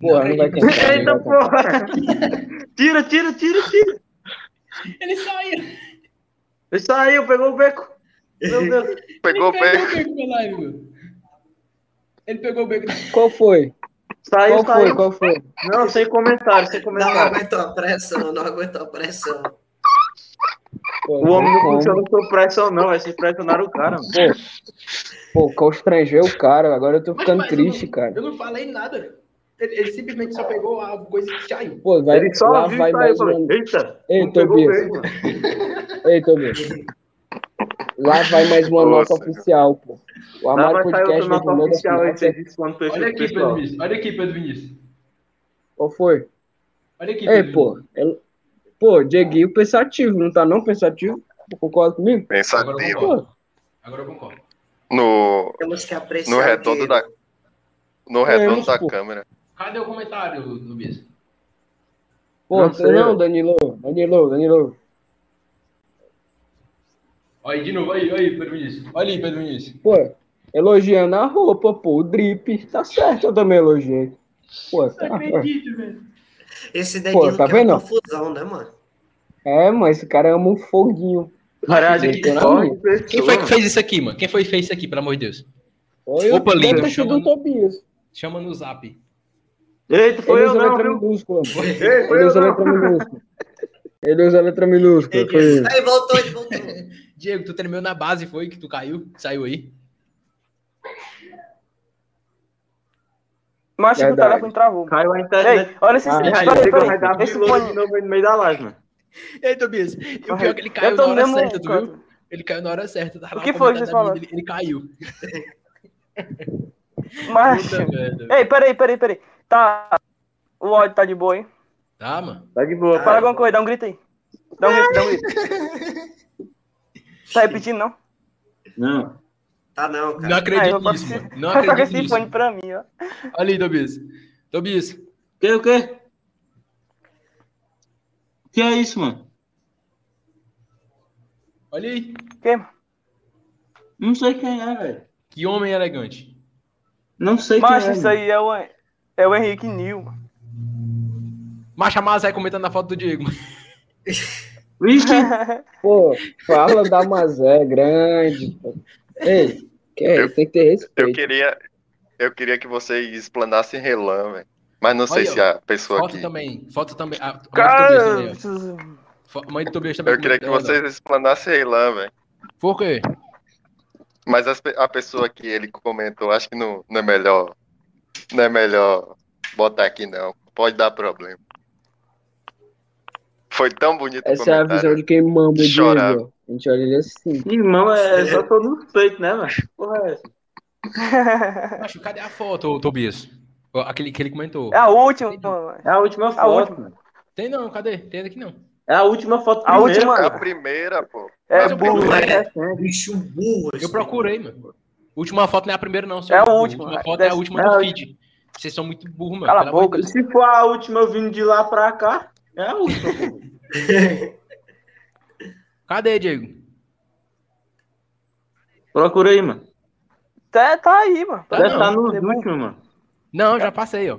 C: Porra, não vai
D: acredito.
C: cantar.
F: [laughs]
A: Eita porra! Tira, tira, tira, tira!
D: Ele saiu.
A: Ele saiu, pegou o beco. Meu Deus.
B: Pegou
D: ele pegou
B: bem.
D: o beco na live, meu. Ele pegou o beco.
C: Qual foi?
A: Saiu,
C: Qual
A: saiu.
C: foi? Qual foi?
A: Não, sem comentário, sem
E: Não
A: comentário.
E: aguentou a pressão, não aguentou a pressão.
C: Pô,
A: O homem não
C: como?
A: funciona por pressão, não. Vai se pressionaram o cara, mano.
C: Pô, constrangeu o cara, agora eu tô
D: Mas,
C: ficando
D: mas eu não-
C: triste, cara.
D: Eu não falei nada. Ele, ele simplesmente só pegou a coisa que saiu.
C: Pô, vai,
A: Ele só
C: lá
A: viu
C: vai
A: e saiu.
C: mais um
A: Falei,
C: uma...
A: Eita,
C: Ei,
A: não pegou o
C: Tobias.
A: beco, mano.
C: Ei, Tobias. Lá vai mais uma
B: Nossa,
C: nota oficial, pô. O
A: Lá
C: Amaro
A: vai sair outra
C: Podcast vai
A: nota
C: primeiro da
A: oficial aí,
C: final.
A: vocês dizem quando
D: Olha
A: fechou
D: aqui, Pedro
A: pessoal.
D: Vinícius. Olha aqui, Pedro Vinícius.
C: Qual foi?
D: Olha aqui,
C: Ei,
D: Pedro
C: pô.
D: Vinícius.
C: ele- Pô, Dieguinho pensativo, não tá não pensativo? Tu Concorda comigo?
D: Agora eu
B: Pensativo.
D: concordo. Agora eu concordo.
B: No,
E: Temos que apreciar.
B: no
E: o
B: redondo
E: Diego.
B: é da. No
C: É,
B: redondo
C: mas,
B: da
C: pô.
B: câmera.
D: Cadê o comentário, Lubias?
C: Pô,
A: Não
C: não,
A: sei, velho.
C: Danilo, Danilo, Danilo.
D: Olha aí, de novo. Olha aí, olha aí, Pedro Vinícius. Olha aí, Pedro Vinícius.
C: Pô, elogiando a roupa, pô, o drip, tá certo, eu também elogiei. Pô, tá,
D: Não acredito, velho.
E: Esse Danilo
C: Pô, tá
E: quer uma
C: vendo?
E: confusão, né, mano?
C: é, mano, esse cara ama um foguinho.
A: Caralho,
D: Quem
A: que
C: foi
A: forte
D: Quem
A: pessoa,
D: foi que
A: mano.
D: fez isso aqui, mano? Quem foi que fez isso aqui, pelo amor de Deus?
C: Olha,
D: Opa, lindo,
C: Deve ter sido o
D: chamando-
C: Tobias.
D: Chama no zap.
A: Eita, foi
C: Ele
A: eu
C: usa
A: não,
C: letra
A: viu?
C: minúscula, mano.
A: Ei, foi
C: Ele
A: eu
C: usa
A: não.
C: letra minúscula. Ele usa letra minúscula. Foi isso.
E: Aí voltou, ele voltou.
D: Diego, tu tremeu na base, foi que tu caiu? Saiu aí.
F: Mas o
C: Verdade.
F: telefone travou.
A: Caiu a internet.
F: Ei, olha esse.
C: Ah,
F: peraí,
A: Ele
F: peraí,
A: chegou, vai
F: peraí,
A: dar
F: Esse
A: pilô de
F: fone.
A: novo aí no meio da live, mano.
D: Ei, Tobias. E o pior é que ele
F: Eu
D: caiu na
F: tô no
D: hora
F: mesmo
D: certa, tu viu?
F: canto.
D: Ele caiu na hora certa. Tava
F: O
D: lá
F: que foi que
D: comentando
F: vocês falaram?
D: a vida, Ele, ele
F: [laughs]
D: caiu.
F: Mas.
D: Puta merda.
F: Ei, peraí, peraí, peraí. Tá. O ódio tá de boa, hein?
D: Tá, mano.
A: Tá de boa,
F: Fala
A: para.
F: alguma coisa, dá um grito aí. Dá um grito, dá um grito. Tá repetindo, não?
A: Não.
E: Tá não,
D: Não
E: cara.
F: Ah,
D: acredito
F: eu vou
D: nisso,
F: pra-
D: mano. Não
F: Vai tocar
D: acredito
F: esse
D: nisso.
F: fone pra mim, ó.
D: Olha aí, Tobias. Tobias,
A: Que, o quê? O que é isso, mano?
D: olha aí.
F: Queima.
A: Não sei quem é, velho.
D: Que homem elegante.
A: Não sei
F: Mas
A: quem é.
F: isso aí é o, é o Henrique Nil.
D: Macha Massa aí comentando na foto do Diego.
A: mano. Ixi,
C: Pô, fala da Mazé, grande. pô. Ei, que é, tem que ter
B: Eu
C: respeito.
B: queria. Eu queria que vocês explanassem Relan, velho. Mas não sei
D: Olha,
B: se a pessoa
D: Foto
B: aqui.
D: também. Foto também. A, a mãe do Tobias
F: Cara,
D: também, ó. Fo- a mãe do Tobias também.
B: Eu queria que
D: comentando,
B: vocês explanassem Relan, velho.
D: ó. Por quê?
B: Mas as pe- a pessoa que ele comentou, acho que não, não é melhor. Não é melhor botar aqui, não. Pode dar problema. Foi tão bonito o
C: Essa é a
B: comentário.
C: visão de quem manda
B: De chorar.
C: Diego. A gente olha ele assim.
A: irmão, é só tô no peito, né, mano? Porra, é essa?
D: Macho, cadê a foto, ô, Tobias? Ó, Aquele que ele comentou.
F: É a última, mano.
A: É a última foto,
F: última.
A: mano.
D: Tem não, cadê? Tem aqui não.
A: É a última foto
F: A
A: primeira.
F: última-
B: É a
F: mano.
B: primeira, pô.
F: É
B: Mas eu
F: burro,
B: procurei.
D: é?
F: né?
E: Bicho burro. esse
D: Eu procurei, mano. Última foto não é a primeira, não.
F: É a
D: senhor.
F: última.
D: última foto é a
F: Dessa-
D: última
A: é a
D: do
A: última.
D: feed. Vocês são muito burros, mano.
F: Cala a
D: pelo amor de
F: boca.
D: Deus.
A: Se for a última vindo de lá pra cá, é a última. pô.
D: Cadê, Diego?
A: Procura aí, mano.
F: Tá, tá aí, mano.
D: Tá
A: Deve
D: não.
A: estar no
F: Tem
A: último, mano.
D: Não, já passei, ó.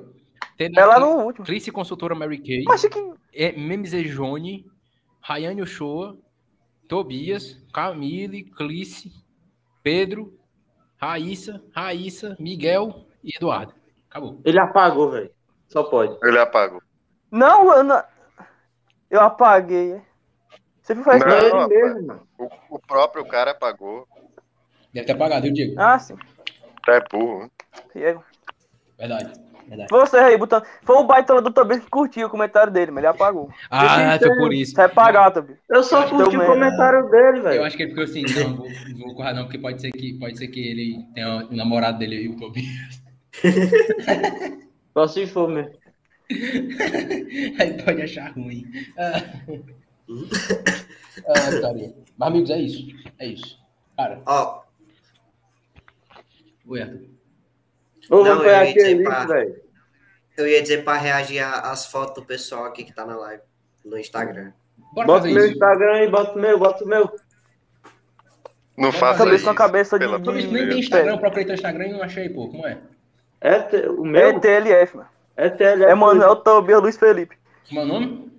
D: Tem
F: É lá no último.
D: Cris Consultora Mary Kay.
F: Mas que.
D: é, Memes e Jone, Rayane Ochoa, Tobias, Camille, Clice, Pedro, Raíssa, Raíssa, Miguel e Eduardo. Acabou.
A: Ele apagou, velho. Só pode.
B: Ele apagou.
F: Não, eu, não- eu apaguei. Você foi
B: Não,
F: fazer ele
B: rapaz.
F: mesmo, mano.
B: O, o próprio cara apagou.
D: Deve ter apagado, viu, Diego?
F: Ah, sim.
B: Tá burro.
F: Diego.
D: Verdade. Verdade.
F: Você aí, botando. Foi o baitola do Tobias que curtiu o comentário dele, mas ele apagou.
D: Ah,
G: é,
D: foi por isso.
F: Você vai pagar, Tobias.
A: Eu só
F: Então,
A: curti o
F: mano.
A: comentário dele,
D: Eu
A: velho.
D: acho que ele ficou assim, não, vou, vou correr não, porque pode ser que, pode ser que ele tenha um namorado dele aí, o Tobias.
A: Só se for mesmo.
D: [laughs] Aí pode achar ruim. Ah, ah, Vitória. Mas, amigos, é isso. É isso. Cara,
E: Ó,
D: oi, Arthur.
A: Ô,
E: Não,
A: não, foi
E: eu ia
A: aqui
E: dizer
A: ali,
E: pra-
A: velho.
E: eu ia dizer pra reagir a- às fotos do pessoal aqui que tá na live, no Instagram.
D: Bora
A: Bota
D: fazer
A: meu
D: isso.
A: Instagram aí, bota o meu, bota o meu.
B: Não faça
F: Tobias
B: isso.
F: com a cabeça de.
B: pela-
D: Sobre isso,
F: de...
D: nem tem Instagram, eu procurei teu Instagram e não achei, pô. Como é?
A: É te- o
F: É
A: meu?
F: TLF, mano.
A: É TLF2.
F: É Manuel Tobias Luiz Felipe.
D: Como é o nome?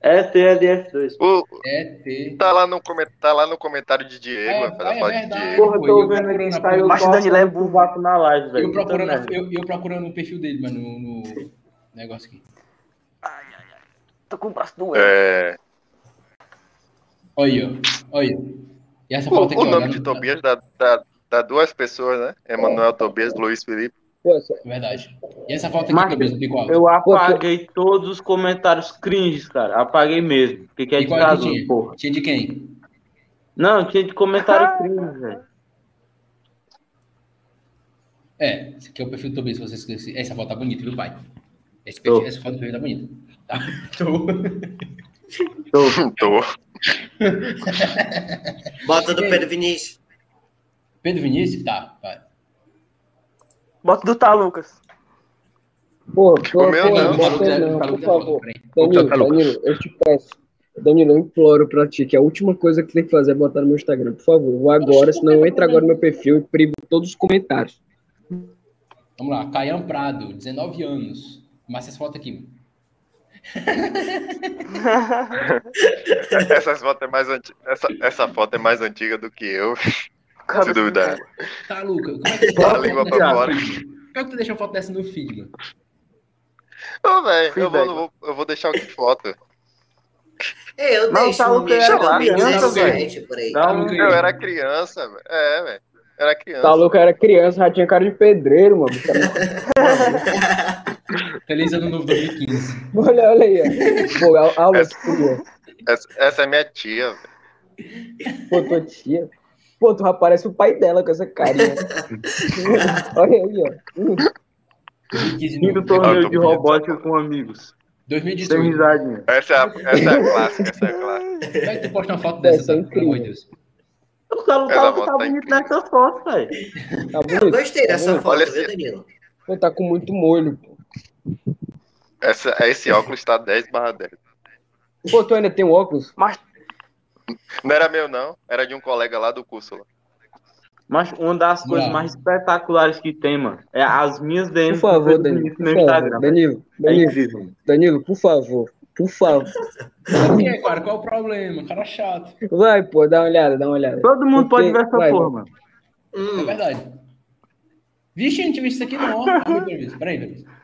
A: É TLF2.
B: O,
D: É T.
B: tá, lá no, comen- tá lá no comentário de Diego,
D: É,
B: rapaz. a
D: é
B: foto de
D: verdade.
B: Diego.
A: Porra, eu tô
D: Eu
A: vendo aqui
D: procurando
A: que
D: a
A: saiu
F: Macho
A: só
F: Danilo é
A: um
F: burro.
A: vácuo na live, velho.
D: Eu
A: Puta
D: procurando,
A: merda.
D: a- eu, eu procurando o perfil dele, mano, no, no negócio aqui.
F: Tô com o braço doendo.
B: É,
D: Olha aí, ó. Olha aí. ó. E essa
B: o,
D: foto aqui,
B: o
D: ó, né?
B: nome
D: já
B: de
D: não-
B: Tobias dá, dá, dá duas pessoas, né? Emanuel Tobias, Luiz Felipe.
C: Pô, só-
D: Verdade. E essa foto aqui,
A: Mas-
D: Tobias, do Pico Alto?
A: Eu apaguei todos os comentários cringes, cara. Apaguei mesmo. Porque é
D: E qual é que
A: desgraçado,
D: tinha?
A: porra.
D: Tinha de quem?
A: Não, tinha de comentário cringe, velho.
D: É, esse aqui é o perfil do Tobias, se você esquecer. Essa foto tá bonita, viu, pai? Esse perfil-
A: Tô.
D: Essa foto do perfil tá bonita. Tá. [laughs] Tô.
A: Tô-
B: [laughs] Tô.
E: Bota do Pedro Vinícius.
D: Pedro Vinícius? Tá, vai.
F: Bota do Tá Lucas.
C: Pô, pô,
B: Tipo, meu
C: pô,
B: não,
C: bota
D: Tá, Lucas, é-
C: não,
D: tá,
C: por
D: Lucas, é
C: favor.
D: foda, peraí.
C: Danilo,
D: Tá, Lucas.
C: Danilo, eu te peço. Danilo, eu imploro pra ti que a última coisa que tem que fazer é botar no meu Instagram, por favor. Eu Vou agora, senão entra agora no meu perfil e privo todos os comentários.
D: Vamos lá, Caian Prado, 19 anos. Mas essa foto aqui, mano.
B: Essas fotos é mais anti... essa, essa foto é mais antiga do que eu, [laughs] se duvidar.
D: Tá, Luca,
B: [laughs]
D: como é que
B: Tá a língua pra fora. Tá,
D: Como é que tu deixa uma foto dessa no feed, mano?
B: Ô, velho, eu
A: Feedback.
B: vou, eu vou- eu vou deixar o que foto.
E: É, eu
A: Não,
E: deixo
A: tá
E: no
A: o
E: meu
A: Pedro lá, criança,
E: 2017, por aí.
D: Tá,
A: Dá um...
B: Eu era criança, velho. É, velho. Eu Era criança.
C: Tá louco, eu era criança, já tinha cara de pedreiro, mano.
D: Feliz ano novo 2015.
C: Olha, olha aí, ó. Pô, a-
B: É
C: aula que podia.
B: Essa, essa é minha tia, velho.
C: Pô, tua tia. Pô, tu aparece o pai dela com essa cara.
D: [laughs]
C: né? olha aí, ó. Hum,
D: 2015
A: Fim do
D: não.
A: torneio
B: Ah,
A: de
B: tô bonito.
A: robótica com amigos. né? Sem
D: 2018.
A: risadinha.
B: Essa é, a, essa é a clássica, essa é a clássica.
D: Como é que tu posta uma foto
C: Vai
D: dessa,
C: ser
D: tá? Pelo amor de
C: incrível.
D: Deus.
A: O cara
B: Essa
A: tá,
B: foto
A: tá
B: tá
A: bonito
B: incrível.
A: nessa foto, velho.
C: Tá
E: Eu
C: bonito.
E: gostei dessa
B: Olha
E: foto,
B: esse-
E: viu, Danilo?
C: Pô, tá com muito molho, pô.
B: Essa, esse óculos tá 10 barra 10.
C: Pô, tu ainda tem um óculos?
B: Não era meu, não. Era de um colega lá do curso. Lá.
A: Mas uma das coisas
D: Não.
A: mais espetaculares que tem, mano, é as minhas
C: Por
A: DMs
C: favor,
A: do
C: Danilo.
A: Vinícius no
C: Por favor.
A: Instagram. velho.
C: Danilo,
A: É
C: Danilo,
A: incrível. mano.
C: Danilo, por favor. Por favor.
D: Por quê, cara? Qual é o problema? Cara chato. É
C: Vai, pô, dá uma olhada, dá uma olhada.
A: Todo mundo
C: Porque-
A: pode ver essa
C: vai,
A: porra,
C: vai.
A: mano.
D: É
E: Hum,
D: verdade. Vixe, eu não tinha visto isso aqui não. ó. Calma aí, Pedro Vinícius. Peraí, Pedro Vinícius.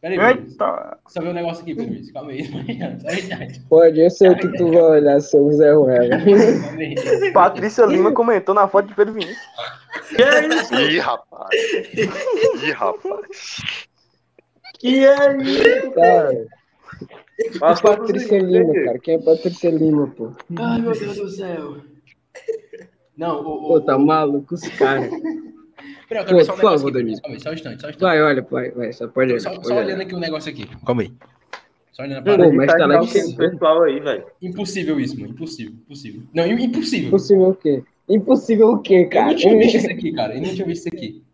D: Peraí, Pedro Vinícius.
F: Eita.
D: Só ver um negócio aqui, Pedro Vinícius. Calma aí. [laughs] Só um verdade.
C: Pode, eu sei o que tu vai olhar, seu Zé
D: [laughs]
C: Ruela.
D: Calma aí.
F: Patrícia Lima comentou na foto de Pedro Vinícius.
A: Que é isso?
B: Ih, rapaz. Ih, rapaz.
A: Que é isso?
C: Cara,
A: Mas
C: Patrícia Lima, cara. Quem é Patrícia Lima, pô?
D: Ai, meu Deus do céu. Não, o...
C: Pô,
D: o...
C: tá maluco os caras.
D: Peraí, eu quero ver só um
C: Pô, por favor,
D: negócio aqui.
C: Danilo.
D: Calma aí, só um instante, só um instante.
C: Vai, olha, vai, vai. Só pode olhar.
D: Só,
C: pode
D: só
C: olhar.
D: olhando aqui um negócio aqui. Calma aí. Só olhando a
C: Pô,
D: parada.
A: Hum.
C: mas tá lá de
A: o pessoal aí, velho.
D: Impossível isso, mano. Impossível, impossível. Não, im- impossível.
C: Impossível o quê? Impossível o quê,
D: Eu
C: cara?
D: não tinha visto isso aqui, cara. Eu não tinha visto isso aqui.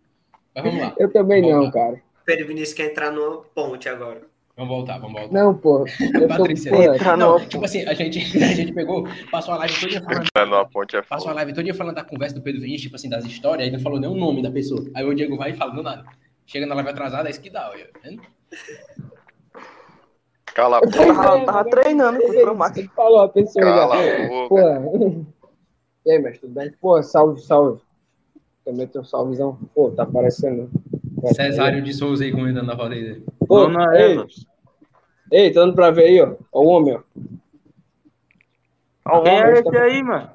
D: Mas vamos lá.
C: Eu também não, cara.
E: Pedro Vinícius quer entrar numa ponte agora.
D: Vamos voltar, vamos voltar.
C: Não, pô. Eu tô,
D: [laughs] Patrícia,
C: pô,
F: Tá
D: Não,
F: no...
D: tipo assim, a gente, [laughs] a gente pegou, passou a live toda falando.
B: Tá numa ponte é
D: Passou a
B: foda.
D: live todo dia falando da conversa do Pedro Vinícius, tipo assim, das histórias, aí não falou nem o nome da pessoa. Aí o Diego vai e fala, do nada. Chega na live atrasada, é isso que dá, olha. tá vendo?
B: Cala a
F: Eu
B: boca.
F: tava, eu tava treinando com o Cromax.
C: Ele falou, a pessoa
B: Cala
C: já.
B: a
C: Pô. [laughs]
B: boca.
C: E aí, mas tudo bem? Pô, salve, salve. Também tem um salvezão. Pô, tá aparecendo. tá É,
D: Cesário de Souza aí comentando na roda aí.
C: Pô,
A: Dona
D: é,
C: ei,
A: Eva.
C: ei, tá dando pra ver aí, ó. Ó o homem, ó.
F: Ó,
A: Quem é
C: mas
A: esse
C: tá-
A: aí, mano?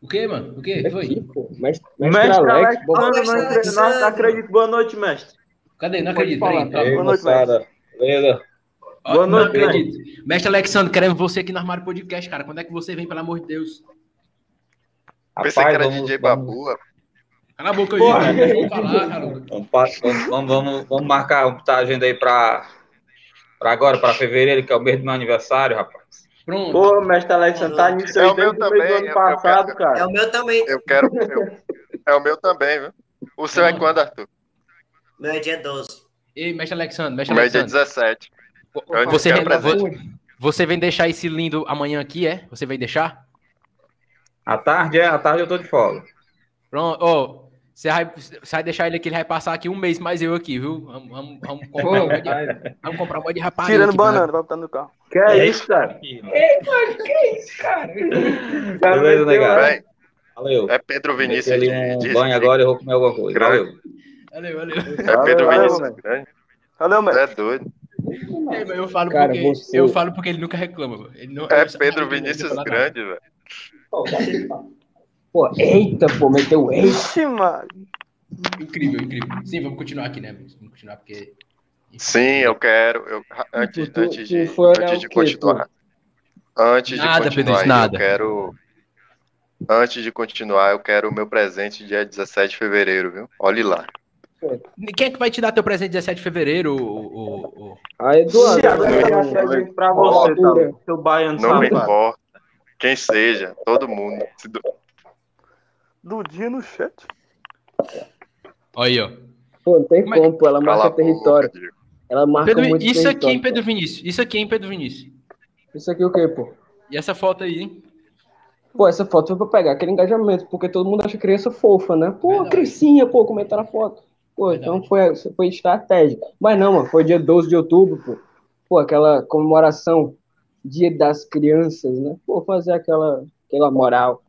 D: O quê, mano? O quê? O que
C: É Aqui,
D: Foi?
C: pô. Mestre, mestre,
A: Mestre
C: Alex.
A: Alex,
C: bom-
A: mano, não,
E: Mestre
A: entre- não,
E: Alexandre.
A: não acredito. Boa noite, mestre.
D: Cadê? Não
A: Pode
D: acredito. Peraí,
A: falar.
D: tá.
A: Ei,
D: Ó,
A: moçada,
H: Beleza?
A: Boa
D: não
A: noite,
D: acredito. Mestre Alexandre, queremos você aqui no Armário Podcast, cara. Quando é que você vem, pelo amor de Deus?
B: Pensei que era DJ Babu. rapaz.
D: Cala a boca, gente.
A: Porra.
D: cara. Deixa eu falar, cara.
H: Vamos, pa- vamos, vamos, vamos- vamos marcar, vamos botar a agenda aí pra, pra agora, pra fevereiro, que é o mês do meu aniversário, rapaz.
D: Pronto.
A: Pô, mestre Alexandre, tá nisso
B: É
A: aí
B: o meu
A: desde o mês do
B: também,
A: ano
B: eu- eu
A: passado,
B: quero-
A: cara.
E: É o meu também.
B: Eu quero. eu- é o meu também, viu? O seu é quando, Arthur?
E: Meu é dia 12.
D: Ei, mestre Alexandre,
B: O
D: mestre
B: meu é dia
D: Alexandre.
B: 17. Eu ainda
D: Você
B: quero
D: vem,
B: presente.
D: você vem deixar esse lindo amanhã aqui, é? Você vem deixar?
H: À tarde, é, à tarde eu tô de folga.
D: Pronto. Ó, você vai, você vai deixar ele aqui, ele vai passar aqui um mês mais eu aqui, viu? Vamos, vamos- vamos comprar, um monte de, vamos comprar um monte de rapaz.
F: Tirando
D: aqui, mano.
F: banana pra botar no carro.
A: Que é isso, cara? Cara, meteu essa.
H: Beleza, negado.
B: Vem,
H: né, Valeu.
B: é Pedro
H: Meti
B: Vinícius.
H: ali
B: diz-
H: um
B: diz-
H: banho agora e vou comer alguma coisa.
B: Grande.
H: Valeu.
D: Valeu, valeu.
B: É Pedro
A: Valeu,
B: Vinícius.
A: mano.
B: Grande.
F: Valeu, mestre.
B: É doido.
D: É, mas [laughs] eu falo,
C: Cara,
D: porque,
C: você-
D: eu falo porque ele nunca reclama. mano. Ele não-
B: É
D: eu-
B: Pedro
D: eu- eu- eu-
B: Vinícius
D: eu- eu- eu-
B: Grande, velho.
C: Pô, eita, pô, meteu eita.
F: Ixi, mano.
D: Incrível, incrível. Sim, vamos continuar aqui, né? Vamos continuar porque.
B: Sim, eu quero. Eu, antes,
C: Tu- tu-
B: antes de,
C: tu foi olhar
B: antes
C: o
B: de
C: quê,
B: continuar. Antes de
D: Nada, Pedro,
B: continuar, aí,
D: nada.
B: eu quero. Antes de continuar, eu quero o meu presente dia 17 de fevereiro, viu? Olhe lá.
D: Quem é que vai te dar teu presente 17 de fevereiro? O,
C: Aí, Eduardo.
A: Thiago,
C: né?
A: eu quero achar dinheiro pra você, tá? louco? Seu baiano
B: Não me
A: safado.
B: importa. Quem seja, todo mundo. Se do-
F: Do dia no chat.
D: Olha
C: Tá
D: aí, ó.
C: Pô, não tem
D: Mas-
C: como, pô. Ela
B: Cala a
C: marca
B: boca,
C: território.
B: Diego.
C: Ela marca
D: é Pedro-
C: muito
D: isso
C: território.
D: aqui, hein, Pedro Vinícius? Isso aqui, hein, Pedro Vinícius?
C: Isso aqui o quê, pô?
D: E essa foto aí, hein?
C: Pô, essa foto foi pra pegar aquele engajamento, porque todo mundo acha criança fofa, né? Pô,
D: Verdade.
C: criancinha, pô, comentaram a foto. Pô,
D: Verdade.
C: então foi, foi estratégico. Mas não, mano, foi dia 12 de outubro, pô. Pô, aquela comemoração, dia das crianças, né? Pô, fazer aquela, aquela moral.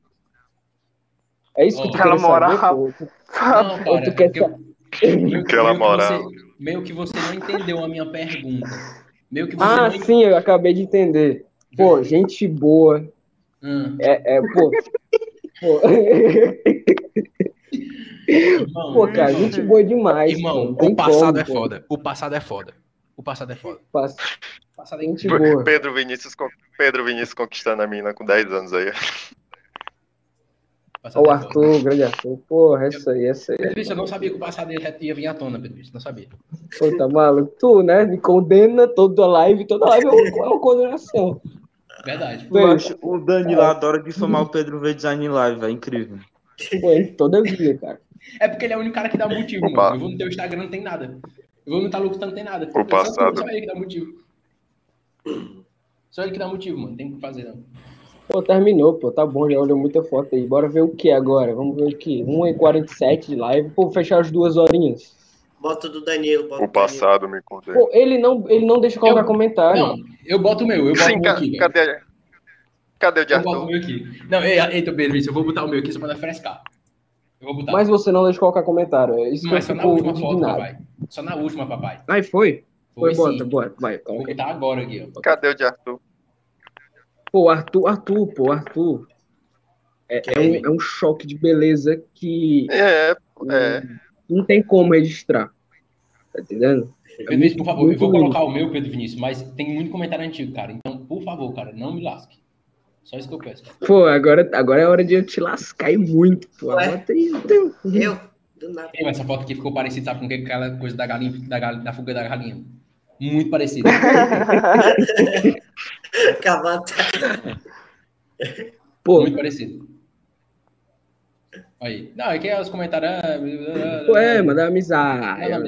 C: É isso que tu
D: Aquela
C: queria
F: moral.
C: saber, pô?
D: Não, cara.
C: tu quer
D: porque eu- meio que-
B: Aquela
D: meio que
B: moral.
D: você- Meio que você não entendeu a minha pergunta. Meio que você
C: Ah,
D: não en-
C: sim, eu acabei de entender. Pô, gente boa.
D: Hum,
C: É, é pô. pô. [laughs]
D: irmão,
C: Pô, cara,
D: irmão,
C: gente boa demais. pô,
D: Hum. irmão,
C: não tem
D: o passado
C: como,
D: é
C: pô.
D: foda. O passado é foda. O passado é foda.
C: Passa-
D: O passado é
C: Gente
D: incrível.
C: boa.
B: Pedro Vinícius, con- Pedro Vinícius conquistando a mina com 10 anos aí.
D: O passado
C: Ó, O
D: é foda.
C: Arthur, o grande Arthur. Porra, essa aí, essa aí.
D: Pedro Vinícius, eu não sabia que o passado ia, ia vir à tona, Pedro Vinícius. Não sabia.
C: Pô, tá maluco? Tu, né? Me condena toda live. Toda live é uma, é uma
D: [laughs]
C: condenação.
D: Verdade.
C: Velho,
A: Macho, o Dani lá adora de somar o Pedro V Design Live, é incrível.
C: pô, ele todo dia, cara.
D: É porque ele é o único cara que dá motivo,
B: Opa.
D: mano. Eu vou no teu Instagram, não tem nada. Eu vou no Taluco, não tem nada. Eu só-
B: passado.
D: Só ele que dá motivo. Só ele que dá motivo, mano. Tem o que fazer, não.
C: Pô, terminou, pô. Tá bom, já olhou muita foto aí. Bora ver o que agora? Vamos ver o que? 1h47 de live. Pô, fechar as duas horinhas.
E: Bota o do Danilo.
B: O
E: Bota do Danilo.
B: passado me condena.
C: Pô, ele não, ele não deixa colocar
D: Eu-
C: comentário.
D: Não, eu boto o meu, eu boto o
C: um
B: Sim,
D: meu
B: ca-
D: aqui. velho.
B: cadê, cadê o de
D: Eu boto o
B: Arthur?
D: meu aqui. Não, ei, eita, Pedro Vinícius, eu vou botar o meu aqui só pra não frescar. Eu vou botar.
C: Mas você não deixa colocar comentário. É isso
D: Mas
C: que
D: só
C: eu
D: na
C: fico
D: última foto,
C: indignado.
D: papai. Só na última, papai.
C: Aí foi?
D: Foi sim.
C: bora. Vai, coloca
D: Vou botar agora aqui, ó.
B: Cadê o de Arthur?
C: Pô, Arthur, Arthur, pô, Arthur. É, é um, é um choque de beleza que
B: É, é.
C: não tem como registrar. Tá entendendo?
D: Pedro Vinícius, por favor, eu
C: muito
D: vou
C: lindo.
D: colocar o meu, Pedro Vinícius, mas tem muito comentário antigo, cara. Então, por favor, cara, não me lasque. Só isso que eu peço. cara.
C: Pô, agora, agora é hora de eu te lascar e muito, pô.
E: Ué?
C: Agora tem, tem-
A: Uhum.
E: Eu? Do nada. [laughs]
D: Ei, mas Essa foto aqui ficou parecida, sabe com que? Aquela coisa da galinha, da, galinha, da fuga da galinha.
C: [laughs]
D: Muito parecida.
E: Cavata.
C: Pô,
D: Muito parecido. Aí. Não, é que os comentários. ah,
C: pô, é, mano, é
D: Não, não,
C: amizade.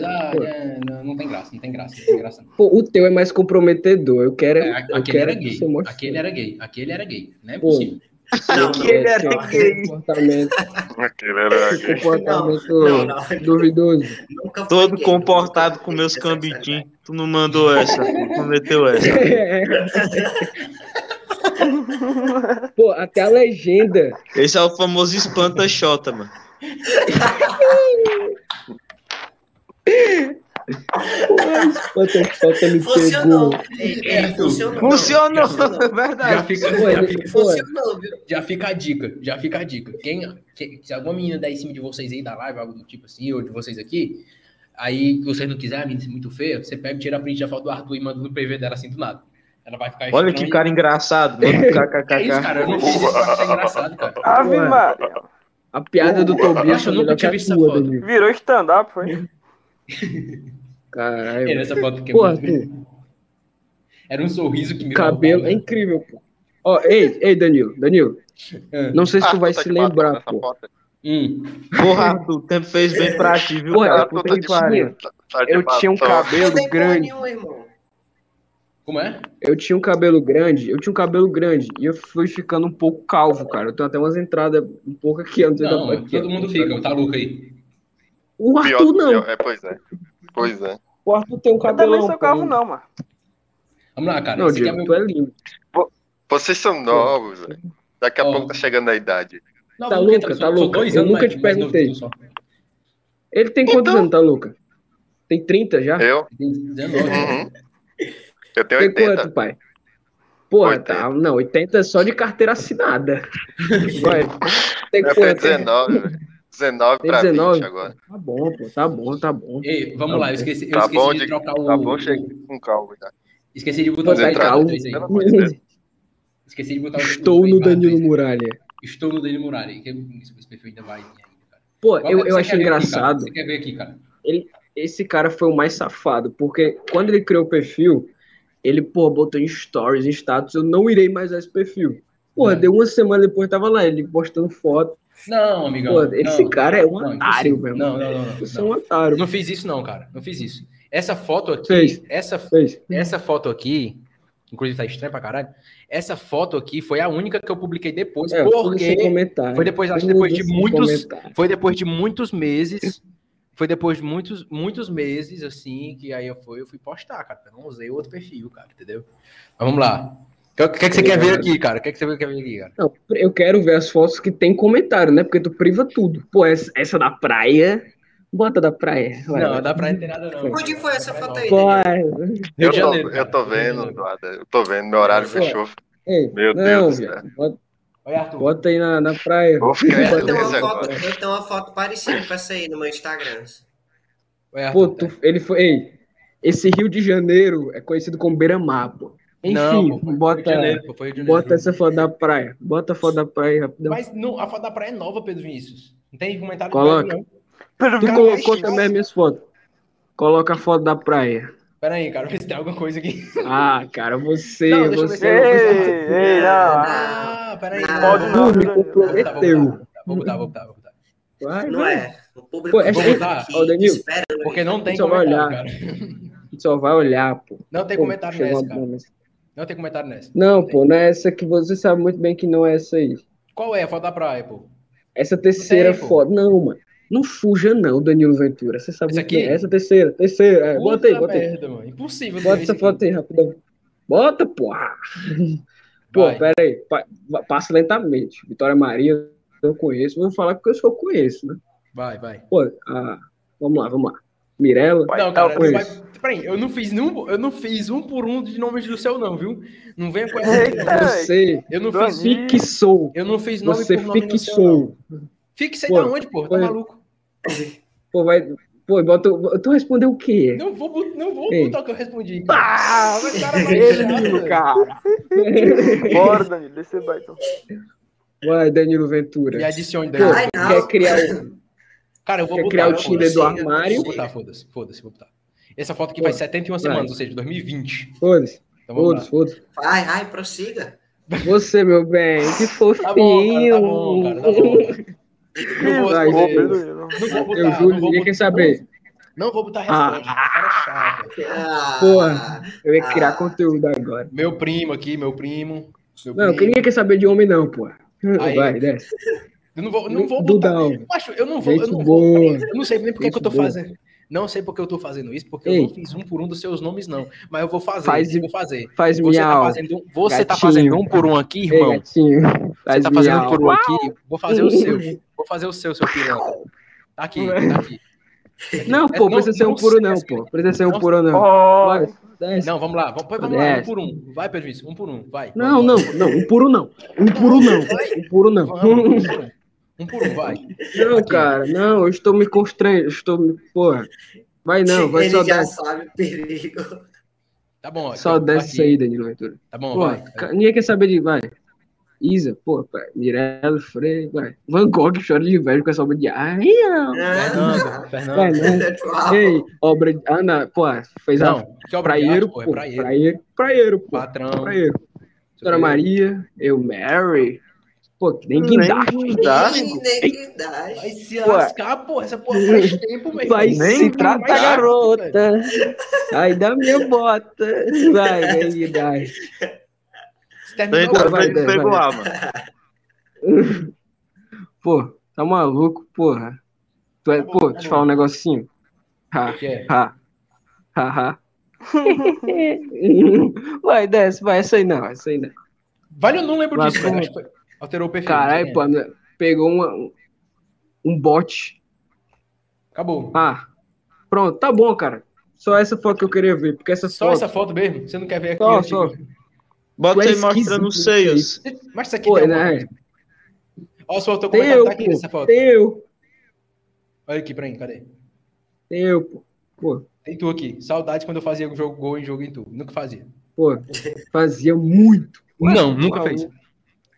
D: ah,
C: Pô,
D: é, não, não tem graça, não tem graça, não tem graça. não.
C: Pô, o teu é mais comprometedor. Eu quero.
D: É,
C: eu
D: aquele
C: quero
D: era gay.
C: que você mostre
D: Aquele era gay. Aquele era gay. Não é
C: Pô.
D: possível.
E: Não, não.
F: Aquele era
C: Pô,
F: gay.
C: Comportamento,
B: Aquele era gay.
E: Não,
C: comportamento
E: não, não.
C: duvidoso.
E: [laughs] Nunca
A: Hum.
E: foi
A: Todo
E: gay.
A: comportado com
E: Nunca
A: meus
E: foi é
A: cambitinhos.
J: tu não mandou essa? Tu meteu essa?
C: Pô, até a legenda.
J: Esse é o famoso espanta Xota, mano.
C: Espanta Xota me
E: Funcionou.
C: pegou.
E: É, é, funcionou.
J: Funcionou, é
D: Já
J: verdade.
D: fica,
C: Foi,
D: já, fica,
C: foi.
E: Funcionou, viu?
D: já fica a dica, já fica a dica. Quem, que- se alguma menina der em cima de vocês aí da live, algo do tipo assim, ou de vocês aqui, aí que vocês não quiserem, a menina é muito feia, você pega, tira a print da foto do Arthur e manda no PV dela assim do nada. Ela vai ficar
J: Olha que
D: estranha.
J: cara engraçado,
D: [laughs]
J: mano.
D: É isso,
J: KKKK.
D: cara, eu não fiz isso pra achar
J: [laughs]
D: engraçado, cara.
F: Ave
C: Ué.
F: Maria.
C: A piada do Tobias
D: Nossa, eu nunca tinha visto essa foto.
F: Virou stand-up, foi?
D: Era
C: Caralho.
D: essa foto que eu
C: Pô,
D: mandei.
C: Arthur,
D: Era um sorriso que me
C: cabelo é
D: roubava.
C: incrível, pô. Ó, ei, ei, Danilo, Danilo.
D: É.
C: Não sei se tu
B: Ah,
C: vai
B: tá
C: se
B: de batom
C: lembrar,
B: nessa
C: pô. Tá
B: foto.
D: Hum.
J: Porra, Arthur, o tempo fez bem pra ti, viu,
C: Porra,
J: cara?
C: eu
B: Arthur,
C: puta
B: tá
C: que
B: de
C: pariu.
B: Tá de
C: Eu tinha um
B: batom.
C: cabelo
E: Não tem porra
C: grande.
E: nenhuma, irmão.
D: Como é?
C: Eu tinha um cabelo grande, eu tinha um cabelo grande e eu fui ficando um pouco calvo, cara. Eu tenho até umas entradas um pouco aqui, eu não sei da
D: Não,
C: parte que é.
D: todo mundo fica, tá louco aí.
C: O
B: Pior-
C: Arthur não.
B: pior- É, pois é. Pois é.
C: O Arthur tem um
F: Eu também
C: cabelão.
F: sou
C: pô.
F: calvo, não, mano.
D: Vamos lá, cara.
C: Não,
D: esse aqui é
C: Diego,
D: meu-
C: tu é lindo.
B: Vocês são novos, velho. Daqui a
D: Ó.
B: pouco tá chegando a idade.
D: Não,
C: Tá
D: vamos
C: louca,
D: tentar,
C: tá
D: são- são
C: louca.
D: dois
C: Eu
D: anos
C: nunca
D: mais-
C: te
D: mais novo que
C: perguntei.
D: tu só.
C: Ele tem
B: Então-
C: quantos anos, tá, Luca? Tem 30 já?
B: Eu?
D: Tem 19.
B: Uhum. Eu tenho
C: Tem
B: 80.
C: quanto, pai? Porra,
B: 80.
C: tá. Não, 80 é só de carteira
B: [laughs]
C: assinada. Vai. Tem
B: Eu tenho
C: quanto?
B: 19, velho. 19
C: Tem
B: pra
C: 19?
B: 20 agora.
C: Tá bom, pô. Tá bom, tá bom.
D: Ei, vamos lá, eu esqueci, eu
B: Tá
D: esqueci
B: bom,
D: de
B: Diego,
D: trocar o.
B: Tá bom, chega
D: o-
B: com calma já.
D: Esqueci de botar o
B: Você
C: Pô, tá
D: play
B: entra-
C: calmo.
D: barra 3 aí.
B: Pelo amor de Deus.
D: Esqueci de botar o. o
C: [laughs] Estou
D: play
C: no
D: barra
C: Danilo
D: 3.
C: Muralha.
D: Estou no Danilo Muralha. aí, Que esse esse perfil ainda vai. vir ainda, cara.
C: Pô,
D: Qual é
C: eu,
D: que
C: eu
D: você
C: achei
D: quer ver aqui, cara?
C: engraçado.
D: Você quer ver aqui, cara?
C: Esse cara foi o mais safado, porque quando ele criou o perfil, ele, pô, botou em stories, em status, eu não irei mais usar esse perfil. Porra,
D: É.
C: deu uma semana depois, tava lá, ele postando foto.
D: Não, amigão.
C: Pô, esse
D: não.
C: cara é um otário,
D: Não, impossível.
C: meu
D: Não, não, não. não,
C: Você é
D: não.
C: um otário.
D: Não fiz isso, não, cara. Não fiz isso. Essa foto aqui.
C: Fez.
D: Essa
C: Fez.
D: Essa foto aqui, inclusive tá estranha pra caralho. Essa foto aqui foi a única que eu publiquei depois,
C: É, tudo sem
D: porque
C: comentário.
D: foi depois, acho
C: Tudo
D: que depois de
C: sem
D: muitos,
C: comentário.
D: foi depois de muitos meses, foi depois de muitos, muitos meses assim que aí eu fui, eu fui postar, cara. Eu não usei outro perfil, cara, entendeu? Mas vamos lá. O que, o que é que você quer ver aqui, cara? O que é que você quer ver aqui, cara?
C: Não, eu quero ver as fotos que tem comentário, né? Porque tu priva tudo. Pô, essa, essa da praia. Bota da praia. vai.
D: Não, dá pra não tem nada não.
E: Onde foi essa foto aí?
C: Pô, é-
D: Rio
B: Eu
D: de
B: tô,
D: Janeiro, cara.
B: eu tô vendo, Eduardo. Eu tô vendo. Meu horário
C: Pô.
B: fechou.
C: Ei,
B: Meu
C: não,
B: Deus do
C: velho,
B: céu.
C: Bota,
D: Olha, Arthur.
C: bota aí na, na praia.
B: Vou ficar em
E: Eu tenho,
B: silêncio
E: uma foto,
B: agora.
E: eu tenho uma foto parecida com essa aí no meu Instagram.
D: Olha, Arthur,
C: Pô, tu- ele foi. Ei, esse Rio de Janeiro é conhecido como Beira-Mar, pô. Enfim,
D: Não, pô, foi Rio de
C: bota,
D: Janeiro, pô, foi Rio de Janeiro.
C: bota essa foto da praia. Bota a foto da praia aí rapidão.
D: Mas não, a foto da praia é nova, Pedro Vinícius. Não tem comentário
C: Coloca.
B: é?
D: não.
C: Tu colocou também as minhas fotos. Coloca a foto da praia.
D: Pera aí, cara, vê se tem alguma coisa aqui.
C: Ah, cara, você,
D: Não, deixa eu
C: você
D: ver se
C: é
D: eu-
C: um
F: Ei, ei, não.
D: Ah, peraí.
E: Não
F: Pode não,
C: absurdo, me
F: Danilo.
C: comprometeu.
D: Vou botar, vou botar, vou botar.
C: Vai,
E: Não
C: vai.
E: é. O público
C: Uhum. Pô, essa-
E: tá aqui
C: Ô, Danilo.
E: esperando.
D: Porque não tem
C: Só vai
D: comentário,
C: olhar.
D: cara.
C: Tu só vai olhar, pô.
D: Não tem
C: Pô,
D: comentário
C: chegou
D: nessa,
C: uma
D: cara.
C: boa mensagem.
D: Não tem comentário nessa.
C: Não, pô, não é essa que você sabe muito bem que não é essa aí.
D: Qual é a foto da praia, pô?
C: Essa terceira
D: Não tem, pô.
C: foto. Não, mano. Não fuja, não, Danilo Ventura. Você sabe
D: Essa
C: muito bem.
D: aqui?
C: Essa terceira, terceira. É, bota aí,
D: Puta
C: bota aí.
D: merda, mano. Impossível.
C: Bota
D: ter
C: essa
D: isso
C: foto aí, rapidão. Bota, porra.
D: aqui.
C: Pô,
D: Vai.
C: pera aí. Pa- va- passa lentamente. Vitória Maria, eu conheço. Vou falar com as que eu conheço, né?
D: Vai, vai.
C: Pô, ah, vamos lá, vamos lá. Mirella.
D: Não, cara,
C: com
D: não vai...
C: isso.
D: Peraí, eu não fiz nenhum, eu não fiz um por um de nomes do céu, não, viu? Não venha com essa aqui, não.
F: Eita.
C: Você
D: Eu não
F: Dois
D: fiz.
F: mil.
C: fixou.
D: Eu não fiz nome
C: Você
D: por nome no céu, não.
C: fixou.
D: Fixe aí
C: Pô,
D: da onde, pô? Tá
C: foi-
D: maluco?
C: Pô, vai. Pô, bota. Tu respondeu o
D: [laughs]
C: quê?
D: Não vou, bot- não vou
C: Ei.
D: botar o que eu respondi. cara.
F: Ah, mas o cara vai
D: Ele,
F: Danilo, cara. Bora, Danilo, desce baitão.
C: Vai, Danilo Ventura.
D: Me adicione, Danilo.
E: Ai,
C: Quer
E: não.
C: criar um- o.
D: Cara, eu vou
C: Quer
D: botar,
C: criar o
D: eu
C: Tinder
D: foda-se.
C: do armário?
D: Vou botar, foda-se, foda-se, vou botar. Essa foto aqui vai
C: Pô,
D: 71
C: vai.
D: semanas, ou seja, 2020.
C: Foda-se,
D: Então vamos
C: foda-se, foda-se.
D: lá.
E: Ai, ai, prossiga.
C: Você, meu bem, que fofinho.
D: Tá bom, cara, tá bom, cara, tá bom. Não vou,
C: Vai,
F: Ô,
D: responder.
C: Deus.
F: Pedro,
D: não vou botar,
C: Eu juro,
D: não vou
C: ninguém
D: botar-
C: quer saber.
D: Não vou botar a
C: Ah.
D: resposta, cara é chato.
E: Ah,
C: Porra. Eu ia
E: Ah.
C: criar conteúdo agora.
D: Meu primo aqui, meu primo. Meu
C: Não,
D: primo.
C: ninguém quer saber de homem, não, pô.
D: Aí,
C: Vai, desce.
D: Eu não vou, não vou botar.
C: Dudão.
D: Macho, eu não vou, eu
C: Gente
D: não vou.
C: boa.
D: Eu não sei nem porque que eu tô
C: Gente boa.
D: fazendo. Não sei porque eu tô fazendo isso, porque eu
C: Ei.
D: não fiz um por um dos seus nomes, não. Mas eu vou fazer,
C: Faz-
D: eu vou fazer.
C: faz
D: você tá
C: miau,
D: fazendo, um- Você tá
C: gatinho.
D: fazendo um por um aqui, irmão?
C: Ei, gatinho,
D: você
C: faz
D: tá fazendo um
C: miau.
D: por um aqui? Vou fazer o seu.
C: [laughs]
D: Vou fazer o seu, seu piranha. Tá aqui, tá aqui.
C: Não, pô, precisa ser um puro não, pô. Precisa ser um puro não. Bora.
D: Não, vamos lá. Vamos, vamos lá, um
C: Desce.
D: por um. Vai, Pedro Vinícius, um por um. Vai.
C: Não, não, não, um puro não. Um puro não. Um puro não.
D: Vamos, Um por um, vai.
C: Não, cara, não, eu estou me constrangendo, eu estou me, porra. Vai não, vai
E: Ele
C: só
E: já
C: dar,
E: sabe o perigo.
D: Tá bom, ó,
C: só
D: então,
C: desce
D: aqui.
C: isso aí, Danilo Ventura.
D: Tá bom,
C: Porra,
D: vai.
C: ca- ninguém quer saber de, vai. Isa, pô, pai, Mirella, Freire, vai. Van Gogh chora de inveja com essa obra de arte.
E: Ah,
D: Fernando,
C: Vai, né?
E: [laughs]
C: Ei, obra de. Ah, não, pô, fez
D: Não,
C: a.
D: que obra de
C: praieiro,
D: arte, pô, é
C: pô,
D: praieiro.
C: praieiro, praieiro, pô.
D: Patrão.
C: Praieiro. Dona Maria, eu, Mary. Pô, que nem
D: Nem
C: guindaste.
D: Vai se
C: Pô.
D: lascar, pô. Essa porra faz tempo, meu
C: Vai
D: irmão.
C: se trata,
D: Vai se-
C: garota. Ai, da minha bota. Vai, vai, guindaste.
D: Você
C: Pô,
D: terminou
C: vai,
D: vai,
C: vai,
D: vai.
B: né?
C: vai. Pô, tá maluco, porra. Tu é, pô, deixa eu falar um negocinho. Ha,
D: Que é?
C: ha, ha, [laughs] ha. vai, desce, vai, essa aí não, essa aí não.
D: Vale, eu não lembro
C: Vai,
D: disso,
C: pô.
D: mas acho que foi- alterou o perfil.
C: Caralho,
D: Quem é?
C: pô, né, pegou uma- um, um bote.
D: Acabou.
C: Ah, pronto, tá bom, cara. Só essa foto que eu queria ver, porque essa
D: Só
C: foto...
D: essa foto mesmo? Você não quer ver aqui?
C: Só,
D: antigo?
C: só.
G: Bota
C: Tu é
G: aí mostrando os
C: esquisito,
G: seios.
D: Mas isso aqui
C: Pô,
D: tem uma-
C: né?
D: Ó, o seu
C: Tem
D: autocomentário
C: eu,
D: tá aqui nessa
C: pô,
D: foto.
C: tem eu,
D: Olha aqui pra mim, cadê?
C: tem eu, pô. Pô,
D: Tem tu aqui. Saudades quando eu fazia jogo gol em jogo em tu. Nunca fazia.
C: pô, fazia muito.
D: Não, nunca fez.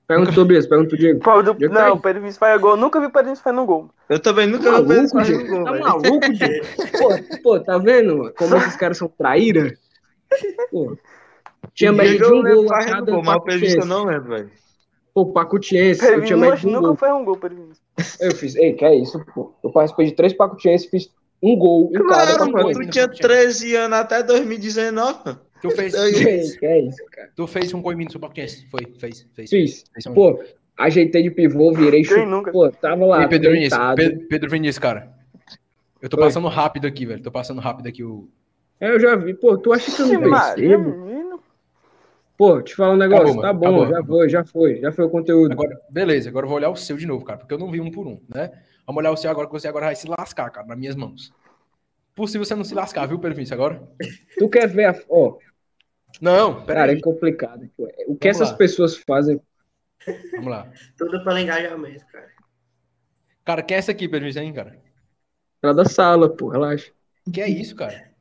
C: Pergunta o Tobias, pergunta o Diego.
A: Paulo do-
C: Diego tá
A: Não,
C: aí.
A: o Pedro Vinícius faz gol. Eu Nunca vi o Pedro Vinícius fazendo gol.
G: Eu também nunca
C: Tá
G: vi
C: maluco,
G: esse
C: Diego?
G: jogo,
C: Tá
G: velho.
C: maluco, Diego? Pô, pô, tá vendo mano, como esses caras são traíra? Pô, tinha
G: O
C: média
G: Diego
C: de
G: eu
C: um
G: lembro
C: gol a
G: fazendo
C: cada
G: gol, mas o Pedro eu
C: Pacuchense.
G: não lembro, velho.
C: Pô, Pacuchense,
A: Pedro
C: eu tinha média
A: Vinícius
C: de um
A: nunca
C: gol.
A: fez um gol, Pedro Vinícius.
C: Eu fiz, ei, que é isso, pô. Eu participei de três Pacuchense, fiz um gol em cada
G: Claro, mano,
C: Pacuchense.
G: tu tinha 13 anos até 2019, mano.
D: Tu fez.
C: Ei, que é isso, cara.
D: Tu fez um gol em mim no Supercast. Foi, fez, fez.
C: Fiz.
D: Fez um.
C: Pô, ajeitei de pivô, virei
A: Quem
C: chute.
A: nunca?
C: Pô, tava lá,
D: Ei, Pedro Vinícius,
C: deitado.
D: Pedro, Pedro Vinícius, cara. Eu tô
C: Oi.
D: passando rápido aqui, velho. Tô passando rápido aqui o.
C: É, eu já vi. Pô, tu acha que eu
A: Ixi,
C: não
A: Maria,
C: percebo?
A: menino.
C: Pô, te falar um negócio.
D: Acabou,
C: tá
D: mano,
C: bom,
D: acabou.
C: já foi, já foi. Já foi o conteúdo.
D: Agora, beleza, agora eu vou olhar o seu de novo, cara, porque eu não vi um por um, né? Vamos olhar o seu agora, que você agora vai se lascar, cara, nas minhas mãos. Possível você não se lascar, viu, Pedro Vinícius, agora?
C: Tu quer ver a... Ó,
D: Não, pera
C: cara,
D: aí.
C: é complicado. Pô. O que
D: Vamos
C: essas
D: lá.
C: pessoas fazem...
D: Vamos lá.
E: Tudo pelo engajamento, cara.
D: Cara, quem é essa aqui, Pedro Vinícius, hein, cara?
C: Lá da sala, pô, relaxa.
D: Que é isso, cara?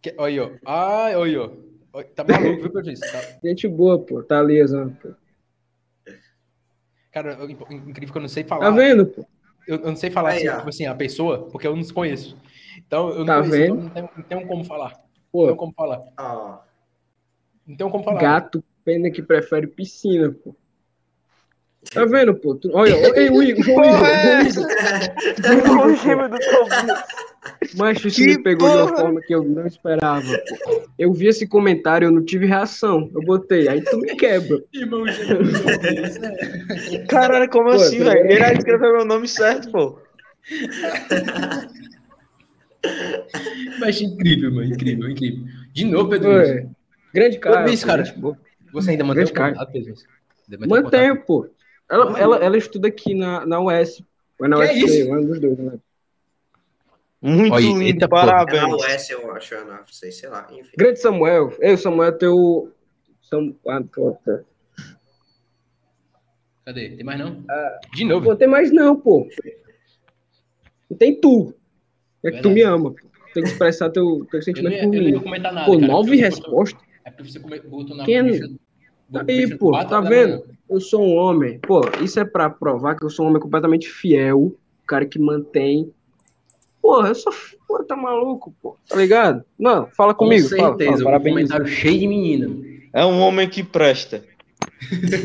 D: Que... Olha aí, ó. Ah, olha aí, ó. Olha, Tá maluco, viu, Pedro Vinícius? Tá-
C: Gente boa, pô. Tá ali, exame, pô.
D: Cara, eu- incrível que eu não sei falar.
C: Tá vendo, pô?
D: eu, eu não sei falar
E: Aí,
D: assim,
E: ó.
D: tipo assim, a pessoa, porque eu não desconheço. Então, eu não
C: Tá
D: conheço, então
C: vendo?
D: não tenho, não tenho como falar. Não
C: Pô,
D: tenho como falar.
E: Ó,
D: Não tenho como falar.
C: gato, pena que prefere piscina, pô. Tá vendo, pô? Tu- Olha, ei, o Igor, João Igor, João Igor.
A: O gêmeo do Tobias.
C: Macho, isso me pegou de uma forma que eu não esperava. pô. Eu vi esse comentário, eu não tive reação. Eu botei, aí tu me quebra.
D: Irmão,
G: Caralho, como
C: Pô, é
G: assim,
C: primeiro-
G: velho? Ele já escreveu meu nome certo, pô.
D: mas incrível, mano. Incrível, incrível. De novo, Pedro Vinícius.
C: Ué, grande cara.
D: Luiz,
C: pô,
D: cara. tipo,
C: gente boa.
D: Você ainda mantém o
C: Vê, cara.
D: contato, Pedro Vinícius? Ainda mantém o
C: Mantenho,
D: contato?
C: pô. Ela, ela, ela estuda aqui na, na US. Ou é na
D: Que
C: UFC,
D: isso?
C: ou é um dos dois, né?
G: Muito
D: Olha,
G: lindo,
D: eita porra.
E: é na
G: parabéns.
E: US, eu acho, eu não sei, sei lá, enfim. [laughs]
C: Grande Samuel. Ei, o Samuel é teu. Sam... Ah, pô, tá.
D: Cadê? Tem mais não?
C: Ah,
D: De novo.
C: Pô, tem mais não, pô. Não tem tu. É que tu
D: Verdade.
C: me ama, pô. Tem que expressar teu, teu
D: Eu não,
C: sentimento
D: ia, eu
C: por
D: não
C: mim.
D: ia comentar nada.
C: Pô,
D: é cara,
C: nove
D: porque você botou-
C: respostas.
D: É porque você come- botou na
C: Quem é-
D: bicha-
C: Tá
D: bicha-
C: Aí, pô,
D: quatro
C: tá
D: da
C: vendo?
D: manhã.
C: Eu sou um homem. Pô, isso é pra provar que eu sou um homem completamente fiel, o cara que mantém. Porra, eu sou. f- Pô, tá maluco, pô. Tá ligado? Não, fala comigo.
D: Com
C: fala, fala,
D: certeza. um
C: parabéns.
D: comentário cheio de menina.
G: É um homem que presta.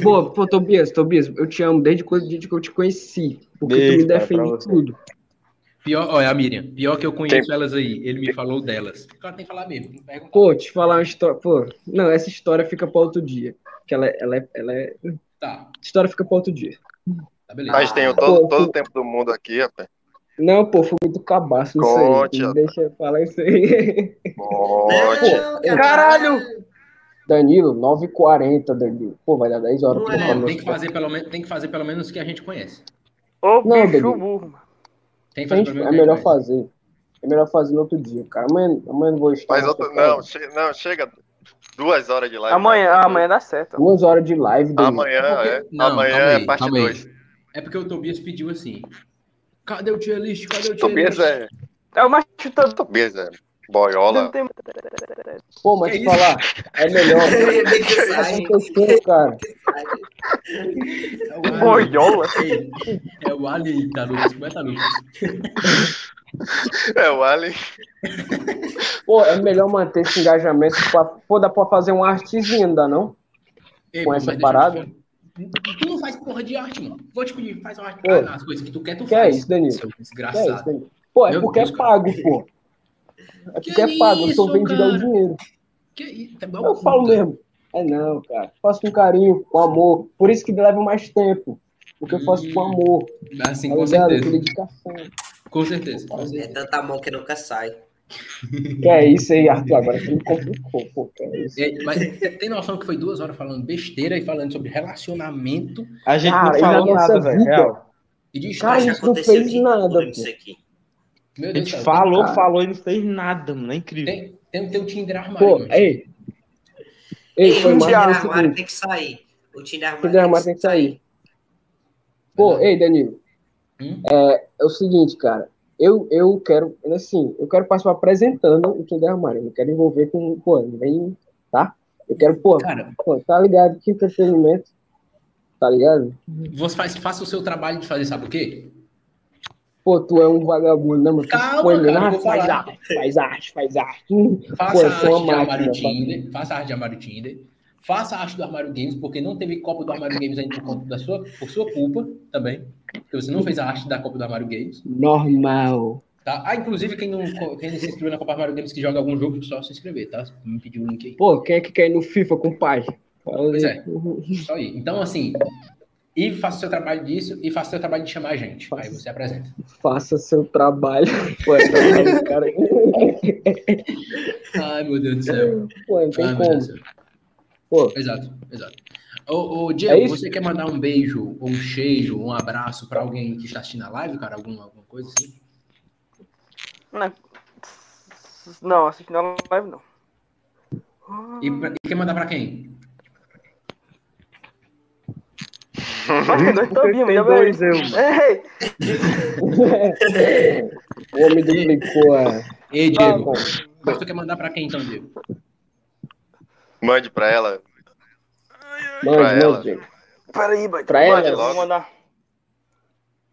C: Pô, pô, Tobias, Tobias, eu te amo desde quando desde que eu te conheci. Porque tu me
G: Beijo, cara,
C: defende
G: pra
C: em
G: você.
C: tudo.
D: Pior, olha, a Miriam, pior que eu conheço elas aí. Ele me falou delas. O cara tem que falar mesmo. Tem que perguntar.
C: Pô, te falar uma história. Pô, não, essa história fica pra outro dia. Que ela, é- ela, é- ela é.
D: Tá,
C: História fica pra outro dia.
D: tá beleza.
B: Mas tem o
C: Pô,
B: todo,
C: pô. [laughs]
B: todo o tempo do mundo aqui, rapaz.
C: Não, pô, foi muito cabaço isso
B: Conte,
C: aí.
B: ó.
C: Me deixa eu falar isso aí. [laughs]
B: Conte.
C: Caralho! Danilo, 9h40, Danilo. Pô, vai dar 10 horas. pra
D: Não
C: eu falar
D: é,
C: meu
D: tem que fazer pelo menos, tem que fazer pelo menos o que a gente conhece.
G: Ô,
C: Não,
G: bicho
C: Danilo.
G: burro.
D: Tem que fazer né?
C: Gente,
D: pelo menos.
C: é
D: o que a
C: melhor
D: gente conhece.
C: fazer. É melhor fazer no outro dia, cara. Amanhã, amanhã eu não vou estar.
B: Mas
C: nessa
B: outro,
C: parada.
B: não, che- não, chega duas horas de live.
G: Amanhã, amanhã dá certo.
C: Duas horas de live. Danilo.
B: Amanhã, é.
D: Não,
B: amanhã
D: calma aí,
B: é parte
D: calma aí.
B: 2.
D: É porque o Tobias pediu assim. Cadê o tier list? Cadê o tier
B: Tobias
D: list?
B: é.
G: É o macho todo.
B: Tobias é. Boiola.
G: [laughs] Não tem...
C: Pô, mas
D: Que
C: te
D: isso?
C: falar, é melhor.
D: [laughs]
C: [laughs]
E: Sai.
C: Não frescura, cara.
D: É o Ali.
G: Boiola?
D: Ei, É o Ali, tá, Lucas? Como é que tá, Lucas?
B: É o Ali.
C: Pô, é melhor manter esse engajamento. Pra... Pô, dá pra fazer um artezinho, não dá não?
D: Ei,
C: Com
D: pô,
C: essa
D: mas deixa eu te
C: parada?
D: falar. Tu não faz porra de arte, mano. Vou te pedir, faz arte.
C: Ô,
D: as coisas que tu quer, tu
C: que é
D: faz.
C: isso, Danilo?
D: Seu
C: Que é
D: desgraçado.
C: isso, Danilo? Pô, é
D: Meu
C: porque
D: Deus,
C: é pago, pô. É porque
D: Que
C: é pago, eu
D: isso,
C: sou vendido ao
D: cara?
C: dinheiro.
D: Que isso? Tá igual
C: Eu
D: puta.
C: falo mesmo. É não, cara. Faço com carinho, com amor. Por isso que leva mais tempo. Porque eu faço com
D: Hum,
C: amor.
D: Assim,
C: Tá ligado?
D: com
C: Com
D: certeza.
C: dedicação.
D: Com certeza.
E: É tanta mão que nunca sai.
C: Que é isso aí, Arthur. Agora você me complicou, pô. Que é isso.
D: É,
C: [laughs]
D: mas tem noção que foi duas horas falando besteira e falando sobre relacionamento
A: A gente
C: Cara,
A: não
C: e
A: falou
C: na nossa
A: nada, velho.
C: vida?
A: Real.
D: e de
C: Cara,
D: estágio.
E: Já
C: a gente não
E: aconteceu
C: fez
E: de
C: nada,
E: tudo
C: pô.
E: isso aqui.
D: Meu
A: A
D: Deus do
A: gente
D: céu.
A: falou,
C: cara.
A: falou e não fez nada, mano. É incrível.
D: Tem, tem o teu Tinder armário.
C: Pô, é
D: mano.
C: ei. Ei, foi
E: o
C: mais
E: Tinder
C: é o
E: armário
C: seguinte.
E: tem que sair. O Tinder
C: O
E: armário,
C: Tinder armário tem que sair.
A: Uhum.
C: Pô, ei, Danilo.
D: Hum?
C: É o seguinte, cara. Eu, eu quero, assim, eu quero participar apresentando o Tinder armário. Eu não quero envolver com, pô, não vem, tá? Eu quero, pô,
D: Cara,
C: pô, tá ligado? Que entretenimento. Tá ligado?
D: você faz, faça o seu trabalho de fazer, sabe o quê?
C: Pô, tu é um vagabundo, não, mas tu
D: Calma,
C: expõe,
D: cara, eu
C: ah,
D: vou
C: faz
D: falar.
C: arte, faz arte, faz arte. Hum,
D: Faça
C: Pô, eu
D: a
C: sou
D: arte de
C: uma
D: armário
C: máquina.
D: Tinder. Faça a arte de armário Tinder. Faça a arte do armário games, porque não teve Copa do Armário Games ainda por, conta da sua, por sua culpa também. Porque você não fez a arte da Copa do Armário Games.
C: Normal.
D: Tá? Ah, inclusive, quem não, quem não se inscreveu na Copa do Armário Games que joga algum jogo, é só se inscrever, tá? Me pediu o link aí.
C: Pô, quem é que quer ir no FIFA com o pai? Fala
D: Pois
C: aí.
D: é. Só aí. Então, assim, e faça o seu trabalho disso e faça o seu trabalho de chamar a gente. Aí você apresenta.
C: [laughs] Faça seu trabalho. Pô, é trabalho,
D: [laughs]
C: cara.
D: Ai, meu Deus do céu.
C: Pô, não
D: Ai,
C: tem
D: meu Deus
C: como.
D: do céu.
C: Pô,
D: Ah, Exato, exato. Ô, ô
C: É
D: Diego,
C: isso?
D: você quer mandar um beijo, ou um cheiro, ou um abraço pra alguém que está assistindo a live, cara? Alguma, alguma coisa assim?
G: Não, não assistindo a live não.
D: E, pra- e quer mandar pra quem?
G: Mas tem dois Tobias,
K: Tem
G: meu
K: dois
G: velho.
K: eu.
G: Ei,
C: [laughs] o homem duplicou a.
D: Ei,
C: Ah,
D: Diego,
C: bom.
D: mas tu quer mandar pra quem então, Diego?
B: Mande pra ela. Pra
C: Mande,
B: ela.
C: mande, Diego.
G: peraí, bud.
C: Pra
G: Bud,
C: elas.
G: vamos mandar.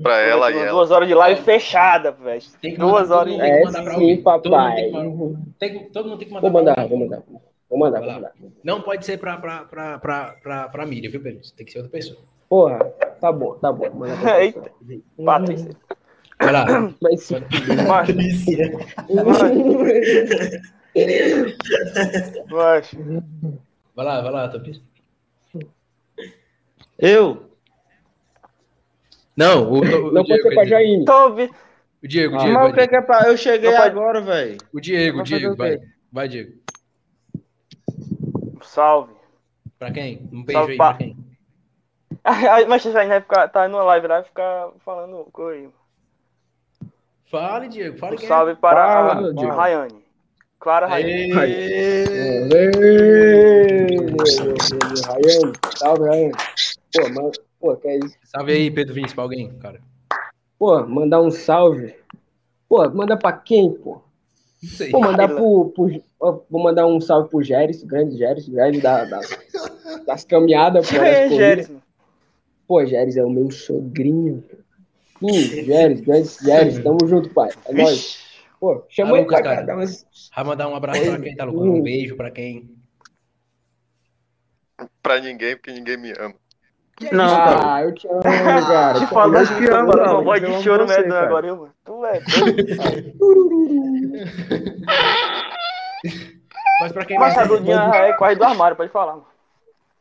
B: Pra ela e
G: duas,
B: ela.
G: horas de live fechada, velho.
D: Tem que mandar,
G: Duas
D: todo
G: horas
D: mundo
G: e-
D: tem que
C: É
D: mandar pra
C: sim,
D: alguém. Todo mundo
C: papai.
D: tem que mandar- tem que- Todo mundo tem que mandar
C: Vou
D: pra
C: mandar,
D: alguém.
C: vou mandar. Vou mandar, vou
D: Vai lá.
C: mandar.
D: Não pode ser pra, pra, pra, pra, pra, pra mídia, viu, Pedro? Tem que ser outra pessoa.
C: Porra, tá bom, tá bom. Manda pra
D: [laughs]
G: Eita.
C: pessoa.
G: Patrícia.
D: Vai lá.
C: Mas se [laughs]
G: Macho, macho.
D: Vai lá, vai lá, Tobias.
A: Eu?
D: Não, o, o,
C: Não pode
D: Diego.
C: ser pra Jaime.
G: Tobi.
D: O Diego, o
C: Ah,
D: Diego.
A: Mas
D: vai,
A: o que é que é pra. Eu cheguei
G: Não pode-
A: agora, velho.
D: Diego. O Diego, o
K: Vai fazer
D: Diego,
K: o
D: vai.
K: quê?
D: Vai, Diego.
G: Salve.
D: Pra quem? Um beijo
G: Salve,
D: aí
G: pá.
D: pra quem?
G: Ai, Mas a gente vai ficar, tá numa live lá, vai ficar falando coisa.
D: Fale, Diego. Fale
G: Um
D: quem. é.
G: salve para a
K: Fala, Diego.
G: Rayane. Clara Rayane.
A: Aê.
C: Rayane, salve, Rayane. Pô, man... Pô, que é isso?
D: Salve aí, Pedro Vinicius, pra alguém, cara.
C: Pô, mandar um salve. Pô, mandar pra quem, pô?
D: Não sei.
C: Vou mandar pro, pro- ó, vou mandar um salve pro Géris, grande Géris, grande da, das, das caminhadas, pô,
G: Quem
C: das
G: é
C: corridas.
G: Géris, mano?
C: Pô, Géris é o meu sogrinho. Ih, Géris, grande Géris, tamo junto, pai. É nóis. Pô,
D: Tá
C: chama ele
D: louco,
C: pra
D: cara.
C: cá, dá umas...
D: Vai mandar um abraço pra quem, tá louco? Um beijo pra quem.
B: Pra ninguém, porque ninguém me ama.
A: Não, cara.
C: Ah, eu te amo, cara. Te
G: Te
C: amo.
G: falando
K: Mas
G: que
K: que ama,
G: tu é uma
K: Alex,
G: voz
K: eu
G: de
K: amo
G: choro
K: você,
G: medonha
K: cara.
G: agora, eu, mano. Tu é doido.
D: Mas pra quem
G: Mas a
D: mais?
G: Dudinha é quase do armário, pode falar, mano.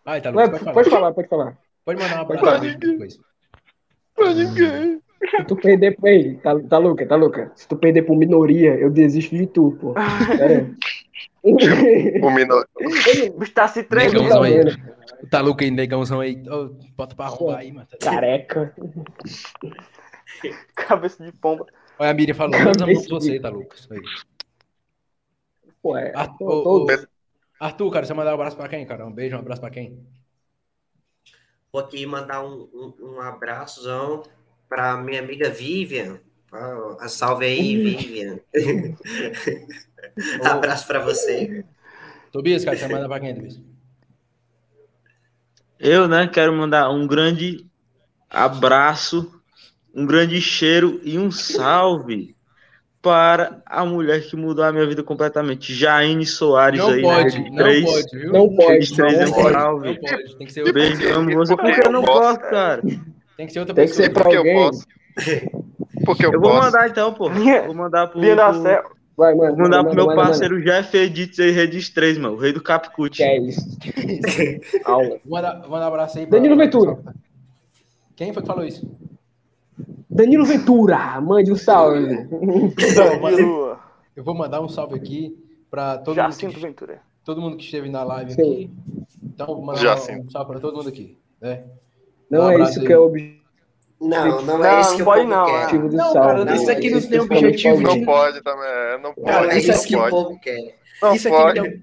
D: Vai, tá louco. Pode
C: Vai,
D: falar.
C: Pode falar, pode falar.
D: Pode mandar um abraço
C: falar.
D: pra mim depois.
B: Pra ninguém.
C: Se tu perder pra ele, tá, tá louca, tá louca. Se tu perder por minoria, eu desisto de tu, pô.
L: Ah.
C: Sério.
L: [laughs]
B: O menor.
G: O bicho tá se tremendo.
D: Negãozão aí. Tá louco aí, negãozão aí. Ô, bota pra arrombar aí, mano.
C: Tá. Careca.
G: Cabeça de pomba.
D: Olha, a Miriam falou, nós amamos você, tá louco? Isso aí.
C: Pô, é.
D: Arthur,
C: tô-
D: Ah, ô, Arthur, cara, você mandar um abraço pra quem, cara? Um beijo, um abraço pra quem?
E: Vou aqui mandar um, um, um abraçozão pra minha amiga Vivian. Ah, a salve aí, [laughs] Vivian. Abraço pra você.
D: Tobias, cara, você manda pra quem, Tobias?
A: Eu, né, quero mandar um grande abraço, um grande cheiro e um salve para a mulher que mudou a minha vida completamente, Jaine Soares
D: Não
A: aí. né?
D: pode,
A: na
D: não
A: Rede 3.
D: pode, viu?
C: Não pode,
A: Rede 3 é
C: não pode.
A: salve.
D: Não pode, tem que ser outra
A: Beijo,
D: pessoa.
A: amo você.
B: Porque
A: Porque eu
B: eu
A: não
B: posso,
A: posso, cara.
D: Tem que ser outra
C: Tem que
D: pessoa.
C: ser pra
B: Porque eu
C: alguém.
B: posso. Porque eu,
A: Eu vou
B: posso.
A: mandar então, pô.
G: Linha-
A: Vou mandar pro.
G: Linha da
A: pro-
G: Serra.
C: Vai, mano.
A: Vou mandar
C: manda,
A: pro meu
C: manda, manda.
A: parceiro Jeff Edits aí, Redes 3, mano. O rei do Capcut.
C: Que é isso. Aula.
D: Vou mandar, vou mandar um abraço aí pra... tá-
C: Danilo Ventura.
D: Quem foi que falou isso?
C: Danilo Ventura, mande um salve.
G: Danilo.
D: Eu vou mandar um salve aqui pra todo, mundo
G: Jacinto
D: que,
G: Ventura.
D: todo mundo que esteve na live
C: Sim.
D: aqui. Então, vou mandar
B: Jacinto.
D: um salve pra todo mundo aqui. Né?
C: Não
D: Um
C: é
D: abraço
C: isso
D: aí.
C: que é o objetivo
E: Não, não
G: Não,
E: é isso
G: não
E: que o
G: pode
E: povo
G: não,
E: quer.
G: né?
C: do
L: Não,
C: salve.
L: cara, isso aqui não
C: Esse
L: tem
C: principalmente
L: objetivo
C: pra
B: Não
L: de-
C: alguém.
B: pode também. é, Não pode.
E: Não é
D: isso
E: isso
D: aqui
E: que o
B: não pode.
E: povo quer.
G: Não
D: Isso aqui, não
B: pode.
D: tem, um-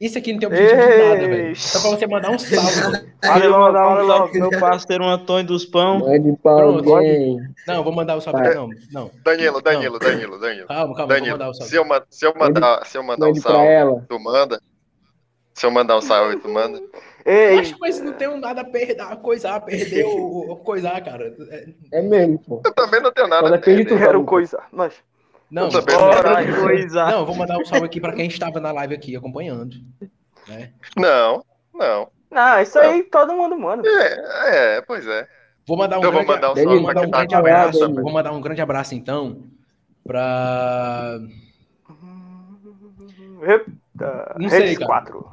D: isso aqui não tem objetivo de nada, velho. Só pra você mandar um salve. pô.
A: Valeu,
G: Valeu,
A: mandar um
G: valeu.
A: salve pro meu parceiro um Antônio dos Pão.
C: Mande pra
D: Pronto.
C: alguém.
D: Não, vou mandar o salve aqui, não. Não,
B: Danilo, Danilo, Danilo, Danilo.
D: calma, calma, eu vou mandar
B: Danilo,
D: o salve.
B: se eu, ma- se eu mandar, se eu mandar um
C: Mande pra
B: salve,
C: ela.
B: tu manda. Se eu mandar um salve, tu manda.
G: Ei,
D: Poxa, mas não tem um nada a perder, a coisar,
B: [laughs]
D: a perder o, o coisar, cara. É,
C: É mesmo, pô.
B: Eu também não tenho
C: Só
B: nada. a
C: depende de
B: perder.
C: tu,
G: quero
C: Raul.
G: coisa. Nós.
D: Não,
B: Eu também não tenho
G: Bora,
B: nada.
G: coisa.
D: não, eu vou mandar um salve aqui pra quem estava na live aqui acompanhando. né?
B: Não, não.
G: Não, isso aí todo mundo manda.
B: É, é, pois é.
D: Vou mandar um
B: Eu vou
D: grande,
B: mandar um
C: Danilo,
B: salve
D: vou
B: pra
D: mandar um
B: quem tá
D: grande
C: parado,
D: abraço.
C: hein?
D: Vou mandar um grande abraço então pra.
G: Eita,
D: Não sei,
G: redes
D: cara.
G: quatro.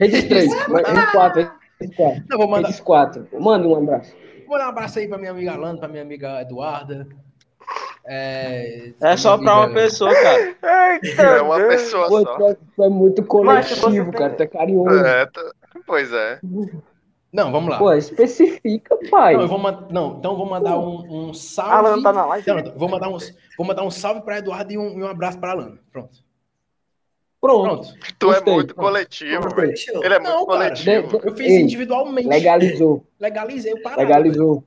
C: Redes 3, redes 4, redes 4.
D: Não, vou mandar,
C: Redes 4. Manda um abraço.
D: vou mandar um abraço aí pra minha amiga Alana, pra minha amiga Eduarda. É,
A: É só
D: minha
A: pra uma
D: amiga-
A: pessoa, cara.
G: [laughs] Eita,
B: É uma
G: Deus.
B: pessoa
C: Pô,
B: só.
C: tu é, tu é muito
G: Mas você
C: coletivo,
G: tem-
C: cara. Tu é carinhoso.
B: É, tá- pois é.
D: Não, vamos lá.
C: Pô, é especifica, pai.
D: Não, eu vou man- não, então vou mandar um, um salve.
G: A Alana tá na live?
D: Não, vou mandar um, vou mandar um salve pra Eduardo e um, e um abraço pra Alana. Pronto.
C: Pronto.
D: Pronto.
B: Tu é
C: Gostei.
B: muito coletivo,
C: Gostei.
B: velho.
E: Fechou.
B: Ele é muito
D: Não, cara.
B: coletivo.
C: De- de-
D: Eu fiz
C: Ei,
D: individualmente.
C: Legalizou,
D: Legalizei o parado. velho.
C: legalizou.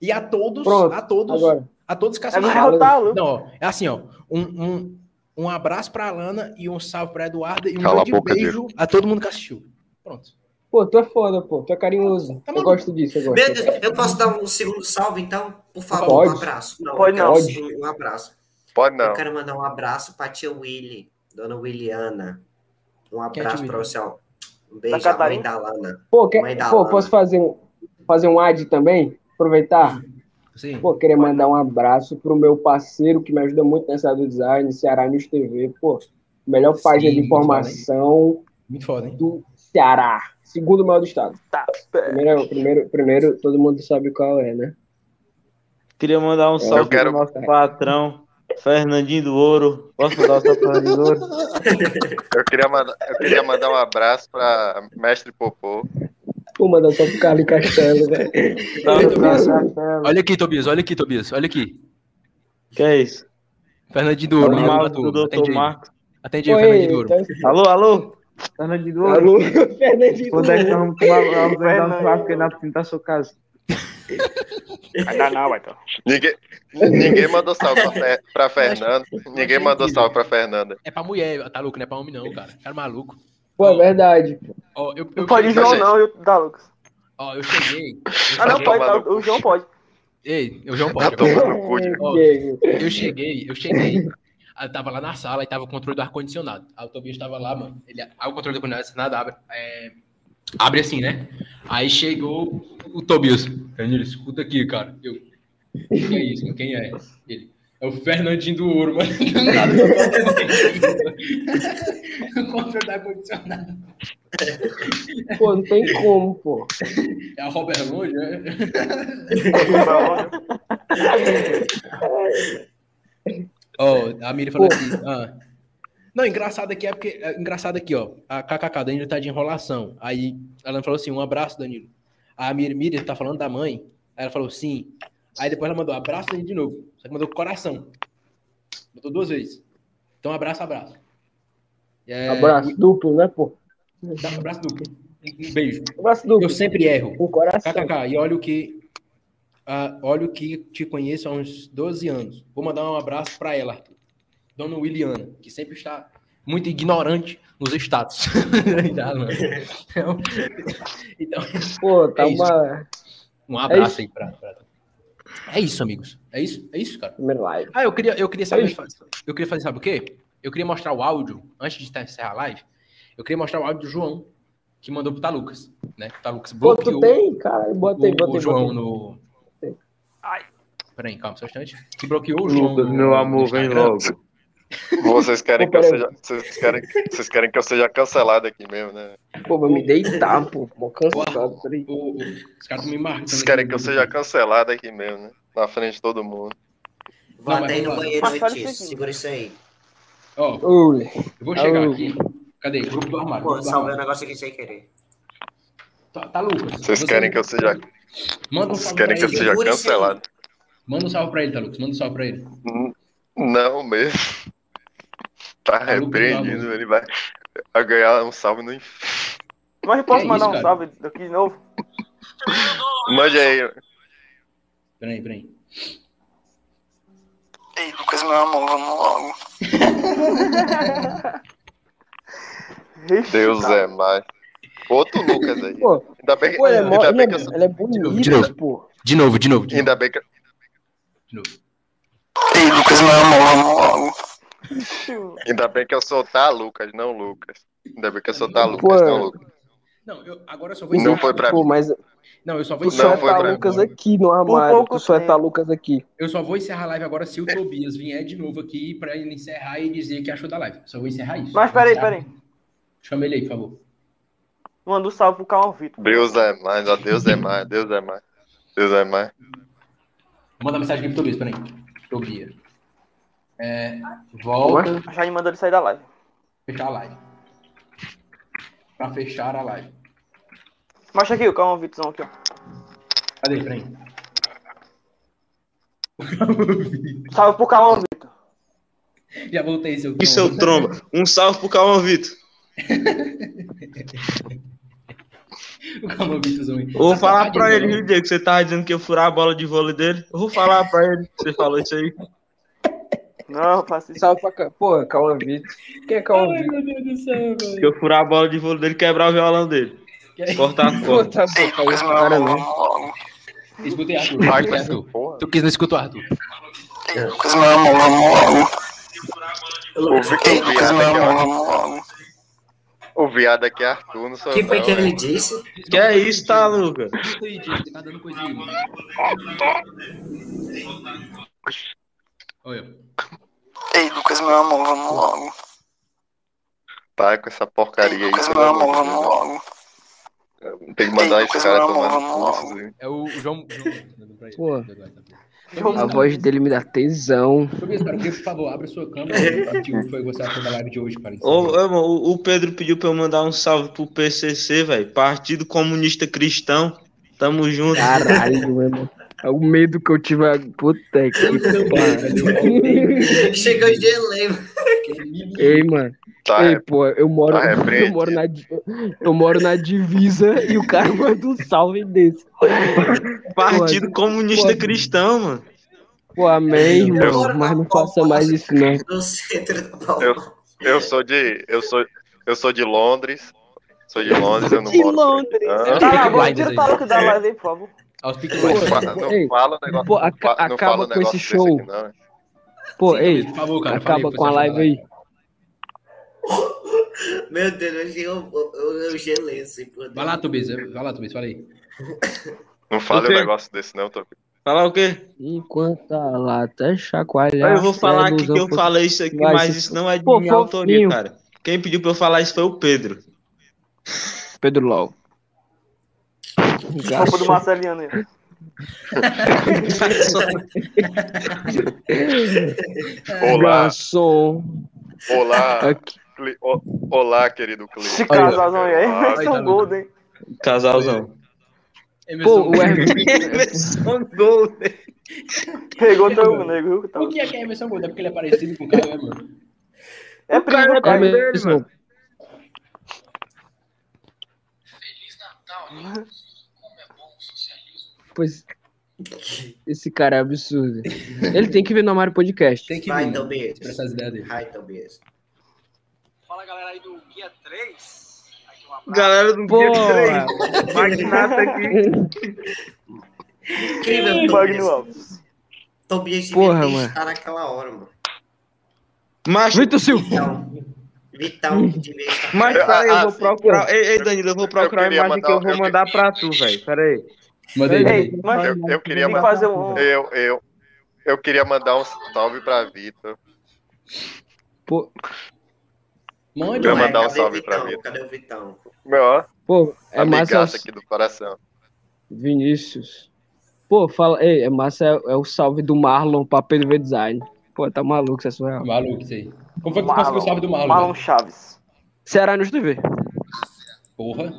D: E a todos,
C: Pronto,
D: a todos,
C: Agora,
D: a todos que
G: Agora
D: assistiram.
G: ela tá louca.
D: Não, ó, é assim, ó. Um, um, um abraço pra Alana e um salve pra Eduarda e um
B: Cala a
D: grande
B: boca,
D: beijo a todo mundo que assistiu. Pronto.
C: pô, tu é foda, pô. Tu é carinhoso.
D: Tá
C: eu
D: maluco.
C: gosto disso agora.
E: Meu Deus, eu posso dar um segundo salve, então? Por favor,
C: Pode.
E: um abraço. Não,
G: Pode
E: eu quero
C: não.
E: Um, um abraço.
B: Pode não.
E: Eu quero mandar um abraço pra tia Willy, dona Williana. Um
D: Quem é
E: abraço
D: tia
E: pra
D: Willy?
E: você, ó. Um
G: Da
E: beijo, a
G: Catarina?
E: mãe da Lana.
C: Pô, quer-
E: Mãe da
C: pô
E: Lana.
C: posso fazer um, fazer um ad também? Aproveitar?
D: Sim.
C: Pô, queria mandar um abraço pro meu parceiro que me ajuda muito nessa do design, Ceará News TV, pô. Melhor
D: Sim,
C: página de
D: muito
C: informação
D: Muito foda, hein?
C: do Ceará. Segundo maior do estado.
G: Tá, pé.
C: Primeiro, primeiro, primeiro, todo mundo sabe qual é, né?
A: Queria mandar um salve
B: quero-
A: pro nosso patrão, Fernandinho do Ouro. Posso mandar um salve pro Fernandinho do Ouro?
B: Eu queria mandar, eu queria mandar um abraço pra mestre Popô.
C: Pô, mandar só pro Carlos Castelo, velho.
A: Salve pro
D: Tobias.
A: nosso patrão.
D: Olha aqui, Tobias, olha aqui, Tobias, olha aqui.
A: Que é isso?
D: Fernandinho do
A: O
D: Ouro, ligando
A: mal
D: pra
A: do
D: tu.
A: doutor
D: Atende aí.
A: Marcos.
D: Atende aí,
C: Oi,
D: Fernandinho do Ouro.
C: então,
A: Alô, alô? Fernandinho do Ouro?
C: alô, Fernandinho.
A: Quando é que nós vamos tomar vamos dar um churrasco aí na piscina da sua casa?
B: é,
G: Ainda não, vai então.
B: Ninguém, ninguém mandou salve pra, Fer, pra Fernanda. Ninguém mandou salve pra Fernanda.
D: É pra mulher, tá louco, não é pra homem, não, cara. Cara maluco.
C: Pô, é verdade.
D: Ó, eu, eu
G: Não pode o
D: cheguei,
G: João,
B: gente.
G: não, eu, da Lucas.
D: ó, eu cheguei. eu
G: Ah, não,
D: cheguei-
G: pode, tá, o João pode.
D: Ei, eu João
B: Tá
D: pode. eu-
B: tomando no cu, de-
D: Ó,
C: Diego.
D: Eu cheguei, eu cheguei. Ah, Eu tava lá na sala e tava o controle do ar-condicionado. Aí o Tobias tava lá, mano. Ele, aí o controle do ar-condicionado abre, é, abre assim, né? Aí chegou o Tobias. Danilo, escuta aqui, cara. Eu, que é isso, mano? Quem é? Ele. É o Fernandinho do Ouro, mano. [laughs] Do nada, eu tô falando. o controle do ar-condicionado.
C: Pô, não tem como, pô.
D: É a Robert Longe, né? Ó, a Miri falou aqui. ah. Não, engraçado aqui é porque. é, Engraçado aqui, ó. A KKK Danilo tá de enrolação. Aí ela falou assim: um abraço, Danilo. A Miri, Miri tá falando da mãe. Aí ela falou sim. Aí depois ela mandou abraço Danilo de novo. Só que mandou coração. Mandou duas vezes. Então abraço, abraço. É,
M: Abraço duplo, né, pô?
D: dá um abraço duplo. Um beijo.
M: Abraço duplo.
D: Eu sempre erro.
M: O coração.
D: KKK, Tá, e olha o que. ah, olha o que te conheço há uns 12 anos. Vou mandar um abraço para ela, Arthur. Dona Williana, que sempre está muito ignorante nos status. [laughs] Já, mano. então, então,
M: Pô, tá
D: é isso.
M: uma.
D: um
M: É
D: abraço
M: isso.
D: aí pra, pra- É isso, amigos. É isso, é isso, cara.
M: Primeiro live.
D: Ah, eu queria, eu queria
M: É
D: saber.
M: isso.
D: Eu queria fazer, sabe o quê? Eu queria mostrar o áudio, antes de encerrar a live, eu queria mostrar o áudio do João, que mandou pro Talucas. Né? O Talucas
M: Pô, tu
D: bloqueou
M: tem, cara? Bota aí,
D: o,
M: bota aí.
D: o João
M: bota aí.
D: no.
M: Tem.
D: Peraí, calma só um instante. Que bloqueou o João.
A: Lucas,
D: no-
A: meu amor,
D: no
A: vem
D: Instagram.
A: logo.
B: Vocês querem,
M: Ô,
B: que eu
M: peraí.
B: seja, vocês, querem, vocês querem que eu seja cancelado aqui mesmo, né?
C: Pô, vou me deitar, pô. Mó cansado, peraí.
D: O- o- os caras estão me marcando.
B: Vocês querem
D: aqui.
B: que eu seja cancelado aqui mesmo, né? Na frente de todo mundo.
E: Vou
D: Não,
E: até
D: mas
E: ir no
D: vamos lá.
E: banheiro
N: Mas fala
E: antes.
N: isso aqui.
E: Segura isso aí.
D: Ó,
M: Ui.
D: eu vou chegar
M: Aô.
D: aqui. Cadê? Grupo do armário.
E: Pô,
D: Grupo do
E: salvei o
D: armário.
E: negócio aqui sem querer.
D: Tá, tá, Lucas.
B: Vocês
D: você-
B: querem que eu seja,
D: Manda um
B: vocês
D: salve
B: querem
D: pra
B: que eu
D: ele.
B: seja
E: Segura isso aí.
B: cancelado?
D: Manda um salve pra ele, tá, Lucas? Manda um salve pra ele.
B: N- Não mesmo. Tá
D: Maluco,
B: repreendido,
D: maluco.
B: ele vai, vai ganhar um salve no inferno.
N: Mas eu posso
D: Que é
N: mandar
D: isso,
N: um
D: cara?
N: salve daqui de novo?
B: Mande aí.
D: Peraí, peraí.
G: Ei, Lucas, meu amor, vamos logo.
N: Ixi,
B: Deus
N: cara.
B: é mais. Outro Lucas aí.
M: Pô,
B: Ainda bem que,
M: pô, ele é, mó,
B: ainda
M: ele
B: bem
M: é,
B: que eu sou-
M: ele é
D: De novo.
M: bonito, pô.
D: De novo, de novo, de novo.
B: ainda bem que
D: De novo.
G: Ei, Lucas, é meu amor, vamos logo.
B: Ainda bem que eu sou tá Lucas, não Lucas. Ainda bem que eu sou tá
M: Pô,
B: Lucas, não Lucas.
D: Não, eu, agora eu só vou
B: Não
D: encerrar.
B: foi pra
M: Pô,
B: mim.
M: mas
D: Não, eu só vou
M: tu
D: encerrar.
M: só
B: Não
D: a
B: foi
M: tá
D: live
B: pra
M: Lucas
D: agora.
M: aqui no armário.
N: pouco
M: Tu só
N: tem.
M: tá Lucas aqui.
D: Eu só vou encerrar a live agora se o Tobias vier de novo aqui pra ele encerrar e dizer que achou da live. Só vou encerrar isso.
N: Mas
D: Vou
N: peraí,
D: encerrar.
N: peraí.
D: Chama ele aí, por favor.
N: Manda um salve pro Calma Vitor.
B: Deus é mais, ó Deus é mais, Deus é mais. Deus é mais.
D: Vou mandar mensagem aqui pro Tobias, peraí. Tobias. É, volta
N: Já me mandou ele sair da live.
D: fechar a live. Pra fechar a live.
N: Mostra aqui o Calma Vitorzão aqui, ó.
D: Cadê, peraí?
N: Salve pro Calma Vitor.
D: Já voltei, seu
A: E
D: [laughs]
A: seu tromba. Um salve pro Calma Vitor.
D: Calma, Vitorzão. aí.
A: Eu Vou
D: Sacanagem,
A: falar pra
D: né,
A: ele,
D: mano?
A: viu, Diego? que Você tava dizendo que ia furar a bola de vôlei dele. Eu vou falar pra ele. que Você falou isso aí.
N: Não, passa isso.
M: Salve pra cá. Pô, Calma Vitor. Quem é Calma
D: Ai,
M: Vitor?
D: meu Deus do céu, velho.
A: Que eu furar a bola de vôlei dele e quebrar o violão dele. Cortar a
M: Pô,
A: corda.
M: tá bom, Calma
G: Lucas,
M: Vitor,
G: meu
M: cara,
G: amor,
M: não.
G: vamos logo.
D: Escutei, Arthur.
B: Vai
D: Escutei,
B: com essa
D: Arthur.
B: porra.
D: Tu quis não escutou, Arthur.
G: Ei, Lucas, meu amor, vamos logo.
B: O, vi,
G: Ei,
B: o
G: Lucas,
B: viado
G: meu
B: aqui, ó.
G: amor, vamos logo.
B: O viado aqui é Arthur, não sou
E: O que foi
B: não,
E: que ele
B: velho.
E: disse?
A: Que é isso, tá, Lucas?
D: Escuta aí, Diego. Você tá dando coisa aí, mano. Olha.
G: Ei, Lucas, meu amor, vamos logo.
B: Tá com essa
G: Ei,
B: porcaria aí.
G: Lucas,
B: pelo
G: meu amor,
B: amor de
G: vamos
B: Deus.
G: logo.
B: Tem que mandar
G: Ei,
B: esse
G: Lucas,
B: cara
G: meu amor,
B: tomar no
G: vamos
B: cu. esse-
D: É o João. né, João- pra ele.
C: Pô.
D: Tobias,
C: A
D: cara,
C: voz dele me dá tesão.
D: Tobias, cara, por favor, abre a
C: [laughs]
D: sua câmera. e diga o que Foi gostar da live de hoje, cara.
A: Ô, ô, irmão, o o Pedro pediu pra eu mandar um salve pro PCC, velho. Partido Comunista Cristão. Tamo junto.
C: Caralho, meu irmão. É o medo que eu tive. Puta que pariu.
E: Chegou de elenco.
C: Ei, mano.
B: Tá,
A: é-
C: Ei, pô, eu moro,
B: tá
C: [laughs] eu,
B: repreendido.
C: moro na, di- eu moro na divisa e o cara manda um salve desse.
A: [laughs] Partido Comunista
C: pode.
A: Cristão, mano.
C: Pô, amém,
D: Eu-
C: irmão, mas não faça mais isso, não.
E: No centro da palma.
B: Eu- eu sou de. Eu sou, eu sou de Londres. Sou de Londres, eu não
C: De
B: moro. por aqui,
C: Londres.
B: não.
N: Tá lá,
D: Peaky
N: vou
D: Blinders
N: tirar o
D: aí.
N: Taluca da live aí, por favor.
D: Aos Pink
B: Não
D: Blinders.
B: fala,
C: Ei,
B: não fala o negócio.
C: Pô, aca-
B: fa- não fala
C: acaba
B: um
C: com esse
B: negócio
C: show.
B: desse aqui, não.
C: Pô, ei,
D: Por favor, cara. fala aí o
C: acaba
D: que
C: com a
D: você achou da
C: live aí.
E: Meu Deus, eu, eu, eu gelei assim. por
D: Vai
E: dentro.
D: lá, Tobias. é, Vai lá, Tobias. Fala aí.
B: Não fala
A: Eu
B: um
A: tenho-
B: negócio desse, não, Tobi.
A: Falar o quê?
C: Enquanto a lata chacoalhar.
A: Eu vou falar aqui que eu
C: pô.
A: falei isso aqui,
C: é Vai,
A: mas
C: se-
A: isso não é de
C: Pô,
A: minha autoria,
C: fofinho.
A: cara. Quem pediu pra eu falar isso foi o
G: [laughs]
A: Pedro.
C: Pedro Lau.
N: Roupa do Marceliano aí.
C: É.
B: Olá.
A: Garçom.
B: Olá, cli- o- olá, querido cliente.
G: Esse casalzão aí, vai ser um golden.
H: Casalzão.
G: Pô, o
H: Emerson Golden.
G: Pegou teu nego, viu? Tá-
D: Por que é que é Emerson Golden? É porque ele é parecido com o cara, né, mano?
G: É primo
A: tá
G: do cara.
A: Emerson.
C: Uhum. Pois. Esse cara é absurdo. Ele tem que vir no Amaro Podcast.
D: Tem que
E: Vai,
D: vir,
E: então,
D: né?
E: beijo.
D: Pra essas ideias dele.
E: Vai, então, beijo.
O: Fala galera aí do Guia 3. Aqui um abraço.
H: Galera do
C: Pô.
H: Guia 3. Magnata aqui.
E: Incrível,
G: Ih,
E: Tobias.
G: Magno Alves.
E: Tobias
C: Porra,
E: devia
C: mano.
E: estar naquela hora, mano.
H: Mas,
C: Vitor Silva.
E: Vital. Vital que devia estar.
H: mas peraí, eu
E: Ah,
H: vou
E: sim.
H: procurar. Ei, ei, Danilo, eu vou procurar
B: Eu
H: a
B: queria
H: imagem que
B: mandar-
H: eu vou
B: eu
H: mandar pra tu, velho. Peraí.
D: Manda aí.
G: Ei, mas
B: Eu, eu queria
G: tem que
B: mandar.
G: fazer um.
B: Eu, eu, eu queria mandar um salve pra Vitor.
C: Pô,
D: Mande,
B: Eu
E: Ué,
B: ia mandar um
E: cadê o
B: salve
E: Vitão?
B: pra Vitor.
E: Cadê o Vitão?
B: Meu, ó,
C: pô é massa.
B: amigaça aqui do coração.
C: Vinícius. Pô, fala. Ei, é massa é, é o salve do Marlon pra PDV Design. Pô, tá maluco, isso é surreal.
D: Maluco isso aí. Como foi que tu conseguiu o salve do né? Marlon?
G: Marlon
D: velho?
G: Chaves.
C: Ceará nos TV.
D: Porra.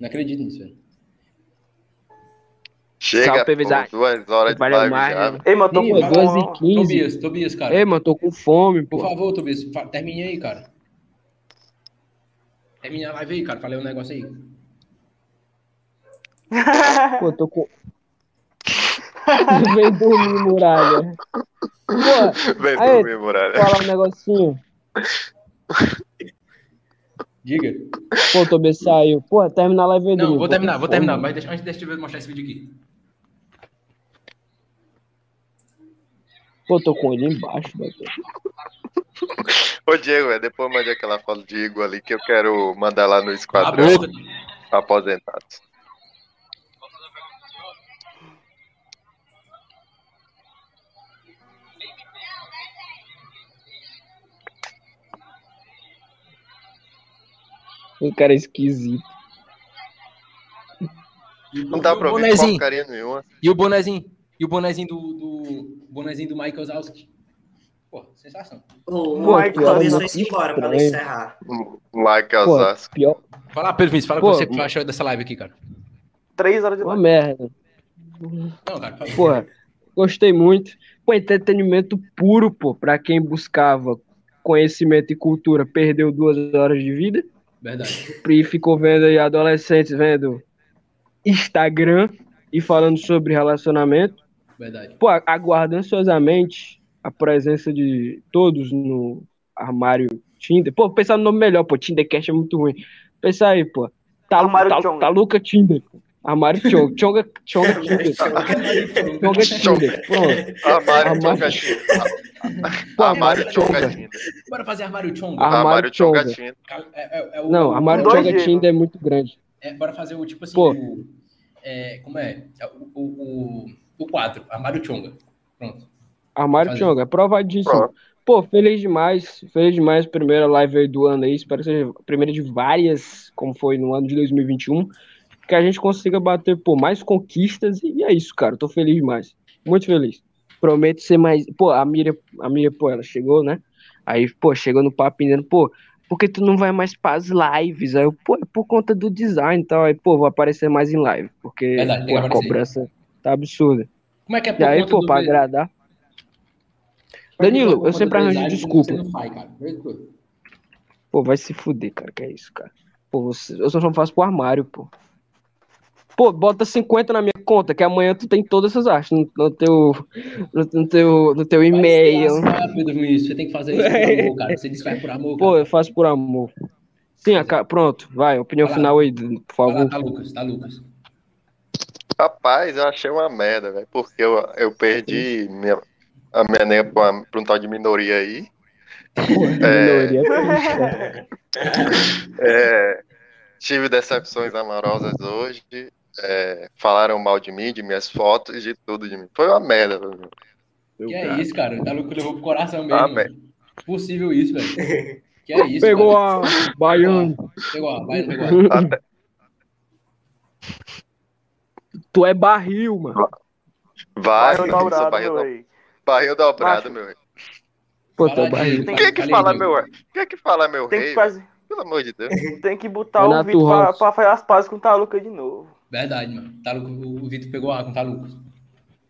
D: Não acredito nisso, velho.
B: Chega,
C: Salve, PVZ.
B: pô, duas horas de
C: Valeu
B: live
C: mais,
B: já.
C: né?
B: velho.
G: Ei, mano, tô
C: Pô,
G: com
C: 12
G: fome.
C: e 15.
D: Tobias, Tobias, cara.
C: Ei, mano, tô com fome,
D: Por
C: pô.
D: favor, Tobias, fa- termine aí, cara. Termine a live aí, cara. Falei um negócio aí.
C: Pô, tô com. Vem dormir, muralha. Pô,
B: [laughs] Vem
C: Aí,
B: dormir, muralha.
C: falar um negocinho.
D: Diga.
C: Pô, o Tobias saiu. Pô, terminar a live aí,
D: Não,
C: Danilo.
D: vou
C: Tô
D: terminar,
C: com
D: vou
C: fome.
D: terminar. Mas deixa, antes deixa eu mostrar esse vídeo aqui.
C: Pô, tô com ele embaixo, velho.
B: Ô, Diego, é, depois mande aquela foto de Igor ali que eu quero mandar lá no
D: A
B: esquadrão
D: boca.
B: aposentados.
C: O cara é esquisito.
B: Não dá pra ouvir
D: Bonezinho.
B: porcaria nenhuma.
D: E o bonezinho. E o bonezinho do, do bonezinho do Michael Zalski. Pô, sensação.
E: Ô,
C: Pô,
E: Mike,
C: tu é
E: começou
C: muito
E: isso embora pra não
C: estranho.
E: encerrar.
B: Michael
C: Pô,
B: Zasco.
C: pior.
D: Fala, Pedro Vinícius, fala o
C: Pô,
D: que você
C: mano.
D: achou dessa live aqui, cara.
G: Três horas de
C: Uma
G: live.
C: merda.
D: Não, cara, fala.
C: Porra, gostei muito. Pô, entretenimento puro, pô, pra quem buscava conhecimento e cultura, perdeu duas horas de vida
D: Verdade.
C: e ficou vendo aí adolescentes vendo Instagram e falando sobre relacionamento.
D: Verdade.
C: Pô, aguardo ansiosamente a presença de todos no armário Tinder. Pô, pensar no nome melhor, pô, Tindercast é muito ruim. Pensar aí, pô. Tá,
G: Armário
C: tá,
G: Chonga.
C: tá louca Tinder. pô. Armário Chonga.
G: [laughs]
C: Chonga, Chonga Tinder. Chonga Tinder. Pronto.
B: Armário
C: Armário-
B: Chongatinho.
C: Pô,
B: Armário
C: Armário Chonga.
B: Chongatinho.
D: Bora fazer armário chonga.
C: Ah.
B: Armário
C: Armário Chonga.
B: Chongatinho.
D: É- é- é o-
C: Não,
D: é
C: Armário
D: o-
G: Dois
C: Chonga
G: G,
C: Tinder é muito grande.
D: É, bora fazer o tipo assim.
C: Pô.
D: o- é, como é? É, O, o, o, o quadro, Armário Chonga. Pronto.
C: Armário
D: Fazer.
C: Chonga, aprovadíssimo.
B: Pronto.
C: Pô, feliz demais. Feliz demais. Primeira live aí do ano aí. Espero que seja a primeira de várias, como foi no ano de 2021. Que a gente consiga bater por mais conquistas. E é isso, cara. Tô feliz demais. Muito feliz. Prometo ser mais. Pô, a Miriam, a Miriam, pô, ela chegou, né? Aí, pô, chegou no papo dizendo, pô, por que tu não vai mais pras lives? Aí eu, pô, é por conta do design e tal. Aí, pô, vou aparecer mais em live. Porque
D: Verdade, tem
C: pô,
D: que
C: a
D: aparecer.
C: cobrança tá absurda.
D: Como é que é
C: E aí,
D: conta
C: pô,
D: do-
C: pra agradar.
D: como é que é
C: Danilo,
D: por conta
C: eu sempre
D: do né?
C: arranjo
D: design,
C: desculpa.
D: Você não faz, cara. Mesma coisa.
C: Pô, vai se fuder, cara, que é isso, cara. Pô, você- eu só faço pro armário, pô. Pô, bota 50 na minha conta, que amanhã tu tem todas essas artes no, no teu, no, no teu, no teu
D: Vai se
C: e-mail.
D: lascar, Pedro Vinícius, Você tem que fazer isso por amor, cara. Você disse que faz por amor,
C: Pô,
D: cara.
C: eu faço por amor. Sim, a ca- pronto, vai, opinião
D: Vai lá.
C: final aí, Dudu, por
D: Vai lá,
C: favor.
D: tá Lucas, tá Lucas.
B: Rapaz, eu achei uma merda, velho. Porque eu, eu perdi minha, a minha nega pra, uma- pra um tal de minoria aí.
C: Minoria,
D: [laughs]
C: pô,
B: É, tive decepções amorosas hoje. é, falaram mal de mim, de minhas fotos, de tudo de mim. Foi uma merda, velho.
D: Que é isso, cara. Tá Lucas levou pro coração mesmo.
B: Ah,
D: mano. Possível isso, velho. Que é isso,
C: Pegou
D: cara.
C: a baiana.
D: Pegou a, vai, pegou a.
B: Até-
P: Tu é barril, mano. Barril
B: Vai, meu filho, sou
P: dobrado,
B: barril,
P: meu
B: do... barril dobrado,
P: Macho.
B: meu rei.
P: Pô, tu é barril.
B: Quem é que fala, meu rei? Quem é que fala, meu
G: Tem que
B: rei?
G: fazer-
B: Pelo amor de Deus.
G: Tem que botar o
P: Renato
G: Vitor pra,
P: Ramos.
G: pra fazer as pazes com o Taluca de novo.
D: Verdade, mano. Tá louco, o Vitor pegou água, tá louco.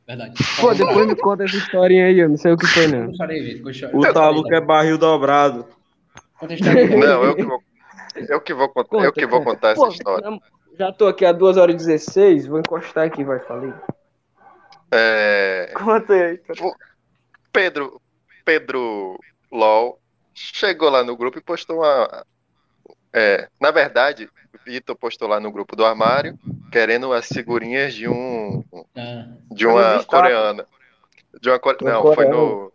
D: Verdade. Tá
P: Pô, depois me conta essa historinha aí, eu não sei o que foi, não.
D: Eu chorei, Vitor. eu chorei.
A: O
H: Tá
A: taluco é barril dobrado.
D: Conta a história.
B: Não, eu que vou, eu que vou, contar, eu que vou contar essa
Q: Pô,
B: história.
Q: na- Já tô aqui a 2 horas e 16, vou encostar aqui, vai, falei.
B: É,
G: Conta aí.
B: Pedro, Pedro LOL chegou lá no grupo e postou uma. É, na verdade, Vitor postou lá no grupo do armário, querendo as figurinhas de um. De
R: Foi no
B: uma
R: destaque.
B: coreana. De uma core...
E: Uma
B: Não, foi
E: coreana.
B: no.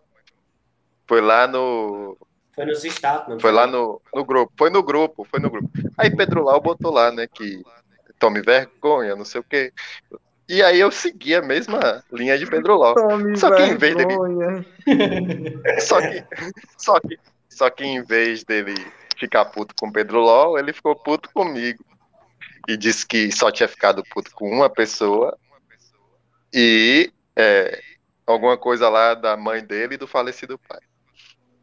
B: Foi lá no.
E: Foi nos status, mano.
B: Foi lá no, no grupo. Foi no grupo, foi no grupo. Aí Pedro Lau botou lá, né? Que tome vergonha, não sei o quê. E aí eu segui a mesma linha de Pedro Lau.
Q: Tome
B: Só que em vez dele
Q: vergonha.
B: só que, só que, só que em vez dele ficar puto com o Pedro LOL, ele ficou puto comigo. E disse que só tinha ficado puto com uma pessoa. E é, alguma coisa lá da mãe dele e do falecido pai.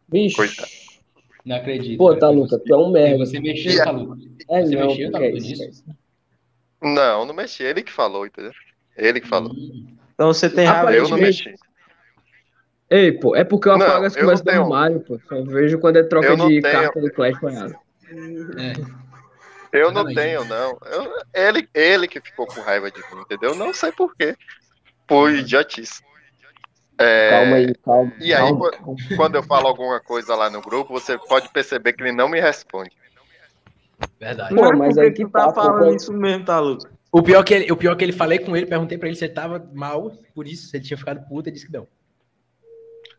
D: Bicho.
B: Coitado.
D: Não acredito.
Q: Pô,
C: tá,
Q: Taluca, tu é um merda.
D: Você mexeu, tá Taluca.
Q: É,
D: Você
Q: não,
D: mexeu, tá
Q: que é
D: Taluca,
Q: isso,
D: nisso?
Q: que é isso.
B: Não, não mexi. Ele que falou, entendeu? Ele que falou.
A: Então você tem
B: Ah,
A: raiva.
B: eu não
A: Aparentemente-
B: mexi.
C: Ei, pô, é porque eu
B: Não,
C: apago as
B: eu
C: conversas
B: não
C: do
B: tenho.
C: armário, pô. Só vejo quando é troca
B: Eu não
C: de
B: tenho.
C: carta do Clash banhado.
B: Eu não tenho, não. Eu- ele, ele que ficou com raiva de mim, entendeu? Não sei porquê. Por idiotice. É,
Q: Calma aí, calma.
B: E aí,
Q: calma.
B: quan- quando eu falo alguma coisa lá no grupo, você pode perceber que ele não me responde.
D: Verdade.
G: é
Q: Pô, mas aí que tá,
A: tá
Q: pô,
A: falando
Q: quando-
A: isso mesmo, Taluco?
D: O pior, que ele, o pior que ele falei com ele, perguntei pra ele se ele tava mal, por isso, se ele tinha ficado puto, ele disse que não.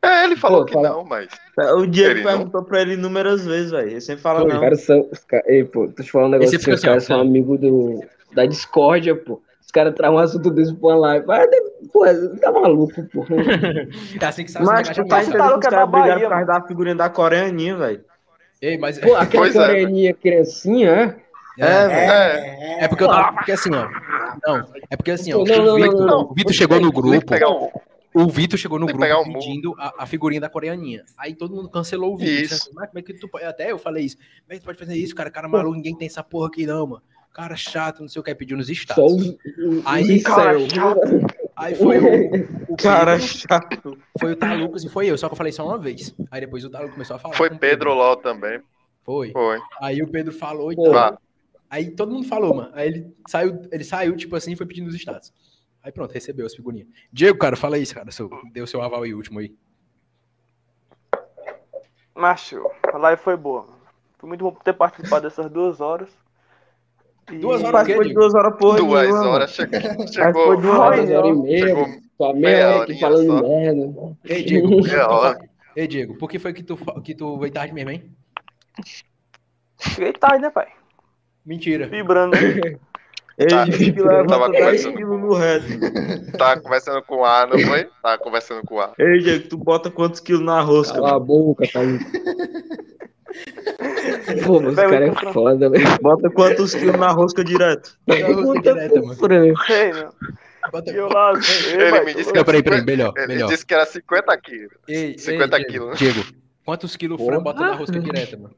B: É, ele
A: falou
B: que não, mas.
A: O Diego
C: Ele não-
A: perguntou pra ele inúmeras vezes, velho. Ele sempre fala
C: Pô, os
A: não.
C: caras são. os ca- Ei, pô, tô te falando um negócio
A: Esse
C: que os
A: fica
C: caras
A: assim, ó,
C: são
A: cara.
C: amigos do... da discórdia, pô. Os caras trazem um assunto desse pra uma live. Mas, pô, tá maluco,
B: [laughs]
C: pô.
D: É assim que sabe
A: Mas
D: se
A: tu
D: negócio
A: tá
D: é massa.
A: entendendo que os caras brigaram por causa da figurinha da coreaninha, velho.
D: Ei, mas...
C: Pô, aquela
B: é.
C: coreaninha criancinha, é?
D: É, é porque eu tava. Porque assim, ó. Não, é porque assim, ó.
C: Não, não,
D: o Vitor,
C: não, não.
D: o Vitor chegou no
C: Tem que
D: grupo.
C: pegar um-
D: O Vitor chegou no
C: Tem que
D: grupo
C: pegar um murro.
D: pedindo a, a figurinha da coreaninha. Aí todo mundo cancelou o Vitor.
C: Isso.
D: Disse assim, "Mas como é que tu pode-" Até eu falei isso. Mas tu pode fazer isso, cara. Cara maluco, ninguém tem essa porra aqui, não, mano. Cara chato, não sei o que. Aí pediu nos
C: Só
D: status.
C: os- os-
D: Tá. Aí,
C: os céu.
D: Aí foi o. [laughs] o
A: Cara
D: Pedro, Foi o Talucas e foi eu. Só que eu falei só uma vez. Aí depois o Taluco começou a falar.
B: Foi
D: com o
B: Pedro LOL também.
D: Foi.
B: Foi. Ah,
D: Aí o Pedro falou e
B: Vá.
D: tal. Aí todo mundo falou, mano. Aí ele saiu, ele saiu tipo assim, e foi pedindo os status. Aí pronto, recebeu as figurinhas. Diego, cara, fala isso, cara. Seu, deu seu aval aí último aí.
G: Macho, a live foi boa. mano. Foi muito bom ter participado dessas duas horas. E-
A: Duas horas, Participou de duas horas porra
B: Duas
A: nenhuma,
B: horas
A: mano.
B: chegou.
C: Participou
B: chegou
C: de uma hora, uma hora e meia,
B: chegou
C: só
B: meia
C: meia hora aqui
B: horinha
C: falando
B: só.
C: merda.
D: Ei,
B: [laughs]
D: Diego. por que tu [laughs]
B: Meia
D: fa-
B: hora.
D: Ei, Diego, por que foi que tu, fa- que tu veio tarde mesmo, hein?
G: Cheguei tarde, né, pai?
A: [laughs]
D: Mentira.
G: Vibrando.
A: Ele
B: Tá. Tava
A: levanta 10
B: conversando.
A: quilos no reto.
B: Tava tá conversando com o A, não foi? Tava conversando com o A.
A: Ei, Diego, tu bota quantos quilos na rosca?
C: Cala a boca, [laughs] tá Pô, mas o
A: Pega
C: cara
A: o
C: é
A: controle.
C: foda, velho.
A: Bota quantos quilos na rosca direto?
C: Puta fran-
G: Ei, meu. E eu lá, ei,
B: Ele
G: pai,
B: me
G: tu-
B: disse que
D: Não,
B: era
D: peraí, peraí,
B: 50
D: melhor,
B: Ele
D: melhor.
B: disse que era 50 quilos.
D: Ei, ei,
B: 50
D: Diego,
B: quilos.
D: Diego, quantos quilos o Fran bota na rosca direta, mano?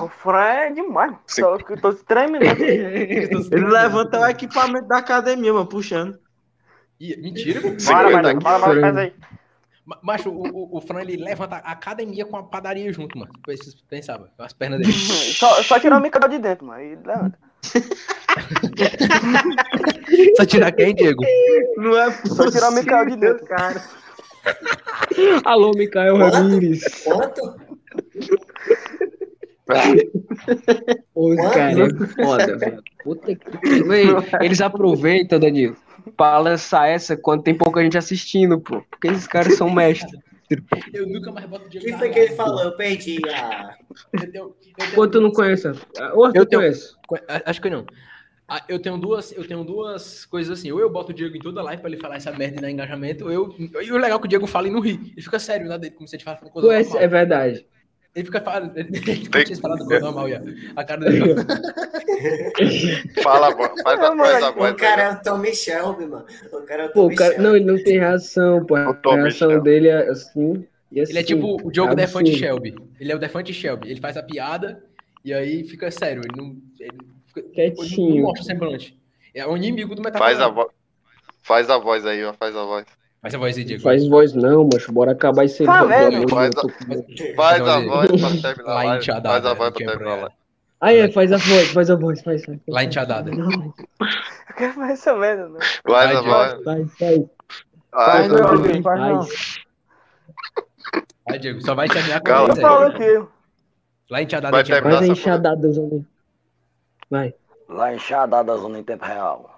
G: O Fran é demais, mano. Só que eu tô tremendo.
A: [laughs] Ele levanta o equipamento da academia, mano, puxando.
D: Ih, mentira, mano.
A: Bora, Sim, mano, que bora, bora, frango. faz
G: aí.
D: Macho, o, o, o Fran, ele levanta a academia com a padaria junto, mano. Foi isso que você Pensava, com as pernas dele.
G: Só, só tirar o micro de dentro, mano. E levanta.
D: [laughs] Só tirar quem, Diego?
A: Não é
G: Só tirar o Mikael de dentro.
A: Cara.
C: Alô, Mikael Ramírez. [laughs] Ô,
P: Quanto?
C: cara, é foda, velho. Puta que pariu. Eles aproveitam, Danilo, pra lançar essa quando tem pouca gente assistindo, pô. Porque esses caras são mestres. [laughs]
D: Eu nunca mais boto Diego.
E: O é que foi que ele falou? Eu perdi a.
C: Pô, tu não conhece? Ou tu conhece?
D: Co- a- Acho que não. Ah, Eu tenho duas, eu tenho duas coisas assim. Ou eu boto o Diego em toda live pra ele falar essa merda e dar engajamento, ou eu. E o legal é que o Diego fala e não ri. Ele fica sério, nada dele, como né, se ele falasse uma coisa.
C: Tu é,
D: normal.
C: é verdade.
D: Ele fica falando. [laughs] Ele ele tinha falado coisa normal, já. A cara dele.
B: Fala, vó, faz a, faz a voz. né?
E: O cara é o Tommy Shelby, mano. O cara é o
C: Pô,
E: Tommy
C: o cara,
E: Shelby.
C: não, ele não tem reação, pô. A
B: Tom
C: reação
B: Michel.
C: dele é assim. e assim,
D: Ele é tipo o Diogo
C: absurdo.
D: Defante Shelby. Ele é o Defante Shelby. Ele faz a piada e aí fica sério. Ele não. Ele fica,
C: Quietinho.
D: Não mostra o semblante. É o inimigo do
B: Faz a
D: metaforado.
B: voz. Faz a voz aí, ó. Faz a voz.
D: Faz a voz aí, Diego.
C: Faz voz não, macho. Bora acabar isso aí.
D: Fala,
C: pelo amor
D: velho.
C: de
B: Faz
C: Deus, eu
B: a, faz a
C: tô-
B: voz pra terminar a live.
D: enteada,
B: Faz a
D: né?
B: voz pra
D: Quebra
B: terminar a live.
C: Aí, é, faz a voz, faz a voz, faz. faz.
D: Lá enteadada.
G: Eu quero mais essa merda, não.
B: Faz a
D: Vai,
B: voz.
C: Faz, faz.
B: Ai,
G: Não,
B: meu
G: Diego, faz não.
D: Vai, Diego. Só vai enteadar com
B: Cala.
D: a
G: Eu
D: voz,
G: falo
D: sério.
G: aqui.
D: Lá enteadada.
B: Vai
D: Diego.
B: terminar
C: Faz a
B: essa porra.
C: enxadada, homem. Vai.
S: Lá enxada da zona em tempo real.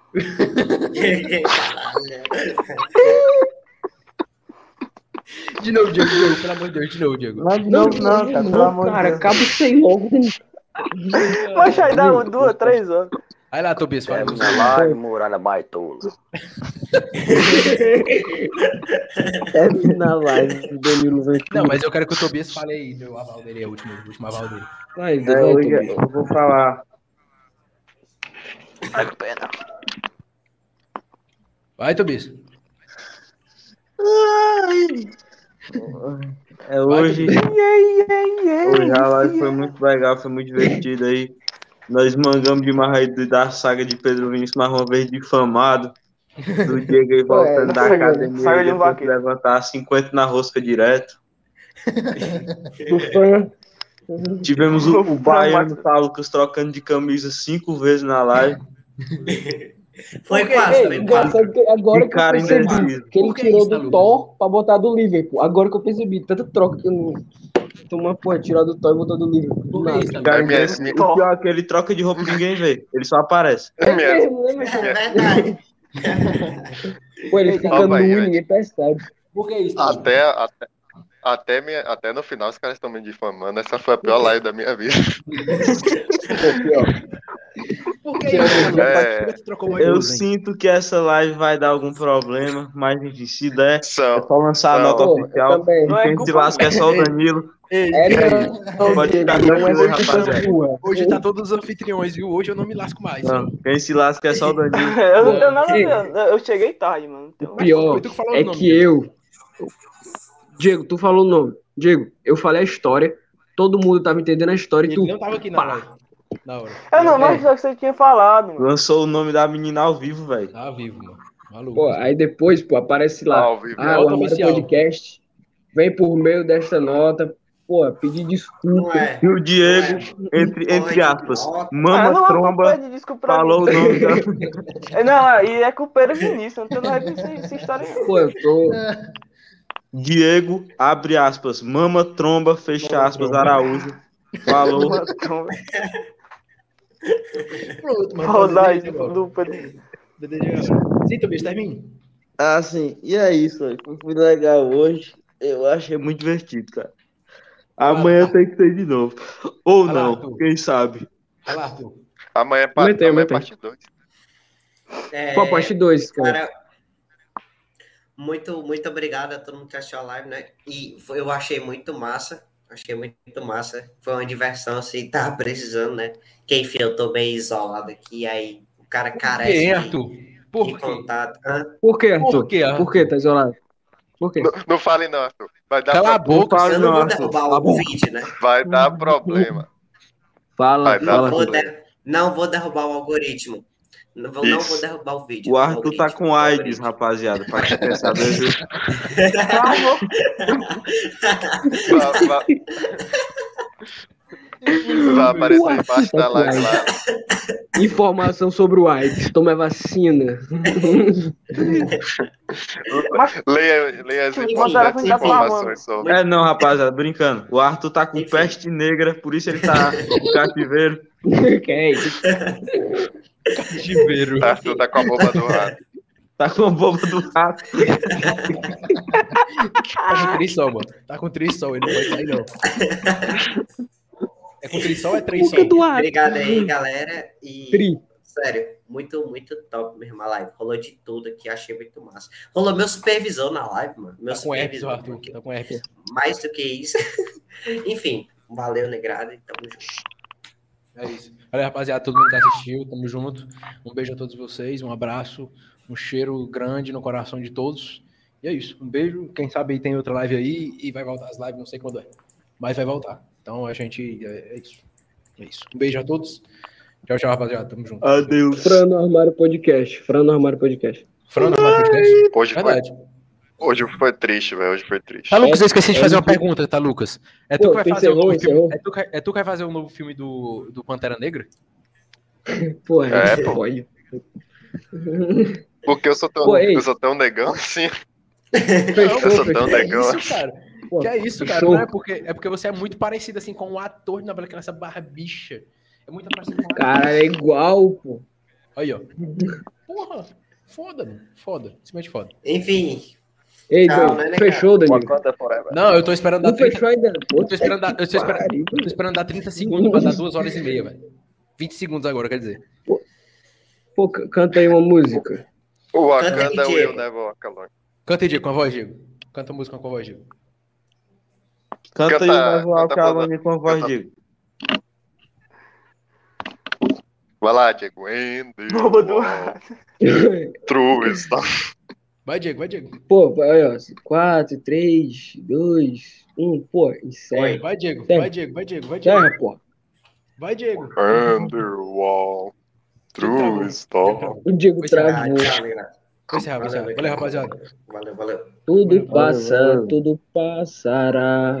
D: De novo, Diego. de novo, Pelo amor de Deus, de novo, Diego.
G: Não, não, não, cara, pelo amor de
C: Cara,
G: Deus.
C: acaba isso aí logo.
G: Mas aí dá um, duas, três horas.
D: Vai lá, Tobias.
C: É,
D: Fala.
S: Termina lá e muralha baitola.
C: Termina a É live do Danilo Ventura.
D: Não, mas eu quero que o Tobias fale aí do aval dele, é o último, o último aval dele.
C: Vai,
T: É,
C: vai,
T: hoje
C: Tobias.
T: eu vou falar.
S: Ai, que pena.
D: Vai, Tobias.
A: É hoje. Hoje a live foi muito legal, foi muito divertido aí. Nós mangamos demais aí do- da saga de Pedro Vinícius, mais uma vez difamado. Do Diego aí voltando
G: não
A: da
G: foi, velho.
A: academia.
G: Saiu de um
A: depois
G: vaqueiro.
A: levantar 50 na rosca direto. Tivemos o,
G: [laughs]
A: o Baiano tá, Lucas trocando de camisa cinco vezes na live.
E: Foi
C: Porque,
E: quase,
C: ei,
E: foi quase.
C: engraçado que agora que eu
A: Cara é
C: percebi
A: indeciso.
C: que ele
D: Por que
C: tirou
D: isso,
C: do
D: Lucas?
C: Thor pra botar do Liverpool. Agora que eu percebi, tanta troca que eu não. Toma, pô, é tirar do Thor e botar do Liverpool. Do
D: Por que
C: nada.
D: isso,
A: Cara,
D: Lucas?
B: MS,
A: o pior é que ele troca de roupa e ninguém vê. Ele só aparece.
C: É
B: MS.
C: mesmo, né, meu
E: É
C: filho?
E: verdade.
C: Pô, ele tá fica
B: Opa,
C: nu
B: aí,
C: e
B: velho.
C: ninguém percebe.
D: Por que isso, Lucas?
B: Até, até, até, minha- até no final os caras estão me difamando. Essa foi a pior live da minha vida. [laughs]
C: Pô, pior.
D: Por que isso, Lucas?
B: É.
D: Por que tu trocou uma
A: Eu
D: blusa, hein?
A: sinto que essa live vai dar algum problema, mas enfim, se der, é
B: São.
A: só lançar a
B: Não.
A: nota
C: Pô, eu
A: oficial.
C: também.
A: E quem se lasca é só o Danilo.
C: É, não, não,
A: Pode ficar
C: não, não é
A: tranquilo,
C: culpa
A: rapaziada.
C: sua.
D: Hoje tá todos os anfitriões, viu? Hoje eu não me lasco mais.
A: Não, quem se lasca é só o Danilo.
G: Eu não tenho nada a
C: Ei.
G: ver. Eu cheguei tarde, mano. Não tenho
C: O
G: nada.
C: pior
D: Foi tu que falou o
C: é
D: nome.
C: que eu. Diego, tu falou o nome. Diego, eu falei a história. Todo mundo tava entendendo a história e
D: Ele
C: tu.
D: não tava aqui na hora. Na hora.
G: Eu
A: é.
G: não, mas só que você tinha falado, mano.
A: Lançou o nome da menina ao vivo, velho.
D: Tá vivo, mano. Maluco.
C: Pô, é. aí depois, pô, aparece lá.
B: Ao vivo.
C: Ah, o
D: Nota
C: Armário
D: oficial.
C: Podcast vem por meio desta nota, pô, pedir
E: Não
C: desculpa.
E: é.
A: E o Diego, entre, entre aspas,
G: Ah, eu
A: mama
G: não vou
A: tromba,
G: pedir desculpa pra
A: falou o
G: mim.
A: nome da.
G: Não, e é culpa era Vinícius. eu Não tenho nada a ver com essa- essa história. não.
C: Pô, eu tô.
D: É.
A: Diego, abre aspas, mama tromba, fecha aspas, Araújo. Falou.
G: Então,
D: tá Pronto, mano.
G: Saudade do Pedro.
D: Sim, Tobias, termine.
A: Ah, sim. E é isso, velho. Foi muito legal hoje. Eu achei muito divertido, cara. Amanhã tem que ter de novo. Ou
D: Vai lá,
A: não,
D: Arthur.
A: quem sabe.
D: Vai lá, Arthur.
B: Amanhã é, pa-
C: Aumentei,
B: amanhã é
C: aumentei.
B: parte 2.
E: É,
C: Pô, parte 2, cara.
E: cara, muito, muito obrigado a todo mundo que assistiu a live, né? E foi- eu achei muito massa. Achei muito massa. Foi uma diversão, assim, tava precisando, né? Que enfim, eu tô meio isolado aqui, aí o cara é assim. Então, carece
D: Quem, é
E: de-
D: Arthur?
E: de
D: Por quê?
E: contato. Hã?
C: Por quê, Arthur?
D: Por quê, Arthur?
C: Por quê, tá isolado? Por quê?
B: Não, não fale não, Arthur. Vai dar,
D: Cala a
B: pro-
D: boca,
E: Eu não vou derrubar
A: Tá
E: o vídeo, né?
B: vai dar problema.
C: Fala,
B: Vai dar
C: fala.
E: Não vou,
B: problema.
E: der- não vou derrubar o algoritmo. Não vou, não
B: Isso.
E: vou derrubar o vídeo.
A: O
E: o
A: Arthur tá
E: algoritmo,
A: com
E: o
A: AIDS,
E: algoritmo.
A: rapaziada. Pra quem quer saber, viu?
B: Vai, vai- vai
C: [laughs]
B: aparecer
C: Arthur
B: embaixo
C: tá
B: da
C: com
B: live lá.
C: Informação sobre o AIDS. Toma a vacina. [laughs]
B: Leia, leia as
G: Sim, mandaram
B: importantes
G: pra gente falar,
B: informações sobre.
A: É não, rapaziada, brincando. O Arthur tá com peste negra, por isso ele tá em cativeiro.
C: que é isso?
D: Cativeiro.
B: Tá, Arthur tá com a bomba do rato.
A: Tá com a bomba do rato.
D: Tá com três sol, mano. Tá com três sol, ele não vai sair, não. É com três sol ou é três sol?
C: Boca do ar.
E: Obrigado aí, galera. E,
C: Tri.
E: sério, muito, muito top mesmo a live. Rolou de tudo aqui, achei muito massa. Rolou meu supervisor na live, mano. Meu
D: Tá com herpes, o
E: supervisor.
D: Arthur. Tá com herpes.
E: Mais do que isso. [laughs] Enfim, Valeu, Negrada, e tamo junto.
D: É isso. Valeu, rapaziada, todo mundo que assistiu, tamo junto. Um beijo a todos vocês, um abraço, um cheiro grande no coração de todos. E é isso, um beijo. Quem sabe aí tem outra live aí e vai voltar as lives, não sei quando é, mas vai voltar. Então a gente, é, é isso. É isso. Um beijo a todos. Tchau, tchau, rapaziada, tamo junto.
H: Adeus.
C: Fran no Armário Podcast. Fran no Armário Podcast.
D: Fran no Armário Podcast?
B: Hoje foi,
D: Verdade.
B: hoje foi triste, velho. Hoje foi triste.
D: Tá, Lucas, eu esqueci de fazer uma pergunta, tá, Lucas? É tu
C: Pô,
D: que vai
C: tu
D: fazer o
C: encerrou,
D: novo filme,
C: encerrou?
D: é tu que- é tu que vai fazer o novo filme do, do Pantera Negra?
C: Pô,
B: É, pô.
C: olha.
B: Porque eu sou tão,
C: Pô, ei.
B: eu sou tão negão assim.
C: Fechou,
B: eu sou tão
C: fechou.
B: negão.
D: Que é isso, cara?
C: Pô,
D: que é isso, cara?
C: fechou.
D: Não é, porque, é porque você é muito parecido assim com o ator na novela, essa barbicha. É muito parecido com o ator.
C: Cara, é igual, pô.
D: Aí, ó. Porra, foda, mano. Foda. Simplesmente foda.
E: Enfim.
C: Ei,
E: Tchau,
C: Dan,
E: né, né,
C: fechou,
E: cara?
C: Danilo.
D: Não, eu tô esperando dar
C: Não
D: 30,
C: fechou ainda. tá
D: eu tô esperando dar, eu tô esperando, eu tô esperando dar 30 segundos pra dar 2 horas e meia, velho. 20 segundos agora, quer dizer.
C: Pô, c- canta aí uma música. [laughs]
B: O né,
D: Canta
B: Wakanda
D: aí,
B: Will
D: Diego.
B: Never Walk Alone.
D: Canta aí, Diego, com a voz, Diego. Canta a música com a voz, Diego.
H: Canta aí
B: Canta-
H: o Naval
B: canta
H: Calone com a voz, Diego.
B: Vai lá, Diego. Andy.
U: Boba do
B: True is not-
D: Vai, Diego, vai, Diego.
C: Pô, vai, ó. assim, 4, 3, 2, 1, pô, encerra.
D: Vai, Diego.
C: Tem.
D: Vai, Diego. Vai, Diego. Vai, Diego.
C: Encerra, pô.
D: Vai, Diego.
B: Underwall. True Storm.
C: O Diego
D: Pois é.
C: travou.
D: Vou encerrar, vou encerrar. Valeu, rapaziada.
E: Valeu, valeu.
C: Tudo
D: valeu,
C: passa, tudo passará.